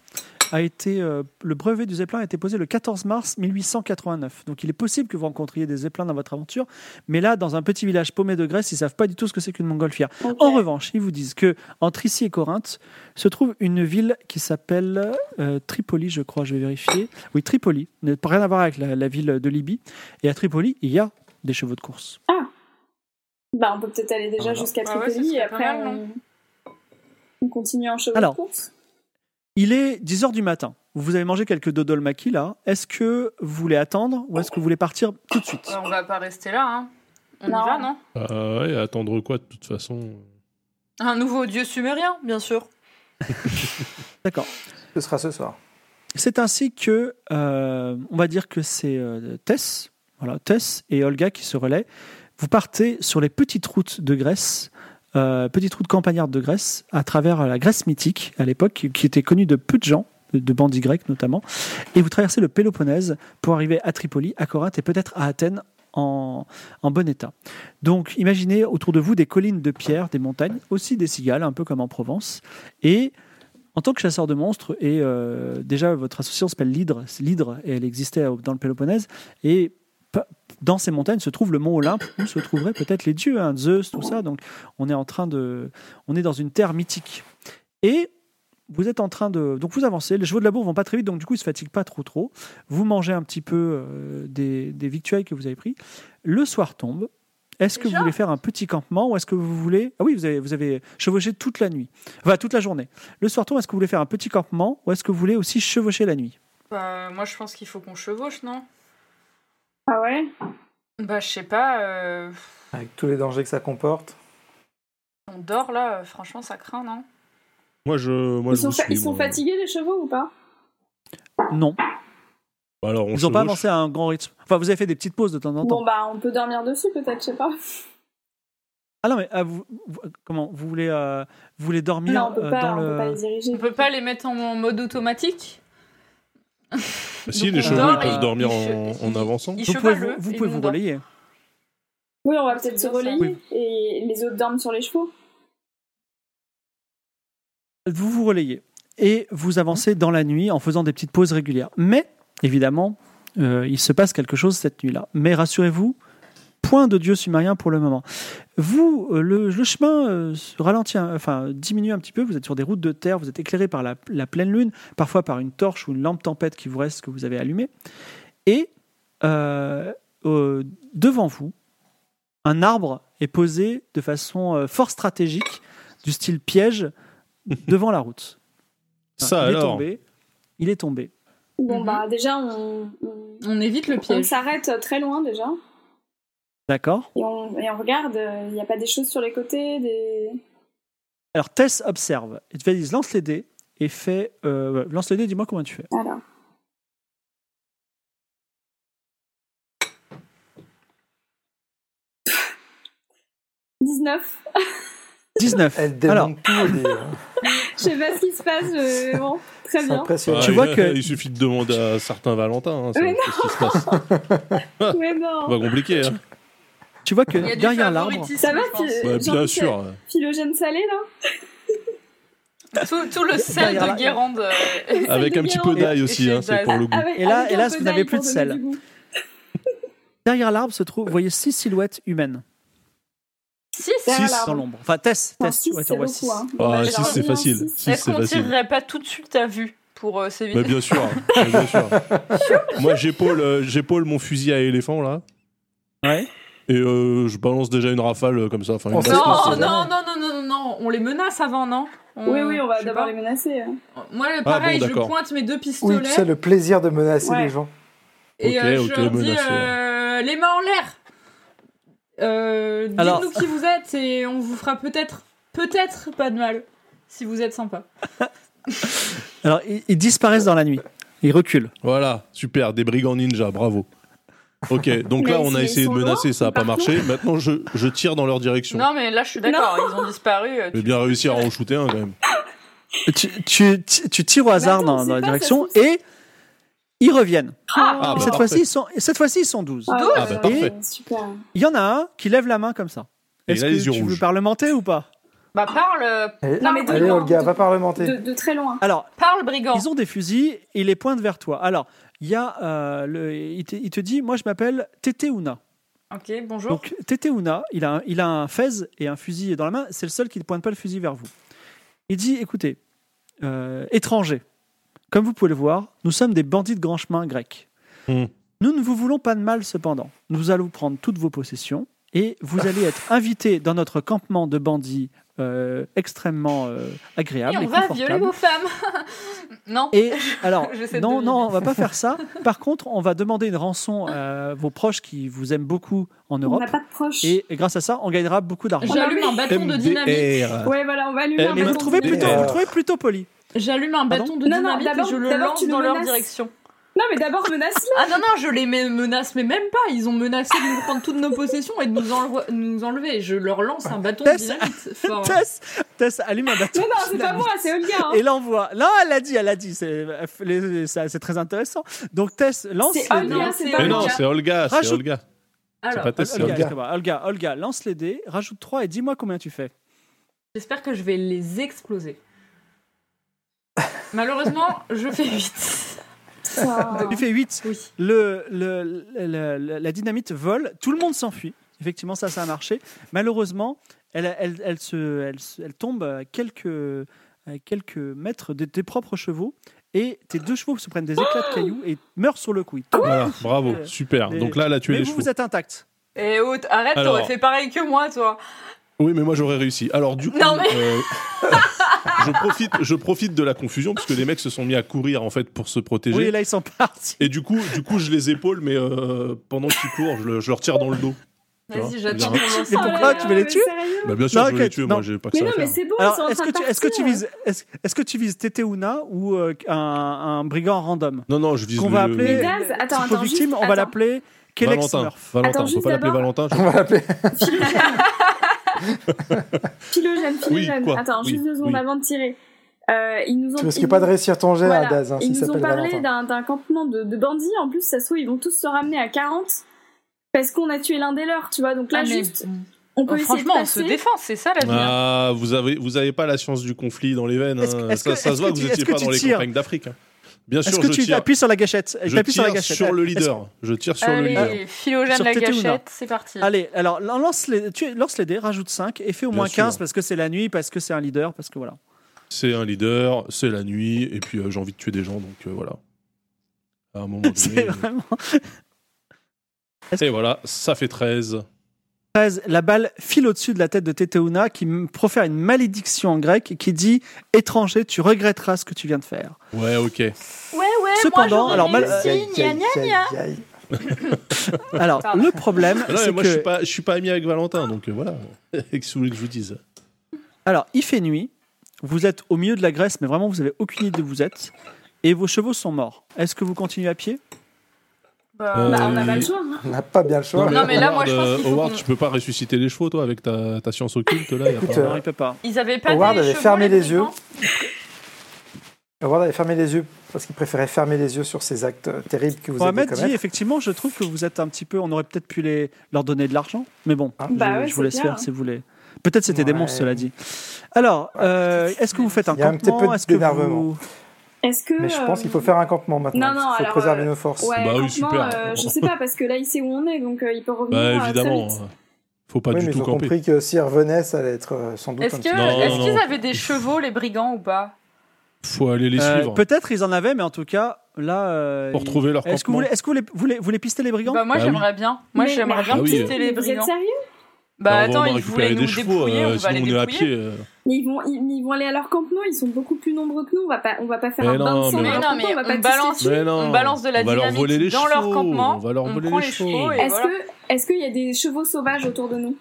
a été euh, le brevet du Zeppelin a été posé le 14 mars 1889. Donc il est possible que vous rencontriez des Zeppelins dans votre aventure, mais là dans un petit village paumé de Grèce, ils savent pas du tout ce que c'est qu'une montgolfière. ok. En revanche, ils vous disent que entre ici et Corinthe se trouve une ville qui s'appelle euh, Tripoli, je crois, je vais vérifier. Oui, Tripoli, n'a rien à voir avec la, la ville de Libye. Et à Tripoli, il y a des chevaux de course. Bah, on peut peut-être aller déjà Voilà. jusqu'à Ah ouais, Tripoli ce serait et pas après mal, on... on continue en cheval Alors. de course. Il est 10h du matin. Vous avez mangé quelques dodolmaki là. Est-ce que vous voulez attendre ou est-ce que vous voulez partir tout de suite Ouais, Bah, on va pas rester là. Hein. On Non. y va, non Ah ouais, attendre quoi, de toute façon Un nouveau dieu sumérien, bien sûr. D'accord. Ce sera ce soir. C'est ainsi que, euh, on va dire que c'est euh, Tess, voilà, Tess et Olga qui se relaient. Vous partez sur les petites routes de Grèce, euh, petites routes campagnardes de Grèce, à travers la Grèce mythique à l'époque, qui était connue de peu de gens, de- de bandits grecs notamment, et vous traversez le Péloponnèse pour arriver à Tripoli, à Corinthe et peut-être à Athènes en, en bon état. Donc imaginez autour de vous des collines de pierre, des montagnes, aussi des cigales, un peu comme en Provence, et en tant que chasseur de monstres, et euh, déjà votre association s'appelle l'Hydre, c'est l'Hydre, et elle existait au- dans le Péloponnèse, et pa- dans ces montagnes se trouve le mont Olympe, où se trouveraient peut-être les dieux, hein, Zeus, tout ça. Donc on est en train de. On est dans une terre mythique. Et vous êtes en train de. Donc vous avancez, les chevaux de la bourre vont pas très vite, donc du coup ils se fatiguent pas trop trop. Vous mangez un petit peu euh, des, des victuailles que vous avez pris. Le soir tombe, Est-ce que vous Déjà voulez faire un petit campement ou est-ce que vous voulez... Ah oui, vous avez, vous avez chevauché toute la nuit. Enfin, toute la journée. Le soir tombe, est-ce que vous voulez faire un petit campement ou est-ce que vous voulez aussi chevaucher la nuit Bah, moi, je pense qu'il faut qu'on chevauche, non Ah ouais Bah, je sais pas. euh, Avec tous les dangers que ça comporte. on dort là, euh, franchement, ça craint, non Moi, je, moi, Ils je sont, vous fa- suis, ils sont moi. fatigués les chevaux ou pas Non. Bah Alors, on Ils n'ont pas chevauche. avancé à un grand rythme. Enfin, vous avez fait des petites pauses de temps en temps. Bon bah on peut dormir dessus peut-être, je sais pas. Ah non, mais ah, vous, vous- comment Vous voulez, euh, vous voulez dormir Non, on peut euh, pas, dans on peut pas les le... diriger. On peut pas les mettre en mode automatique Bah Si, Donc, les on chevaux, dort ils et peuvent dormir ils en, se- en avançant. ils Vous pouvez vous, chevalent, vous et pouvez nous, vous on dort. relayer. Oui, on va peut-être se C'est bien ça. relayer et les autres dorment sur les chevaux. Vous vous relayez et vous avancez dans la nuit en faisant des petites pauses régulières. Mais, évidemment, euh, il se passe quelque chose cette nuit-là. Mais rassurez-vous, point de dieu sumérien pour le moment. Vous, euh, le, le chemin euh, se ralentit, hein, enfin diminue un petit peu, vous êtes sur des routes de terre, vous êtes éclairé par la, la pleine lune, parfois par une torche ou une lampe tempête qui vous reste, que vous avez allumée. Et euh, euh, devant vous, un arbre est posé de façon euh, fort stratégique, du style piège, devant la route. Ça il est alors. tombé. Il est tombé. Bon Mhm. bah déjà on, on- On évite le on piège. s'arrête très loin déjà D'accord et on, et on regarde, euh, il n'y a pas des choses sur les côtés, des... Alors Tess observe. Et Valise lance les dés et fait. euh, lance les dés, dis-moi comment tu fais. Alors. « 19. 19. Elle Alors, démonte tout. elle est, euh, Je sais pas ce qui se passe, mais bon, très C'est bien. impressionnant. Tu il- vois que- Il suffit de demander à certains Valentin. Hein, c'est Mais qu'est-ce qui se passe Mais C'est non. pas compliqué. Hein. tu vois que Il y a du derrière l'arbre, favoritisme, Ça va, je pense. tu- Ouais, J'ai bien envie sûr. ouais. Philogène salé, Mhm. là tout, tout le sel Derrière de l'arbre. Guérande. euh, Avec un petit peu Et- d'ail et aussi, chez hein, c'est Zaz. pour le goût. Ah ouais, Et là- avec et un là, peu si vous d'ail n'avez plus pour de donner sel. du goût. derrière l'arbre se trouve, vous voyez six silhouettes humaines. Si, si. Derrière Six l'arbre. dans l'ombre. Enfin Tess, Enfin, Tess, six, ouais, tu c'est en vois beaucoup, six. hein. Ah, Bon, si, bah, c'est j'en ai un facile. six. Si, Est-ce c'est qu'on facile. tirerait pas tout de suite à vue pour euh, s'éviter Bah, bien sûr. ouais, bien sûr. Moi, j'épaule, euh, j'épaule mon fusil à éléphant, là. Ouais. Et euh, je balance déjà une rafale euh, comme ça. Enfin, une On basse- sait ce qu'on Non, sait non, jamais. non, non, non, non, non, on les menace avant, non On- Oui, oui, on je va sais d'abord pas. les menacer. hein. Moi, pareil, Ah, bon, je d'accord. pointe mes deux Oui, pistolets tu sais, le plaisir de menacer Ouais. les gens. et Ok, euh, ok, je leur dis menacé. euh, les mains en l'air. Euh, Dites-nous Alors- qui vous êtes et on vous fera peut-être, peut-être pas de mal si vous êtes sympa. Alors ils, ils disparaissent dans la nuit. Ils reculent. Voilà, super, des brigands ninja, bravo. Ok, donc Mais là, on a ils essayé de sont loin, menacer, ça n'a pas partout. marché. Maintenant, je, je tire dans leur direction. Non, mais là, je suis d'accord, ils ont disparu. euh, Je vais bien réussir à en shooter un quand même. Tu, tu- tu- tu tires au hasard attends, dans, c'est dans la pas, ça direction se et ils reviennent. Ah, Et bah, cette parfait. fois-ci, ils sont, et cette fois-ci, ils sont 12. Ah, Ah, bah, parfait. Super. Il y en a un qui lève la main comme ça. Et Est-ce il a que les yeux tu veux rouges. parlementer ou pas Bah, parle, euh, Allez, Non, mais de allez loin, Olga, de- va De, parlementer. de très loin. Alors, parle, brigand. Ils ont des fusils et les pointent vers toi. Alors, il y a, euh, le- il, te, il te dit, moi je m'appelle Teteuna. Ok, bonjour. Donc Teteuna, il a, un- il a un fez et un fusil dans la main. C'est le seul qui ne pointe pas le fusil vers vous. Il dit, écoutez, euh, étrangers, comme vous pouvez le voir, nous sommes des bandits de grand chemin grecs. Hmm. Nous ne vous voulons pas de mal cependant. Nous allons prendre toutes vos possessions et vous allez être invités dans notre campement de bandits euh, extrêmement euh, agréable et et, on va confortable. violer vos femmes. non. Et alors, J'essaie de non, deviner. non, on va pas faire ça. Par contre, on va demander une rançon à vos proches qui vous aiment beaucoup en On Europe. n'a pas de proche. Et grâce à ça, on gagnera beaucoup d'argent. J'allume un bâton E. de dynamite. Ouais, voilà, on va lui Eh, mettre euh, Mais mais vous le bâton trouvez de- plutôt, Euh. vous le trouvez plutôt poli. J'allume un Pardon bâton de Non, non, dynamite et d'abord- je le d'abord, lance tu dans nous leur menaces. direction. Non, mais d'abord, menace-le. Ah non, non, je les me- menace, mais même pas. Ils ont menacé de nous prendre toutes nos possessions et de nous, enle- nous enlever. Je leur lance un bâton de Tess- dynamite. Enfin, Tess, Tess allume un bâton. Mais non, c'est pas moi, c'est Olga. hein. Et l'envoie. Non, elle l'a dit, elle l'a dit. C'est les- ça- c'est très intéressant. Donc Tess lance. C'est les dés. Olga, non, c'est c'est pas Mais Olga. non, moi. c'est Olga, c'est Rajoute- Olga. C'est Alors, pas Tess, c'est Olga, Olga. excuse-moi. Olga, Olga, lance les dés, rajoute 3 et dis-moi combien tu fais. j'espère que je vais les exploser. Malheureusement, je fais 8. Putain. Tu fais 8. Oui. Le, le- le- le- la dynamite vole, tout le monde s'enfuit. Effectivement, ça, ça a marché. Malheureusement, elle, elle, elle, se, elle, se- elle tombe à quelques, à quelques mètres de tes propres chevaux et tes deux chevaux se prennent des éclats de cailloux et meurent sur le coup. Ils tombent. Voilà, bravo, Euh, super. les- Donc là, elle a tué Mais les vous, chevaux. vous êtes intact. Et oh, t- arrête, Alors. t'aurais fait pareil que moi, toi. Oui, mais moi j'aurais réussi. Alors du coup, Non, mais- euh, je profite, je profite de la confusion parce que les mecs se sont mis à courir en fait pour se protéger. Oui, là, ils sont partis. Et du coup, du coup, je les épaule, mais euh, pendant qu'ils courent, je, le- je leur tire dans le dos. Tu vois, Vas-y, j'attends. ton bien. Et lanceur. Oh là pourquoi là, tu veux les mais tuer sérieux Bah, bien sûr, Non, je voulais ok, les tuer. non. Moi, j'ai pas que Mais ça non, à mais faire. c'est bon, ils sont en Alors, est-ce que, train de tu- est-ce que tu partir. vises, est-ce, est-ce que tu vises Tete Una ou euh, un, un brigand random Non, non, je vise qu'on le- va appeler Mais Daz, attends, typo attends, victime, juste- on va attends. l'appeler Kellex Valentin. Smurf. Valentin, Attends, on peut juste pas l'appeler d'abord- Valentin. Ah, je- On va l'appeler. Philogène, Philogène. quoi Attends, Oui, juste deux secondes oui. avant de tirer. Euh, ils nous ont, Tu risques ils pas de nous- réussir ton jet, voilà, hein, Daz, hein, ils s'il nous ont s'appelle parlé Valentin. d'un d'un campement de, de bandits. En plus, ça se trouve, ils vont tous se ramener à 40 parce qu'on a tué l'un des leurs, tu vois. Donc là, Ah, mais- juste, on peut Oh, essayer de franchement, on se passer. défend, c'est ça la vie. hein. Ah, vous avez, vous avez pas la science du conflit dans les veines. Est-ce que- hein. est-ce ça que- ça est-ce se voit que que tu- vous est-ce étiez que pas tu dans les tires campagnes d'Afrique. hein. Bien sûr, Est-ce que je tu tire. appuies sur la gâchette Je T'appuies sur la tire gâchette. hein. sur le Est-ce- leader. Je tire sur le leader. Allez, Philogène Sur la Tété Ouna. gâchette, c'est parti. Mm. Allez, alors lan- lance les, tu lance les dés, rajoute 5 et fais au Bien moins sûr. 15 parce que c'est la nuit, parce que c'est un leader, parce que voilà. C'est un leader, c'est la nuit, et puis euh, j'ai envie de tuer des gens, donc euh, voilà. À un moment donné. C'est euh, vraiment. Et voilà, ça fait 13. 13, la balle file au-dessus de la tête de Teteuna qui m- profère une malédiction en grec qui dit Étranger, tu regretteras ce que tu viens de faire. Ouais, ok. Ouais, ouais, Cependant, alors, moi, alors, mal- mal... euh, réussi, gna, gna, gna. aïe, aïe. Alors, Pardon. le problème, Ah non, mais c'est moi, que. je, suis pas, je suis pas ami avec Valentin, donc euh, voilà. Et que vous voulez que je vous dise Alors, il fait nuit, vous êtes au milieu de la Grèce, mais vraiment, vous avez aucune idée d'où vous êtes, et vos chevaux sont morts. Est-ce que vous continuez à pied Bah, Bah, Euh, on a pas le choix. hein. On n'a pas bien le choix. Non, mais là, moi, je pense euh, qu'il faut Howard, qu'on- tu peux pas ressusciter les chevaux, toi, avec ta, ta science occulte, là. y a Écoute, pas- euh, Non, il peut pas. Ils avaient pas Howard mis les avait chevaux, fermé les brigands. Howard avait fermé les yeux parce qu'il préférait fermer les yeux sur ces actes euh, terribles que vous avez Mohamed dit commis. effectivement, je trouve que vous êtes un petit peu. On aurait peut-être pu les, leur donner de l'argent, mais bon, Ah. je, Bah ouais, je vous c'est laisse bien. faire si vous voulez. Peut-être c'était des Ouais. monstres, cela dit. Alors, euh, est-ce que vous faites un Il y a un petit campement peu Est-ce que vous- d'énervement. Est-ce que. Mais je pense euh, qu'il faut faire un campement maintenant. non, non, il faut alors, préserver euh, nos forces. Ouais, Bah oui, franchement, super. euh, je sais pas, parce que là, il sait où on est, donc euh, il peut revenir. euh, Bah, très évidemment. vite. euh, Faut pas oui, du mais ils tout ont camper. compris que s'ils revenaient, ça allait être euh, sans doute Est-ce un que- petit peu- Non, est-ce non, qu'ils non. avaient des chevaux, les brigands, ou pas Faut aller les Euh, suivre. Peut-être ils en avaient, mais en tout cas, là. euh, Pour ils- retrouver leur Est-ce que vous campement. voulez, est-ce que vous voulez, vous voulez- vous voulez pister les brigands Bah, moi, Bah oui. j'aimerais bien. Moi, Mais- j'aimerais mais bien Ah oui. pister les Vous êtes brigands. sérieux Bah, Alors, on va attends, vraiment ils voulaient récupérer nous des chevaux, dépouiller, euh, on va les sinon on est à dépouiller. pied. euh. Mais ils vont, ils, ils vont aller à leur campement, ils sont beaucoup plus nombreux que nous, on va pas, on va pas faire Mais un bain non, de sang dans mais- Mais leur non, campement, mais on va on pas tous balance- les tuer. Mais non, On balance de la on va leur dynamite voler les dans leur chevaux, campement, On va leur on voler prend les les chevaux chevaux. et- Est-ce voilà. que, est-ce qu'il y a des chevaux sauvages autour de nous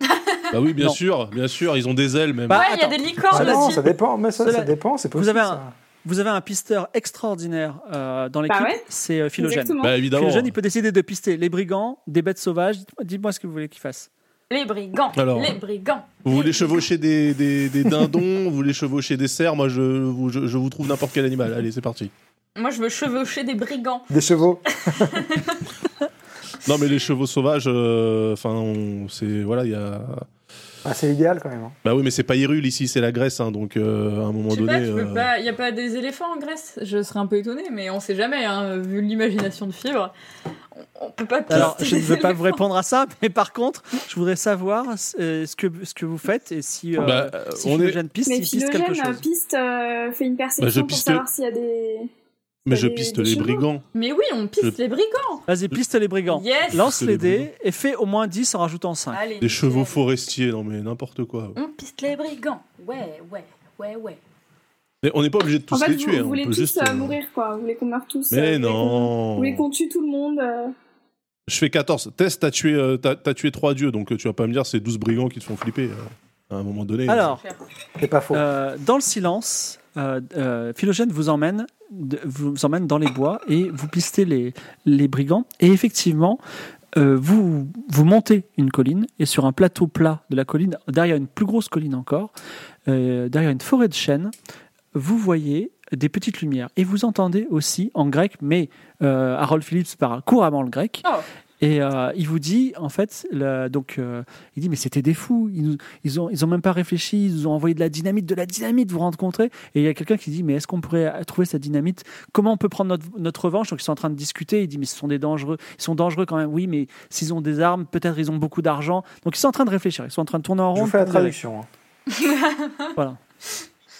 Bah oui, bien Non. sûr, bien sûr, ils ont des ailes même. Bah, Ouais, il y a attends. des Ah licornes non, aussi. ça dépend, mais ça, Cela- ça dépend, c'est possible. avez un- ça. Vous avez un pisteur extraordinaire euh, dans l'équipe, Bah ouais. c'est euh, Philogène. Exactement. Bah, évidemment. Philogène, il peut décider de pister les brigands, des bêtes sauvages. Dites- Dites-moi ce que vous voulez qu'il fasse. Les brigands, Alors. les brigands. Vous voulez chevaucher des, des, des dindons, vous voulez chevaucher des cerfs, moi je vous, je, je vous trouve n'importe quel animal. Allez, c'est parti. Moi, je veux chevaucher des brigands. Des chevaux. Non mais les chevaux sauvages, euh, enfin on- c'est voilà il y a. Ah, c'est l'idéal quand même. hein. Bah oui mais c'est pas Irul ici, c'est la Grèce hein, donc euh, à un moment Je sais donné. pas, tu peux euh, pas. Y a pas des éléphants en Grèce Je serais un peu étonnée, mais on sait jamais, hein, vu l'imagination de fibre. On, on peut pas. Alors, pister je ne des veux pas éléphants. vous répondre à ça, mais par contre, je voudrais savoir euh, ce que, ce que vous faites et si, euh, Bah, euh, si on est- Philogène piste, Mais il piste quelque Philogène euh, chose. piste, euh, fait une perception pour Bah, piste- savoir s'il y a des. mais je des- piste des les chevaux. brigands. Mais oui, on piste Je- les brigands. Vas-y, piste les brigands. Yes. Lance Piste les les dés brigands. et fais au moins 10 en rajoutant 5. Allez, Des nickel. chevaux forestiers, non mais n'importe quoi. On piste les brigands. Ouais, ouais, ouais, ouais. Mais on n'est pas obligé de tous en fait, les vous, tuer, vous on voulez peut tous juste. euh, euh, mourir, quoi. Vous voulez qu'on meure tous. euh, vous Mais voulez qu'on- Vous non. voulez qu'on tue tout le monde. euh. Je fais 14. Tess, t'as tué, euh, t'as- t'as tué 3 dieux, donc euh, tu vas pas me dire c'est 12 brigands qui te font flipper euh, à un moment donné. Alors, C'est pas faux. euh, dans le silence, euh, euh, Philogène vous emmène, de- vous emmène dans les bois et vous pistez les, les brigands. Et effectivement, euh, vous, vous montez une colline et sur un plateau plat de la colline, derrière une plus grosse colline encore, euh, derrière une forêt de chênes, vous voyez des petites lumières et vous entendez aussi en grec, mais euh, Harold Phillips parle couramment le grec. Oh. Et euh, il vous dit, en fait, le- donc, euh, il dit, mais c'était des fous, ils, nous- ils, ont, ils ont même pas réfléchi, ils nous ont envoyé de la dynamite, de la dynamite, vous vous rencontrez. Et il y a quelqu'un qui dit, mais est-ce qu'on pourrait euh, trouver cette dynamite Comment on peut prendre notre, notre revanche Donc ils sont en train de discuter, il dit, mais ce sont des dangereux, ils sont dangereux quand même, oui, mais s'ils ont des armes, peut-être ils ont beaucoup d'argent. Donc ils sont en train de réfléchir, ils sont en train de tourner en je rond. vous fais la pour dire- traduction. hein.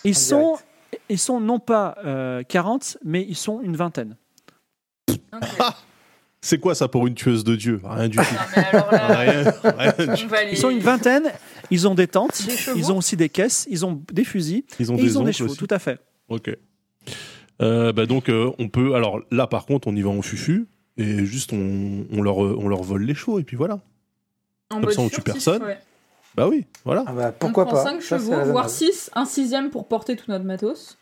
Ils en sont, ils sont non pas euh, 40, mais ils sont une vingtaine. Ok. C'est quoi ça pour une tueuse de Dieu Rien du tout. Mais alors là, Rien, rien du on va Ils les- sont une vingtaine, ils ont des tentes, Des chevaux ils ont aussi des caisses, ils ont des fusils Ils ont et des ils ont des oncles chevaux, aussi. tout à fait. Ok. Euh, bah donc euh, on peut. Alors là par contre on y va en fufu et juste on, on leur euh, on leur vole les chevaux et puis voilà. en Comme ça, mode on tue furtif, personne. ouais. Bah oui, voilà. Ah bah, On pourquoi prend pas 5 Ça, c'est chevaux, raisonnable. voire 6, un sixième pour porter tout notre matos.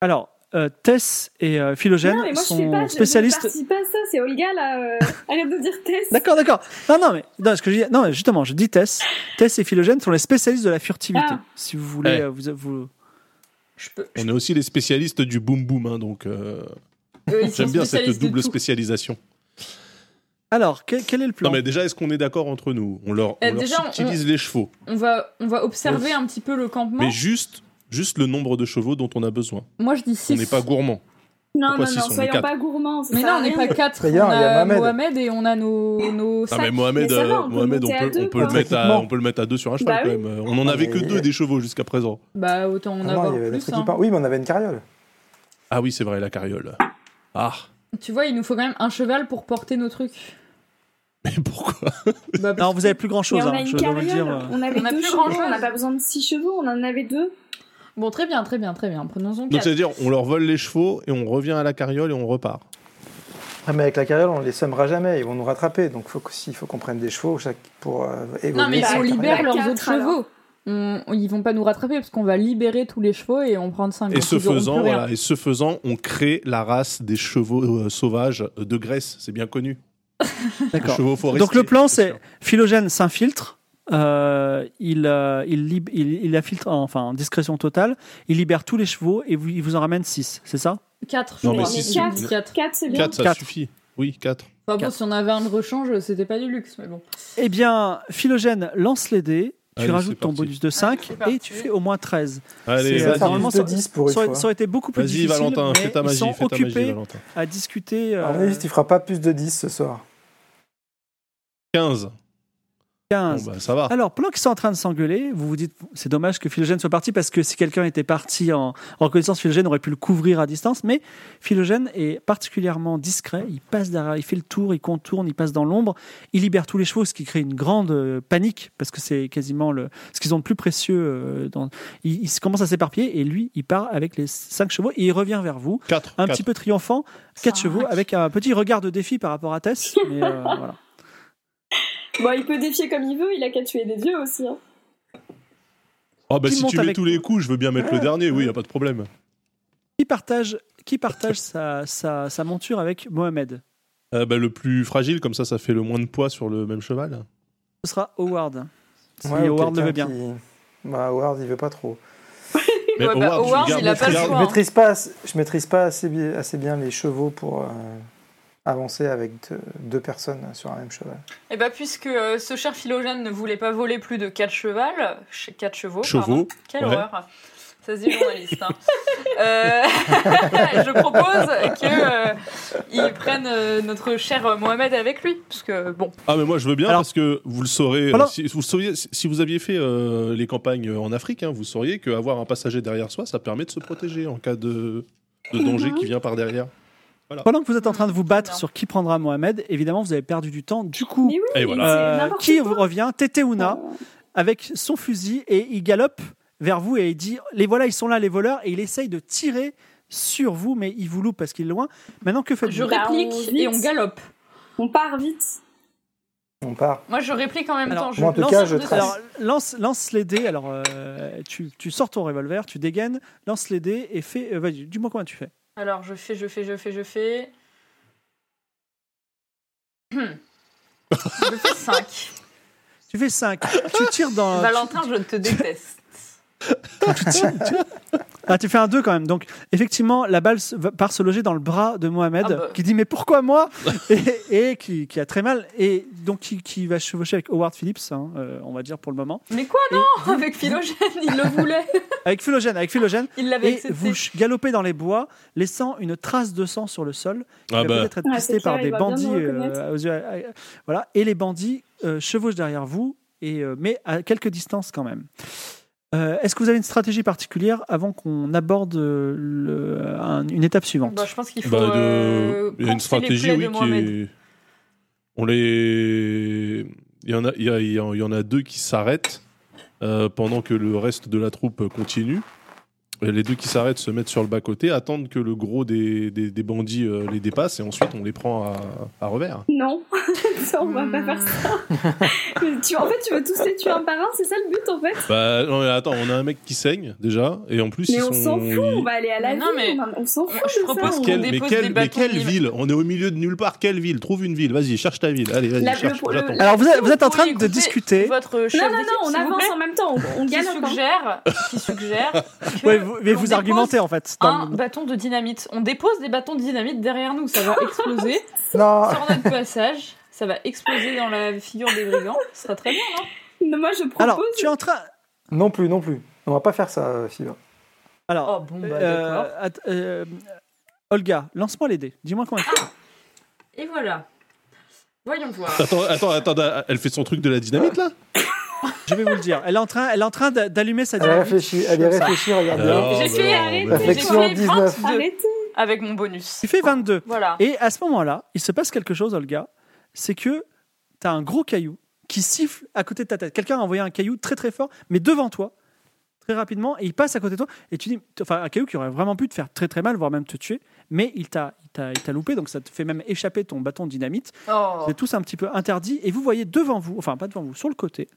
Alors, euh, Tess et euh, Philogène Non, mais moi je fais sont pas, je- je spécialistes. participe pas à ça, c'est Olga là. euh, Arrête de dire Tess. D'accord, d'accord. Non, non, mais non, ce que je dis- non, mais justement, je dis Tess. Tess et Philogène sont les spécialistes de la furtivité. Ah. Si vous voulez, Ouais. euh, vous, vous- Je peux. On est aussi les spécialistes du boom boom hein, donc euh, Eux, ils sont j'aime bien cette spécialistes de double tout. spécialisation. Alors, quel, quel est le plan Non mais déjà est-ce qu'on est d'accord entre nous On leur, Euh, on leur déjà, on- subtilise les chevaux, On va, on va observer un petit peu le campement. mais juste juste le nombre de chevaux dont on a besoin. Moi, je dis On 6. n'est pas gourmand. Non, Pourquoi non, six, non, on est soyons quatre pas gourmands. ça Mais sert à non, on n'est rien. pas 4. On D'ailleurs, il y a a Mohamed. Mohamed et on a nos, nos Non mais sacs. Mohamed, Mais ça va, euh, on peut Mohamed, on monter à peut, on deux, peut le quoi. mettre à, Techniquement. on peut le mettre à deux sur un cheval Bah oui. quand même. Euh, On en avait que mais- deux des chevaux jusqu'à présent. Bah, autant en Ah non, avoir il y avait plus. notre hein. équipement. Oui, mais on avait une carriole. Ah oui c'est vrai la carriole. Ah Tu vois, il nous faut quand même un cheval pour porter nos trucs. mais pourquoi Bah, Non, parce- vous avez plus grand Mais chose. on hein, a je une dois vous le dire. carriole, euh. on avait On a deux plus chevaux, grand-chose. on n'a pas besoin de six chevaux, on en avait deux. Bon, très bien, très bien, très bien. Prenons-en Donc 4. c'est-à-dire, on leur vole les chevaux et on revient à la carriole et on repart. Ah, mais avec la carriole, on les sommera jamais, ils vont nous rattraper. Donc faut que, s'il faut qu'on prenne des chevaux chaque, pour euh, évoluer. Non, mais sur Bah, on la libère carriole. leurs quatre, autres chevaux. On- on- ils vont pas nous rattraper parce qu'on va libérer tous les chevaux et on prend 5. Et ce faisant, voilà, et ce faisant, on crée la race des chevaux euh, sauvages de Grèce. C'est bien connu. Les euh, D'accord. chevaux forestiers. Donc le plan, bien c'est sûr. Philogène s'infiltre. euh, il, euh, il, lib- il, il la filtre en- enfin en discrétion totale. Il libère tous les chevaux et vous- il vous en ramène 6, c'est ça 4, je Non, crois. mais si, si, Quatre. vous- Quatre. Quatre, c'est bien. Quatre, ça Quatre. suffit. Oui, quatre. Enfin, bon, Quatre. si on avait un de rechange, c'était pas du luxe, mais bon. Eh bien, Philogène, lance les dés. Tu Allez, c'est rajoutes ton parti. bonus de 5 c'est parti. et tu fais au moins 13. Allez, C'est- Ça, vas-y. euh, ça normalement, remonte de 10 pour une Ça fois. aurait, ça aurait été beaucoup plus Vas-y, difficile. Valentin, mais fais ta Ils magie, sont fais ta occupés magie, Valentin. à discuter. À mon euh, avis, il fera pas plus de 10 ce soir. 15. 15. Bon, bah, ça va. Alors, pendant qu'ils sont en train de s'engueuler, vous vous dites c'est dommage que Philogène soit parti parce que si quelqu'un était parti en, en reconnaissance, Philogène aurait pu le couvrir à distance. Mais Philogène est particulièrement discret. Il passe derrière, il fait le tour, il contourne, il passe dans l'ombre, il libère tous les chevaux, ce qui crée une grande euh, panique parce que c'est quasiment le, ce qu'ils ont de plus précieux. euh, dans, il, il commence à s'éparpiller et lui, il part avec les cinq chevaux et il revient vers vous, 4. un petit peu triomphant, quatre Cinq. chevaux avec un petit regard de défi par rapport à Tess. Mais euh, voilà. Bon, il peut défier comme il veut, il a qu'à tuer des dieux aussi. hein. Ah, bah Qui si monte tu mets avec tous les coups, je veux bien mettre le dernier. Oui, y a pas de problème. Qui partage, qui partage sa, sa, sa monture avec Mohamed Euh, bah, le plus fragile, comme ça, ça fait le moins de poids sur le même cheval. Ce sera Howard. Si Ouais, ou Howard le veut quelqu'un bien. qui- Bah, Howard, il veut pas trop. Mais Ouais, bah, Howard, Howard, tu le gardes, il a tu pas le gardes. je, choix. hein. maîtrise pas, assez- je maîtrise pas assez, bi- assez bien les chevaux pour euh, avancer avec deux, deux personnes sur un même cheval. Et bah, puisque euh, ce cher Philogène ne voulait pas voler plus de 4 chevals, 4 chevaux, Chevaux, pardon. Quelle ouais. horreur. Ça se dit journaliste. hein. Euh, je propose qu'il prenne euh, notre cher euh, Mohamed avec lui. Parce que, bon, Ah mais moi je veux bien Alors- parce que vous le saurez, euh, Voilà. si, vous le sauriez- si- si vous aviez fait euh, les campagnes euh, en Afrique, hein, vous sauriez qu'avoir un passager derrière soi, ça permet de se protéger en cas de, de danger qui vient par derrière. Pendant que vous êtes en train de vous battre Bien. sur qui prendra Mohamed, évidemment, vous avez perdu du temps. Du coup, Mais oui, Et voilà. euh, c'est n'importe qui quoi. vous revient Teteuna Euh, avec son fusil et il galope vers vous et il dit Les voilà, ils sont là, les voleurs, et il essaye de tirer sur vous, mais il vous loupe parce qu'il est loin. Maintenant, que je faites-vous Bah, on réplique et vite. on galope. On part vite. On part. Moi, je réplique en même Alors, temps. Je moi, en tout lance cas, un je de- trace. Alors, lance, lance les dés. Alors, euh, tu, tu sors ton revolver, tu dégaines, lance les dés et fais. euh, vas-y, dis-moi combien tu fais. Alors, je fais, je fais, je fais, je fais. Hmm. je fais 5. Tu fais 5. tu tires dans. Valentin, je te déteste. Ah, tu fais un 2 quand même. Donc, effectivement, la balle se- va- part se loger dans le bras de Mohamed, Ah bah. qui dit Mais pourquoi moi Et, et qui, qui a très mal. Et donc, qui, qui va chevaucher avec Howard Phillips, hein, euh, on va dire pour le moment. Mais quoi, Et non Avec Philogène, il le voulait. Avec Philogène, avec Philogène. Il l'avait Et accepté. vous ch- galopez dans les bois, laissant une trace de sang sur le sol. Ah Il va bah peut-être être Ouais, pisté c'est par clair, des il va bien bandits nous reconnaître. euh, aux yeux- euh, voilà et les bandits euh, chevauchent derrière vous et euh, mais à quelques distances quand même Euh, Est-ce que vous avez une stratégie particulière avant qu'on aborde euh, le- un- une étape suivante Bah, je pense qu'il faut. Bah, de- euh, Il y a penser une les stratégie, plaies oui, de qui Mohamed. est. On les. Il y en a, il y a- il y en il y en a deux qui s'arrêtent euh, pendant que le reste de la troupe continue. Et les deux qui s'arrêtent se mettent sur le bas-côté, attendent que le gros des, des- des bandits euh, les dépasse et ensuite on les prend à, à revers. Non, ça, on va pas faire ça. Mais tu, en fait, tu veux tous les tuer un par un, c'est ça le but en fait Bah non, mais attends, on a un mec qui saigne déjà et en plus Mais ils on sont- s'en fout, on ils- va aller à la Mais non, ville, mais- on- on s'en fout. Moi, je de propose ça, qu'on on- Quelle- dépose mais, quelle, des mais bâtons quelle libres. ville On est au milieu de nulle part. Quelle ville Trouve une ville. Vas-y, cherche ta ville. Allez, vas-y, La- cherche. le- le- J'attends. la- Alors, vous, êtes- vous êtes en Vous pourriez train de écouter discuter. Votre chef Non, non, d'équipe, non, on s'il vous avance plaît, en même temps, on, on Qui galope. hein. suggère, qui suggère que Ouais, vous, mais on vous dépose argumentez en fait. dans un bah, le- bâton de dynamite. On dépose des bâtons de dynamite derrière nous, ça va exploser. Non, Sur notre passage, ça va exploser dans la figure des brigands. Ce sera très bien, hein. non Non, Moi, je propose. Alors, tu es en train. non plus, non plus. On va pas faire ça, euh, Fibre. Alors, Oh bon, bah euh, d'accord. att- euh, Olga, lance-moi les dés. Dis-moi combien. Et voilà. Voyons voir. Attends, attends, attends, elle fait son truc de la dynamite là Je vais vous le dire. Elle est en train, elle est en train d'a- d'allumer sa Elle dynamite. réfléchit, elle est Comme ça. réfléchie, regarde Ah, bien. Euh, Alors, J'ai bah fait, non, arrête, bah non. j'ai fait Réflexion 19. 22 Arrêtez. avec mon bonus. Tu fais 22. Voilà. Et à ce moment-là, il se passe quelque chose, Olga. C'est que tu as un gros caillou qui siffle à côté de ta tête. Quelqu'un a envoyé un caillou très très fort, mais devant toi, très rapidement, et il passe à côté de toi. Et tu dis, enfin, un caillou qui aurait vraiment pu te faire très très mal, voire même te tuer, mais il t'a il t'a- il t'a loupé, donc ça te fait même échapper ton bâton de dynamite. Oh. Vous êtes tous un petit peu interdits et vous voyez devant vous, enfin pas devant vous, sur le côté,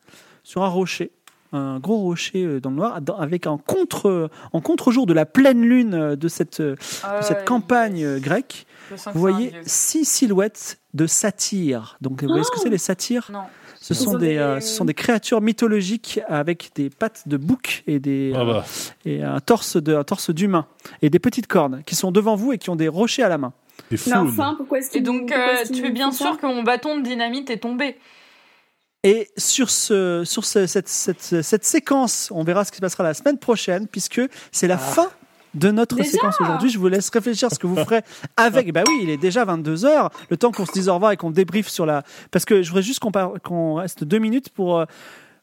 sur un rocher, un gros rocher euh, dans le noir, dans- avec un contre, en contre-jour de la pleine lune euh, de cette, euh, de cette campagne euh, grecque, vous voyez six silhouettes de satyres. Donc vous voyez ce que c'est les satyres Non. ce Oh Ils sont, ont des, des- euh, ce sont des créatures mythologiques avec des pattes de bouc et, des, Ah bah. euh, et un torse de- un torse d'humain et des petites cornes qui sont devant vous et qui ont des rochers à la main. Des Mais foules. euh, enfin, pourquoi est-ce Et qu'il donc, pourquoi euh, est-ce qu'il tu es bien fait ça sûr que mon bâton de dynamite est tombé. Et sur, ce, sur ce- cette, cette- cette séquence, on verra ce qui se passera la semaine prochaine, puisque c'est Ah. la fin de notre Déjà séquence aujourd'hui. Je vous laisse réfléchir à ce que vous ferez avec. bah oui, il est déjà 22h, le temps qu'on se dise au revoir et qu'on débriefe sur la. Parce que je voudrais juste qu'on par- qu'on reste deux minutes pour. euh,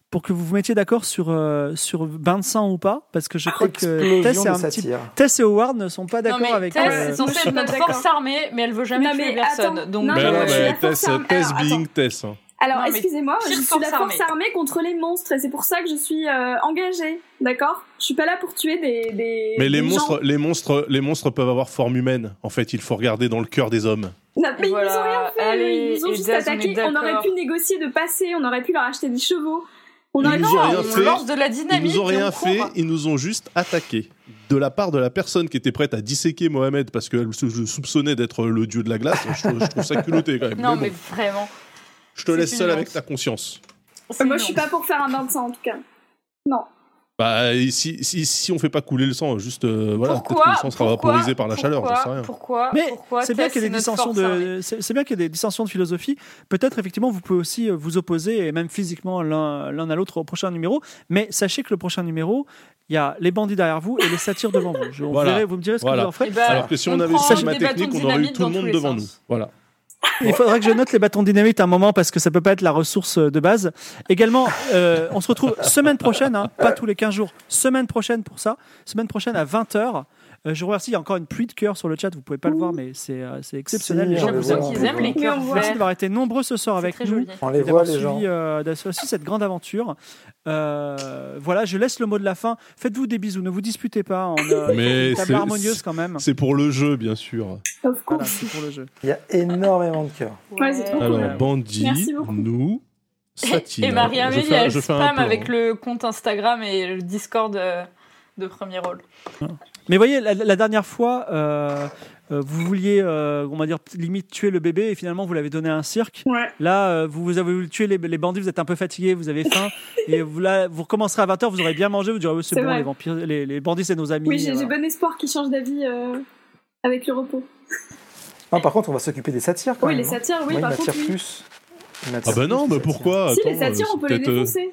pour que vous vous mettiez d'accord sur, euh, sur bain de sang ou pas, parce que je crois que Tess Ah, Explosion et, de un petit... satire. Tess et Howard ne sont pas Non, mais d'accord avec... Tess, euh, c'est Je censé suis être pas notre d'accord. force armée, mais elle veut jamais Non, tuer mais personne. attends, donc, non, Mais Euh, non, je suis mais la Tess, force armée. Tess Alors, being Tess. hein. Alors, Non, mais excusez-moi, pire je suis force la force armée. armée contre les monstres et c'est pour ça que je suis euh, engagée, d'accord Je suis pas là pour tuer des. des Mais les des gens. monstres, les monstres, les monstres peuvent avoir forme humaine. En fait, il faut regarder dans le cœur des hommes. Non, mais ils nous Voilà, ont rien fait, allez, ils nous ont et juste Jazz, on est attaqué. On, aurait d'accord. pu négocier de passer, on aurait pu leur acheter des chevaux. On Ils aurait nous pu- ont rien on fait. lance de la Ils dynamite. nous ont et rien on fait, court. ils nous ont juste attaqué. De la part de la personne qui était prête à disséquer Mohamed parce qu'elle se je soupçonnait d'être le dieu de la glace, je, trouve- je trouve ça culotté quand même. Non, Mais mais bon, vraiment. je te c'est laisse seul une avec honte. ta conscience. c'est Moi, je suis non. pas pour faire un bain de sang en tout cas. Non. Bah, et si, si, si on fait pas couler le sang, juste euh, voilà, peut-être Pourquoi que le sang sera pourquoi- vaporisé par la chaleur, pourquoi- j'en sais rien. Pourquoi Mais Ah, pourquoi c'est bien Tess, qu'il y ait des notre dissensions force armée de c'est c'est bien qu'il y ait des dissensions de philosophie. Peut-être effectivement vous pouvez aussi euh, vous opposer et même physiquement l'un l'un à l'autre au prochain numéro. Mais sachez que le prochain numéro, il y a les bandits derrière vous et les satires devant vous. Je- on Voilà. verrez- vous me direz ce Voilà. que vous en ferez. Eh ben, Alors que si on, avait prend ce schéma des bâtons technique, de on aurait eu dynamite tout le dans tous monde les devant sens. nous. Voilà. Il faudra que je note les bâtons dynamite un moment parce que ça peut pas être la ressource euh, de base. Également, euh, on se retrouve semaine prochaine, hein, pas tous les 15 jours, semaine prochaine pour ça, semaine prochaine à 20h. je vous remercie, il y a encore une pluie de cœur sur le chat, vous pouvez pas le voir, mais c'est euh, c'est exceptionnel. Si, les gens on les vous J'ai aiment voit, l'impression qu'ils on aiment les hein, les voit. cœurs Mais on voit. Merci verts. d'avoir été nombreux ce soir C'est avec très nous. joli. On les et voit, d'avoir les gens. suivi, euh, d'avoir suivi cette grande aventure. Euh, voilà, je laisse le mot de la fin. Faites-vous des bisous, ne vous disputez pas. On euh, a Mais une table c'est- harmonieuse quand même. C'est pour le jeu, bien sûr. Of Voilà, course. c'est pour le jeu. Il y a énormément de cœur. Ouais, c'est trop Alors, Ouais. bandit, Merci beaucoup. nous, Eh, satire. Et Marie-Amélie, Je fais un- elle je fais un spam plan, avec hein. le compte Instagram et le Discord euh, de premier rôle. Mais voyez, la, la dernière fois, euh, euh, vous vouliez, euh, on va dire, limite tuer le bébé et finalement vous l'avez donné à un cirque. Ouais. Là, euh, vous, vous avez voulu tuer les, les bandits, vous êtes un peu fatigué, vous avez faim. et vous, là, vous recommencerez à 20h, vous aurez bien mangé, vous direz, Ouais, c'est C'est bon, vrai. les, vampires, les, les bandits, c'est nos amis. Oui, j'ai voilà. j'ai bon espoir qu'ils changent d'avis euh, avec le repos. Non, par contre, on va s'occuper des satires quand Oui, même. hein. les satires, Moi, oui, il par m'attire contre. oui. plus. Il m'attire Ah bah plus, non, les mais satires. pourquoi Si, les Attends, satires, euh, on peut c'est les peut-être, euh, défoncer.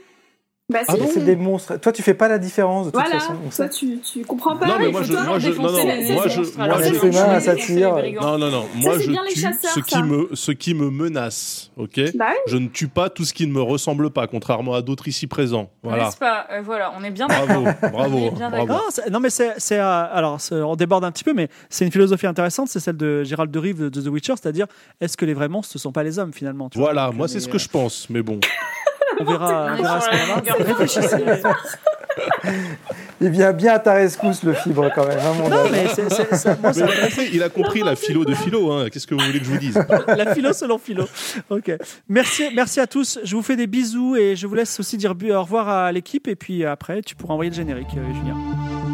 Bah, C'est- c'est c'est des monstres. Toi, tu fais pas la différence de toute voilà, façon. Donc, ça- toi tu, tu comprends pas. Non, mais Ah, il moi, faut je- toi- moi, je- non, non, moi, je- moi, je- humains, ça tire. euh, Non, non, non. Moi, c'est je bien les tue chasseurs, ce qui, ça. me, ce qui me menace, ok Bah oui. Je ne tue pas tout ce qui ne me ressemble pas, contrairement à d'autres ici présents. Voilà. N'est-ce pas Euh, Voilà, on est bien Bravo, On bravo, est bien bravo. d'accord. Ah, c'est- non, mais c'est. c'est, euh, alors, c'est- on déborde un petit peu, mais c'est une philosophie intéressante. C'est celle de Gérald de Rive de The Witcher, c'est-à-dire est-ce que les vrais monstres, ce sont pas les hommes finalement tu vois Voilà, Donc, moi on c'est est- ce que je pense, mais bon. On verra, Ah, On on est verra à sur ce la moment-là. longueur d'onde. Réfléchissez. Il vient bien à ta rescousse, le fibre, quand même. hein, mon Non, gars. mais c'est- c'est- c'est- moi, Mais ça- il a compris, il a compris la philo de philo, hein. qu'est-ce que vous voulez que je vous dise la philo selon philo. Ok. Merci, merci à tous. Je vous fais des bisous et je vous laisse aussi dire bu- au revoir à l'équipe. Et puis après, tu pourras envoyer le générique, euh, Julien.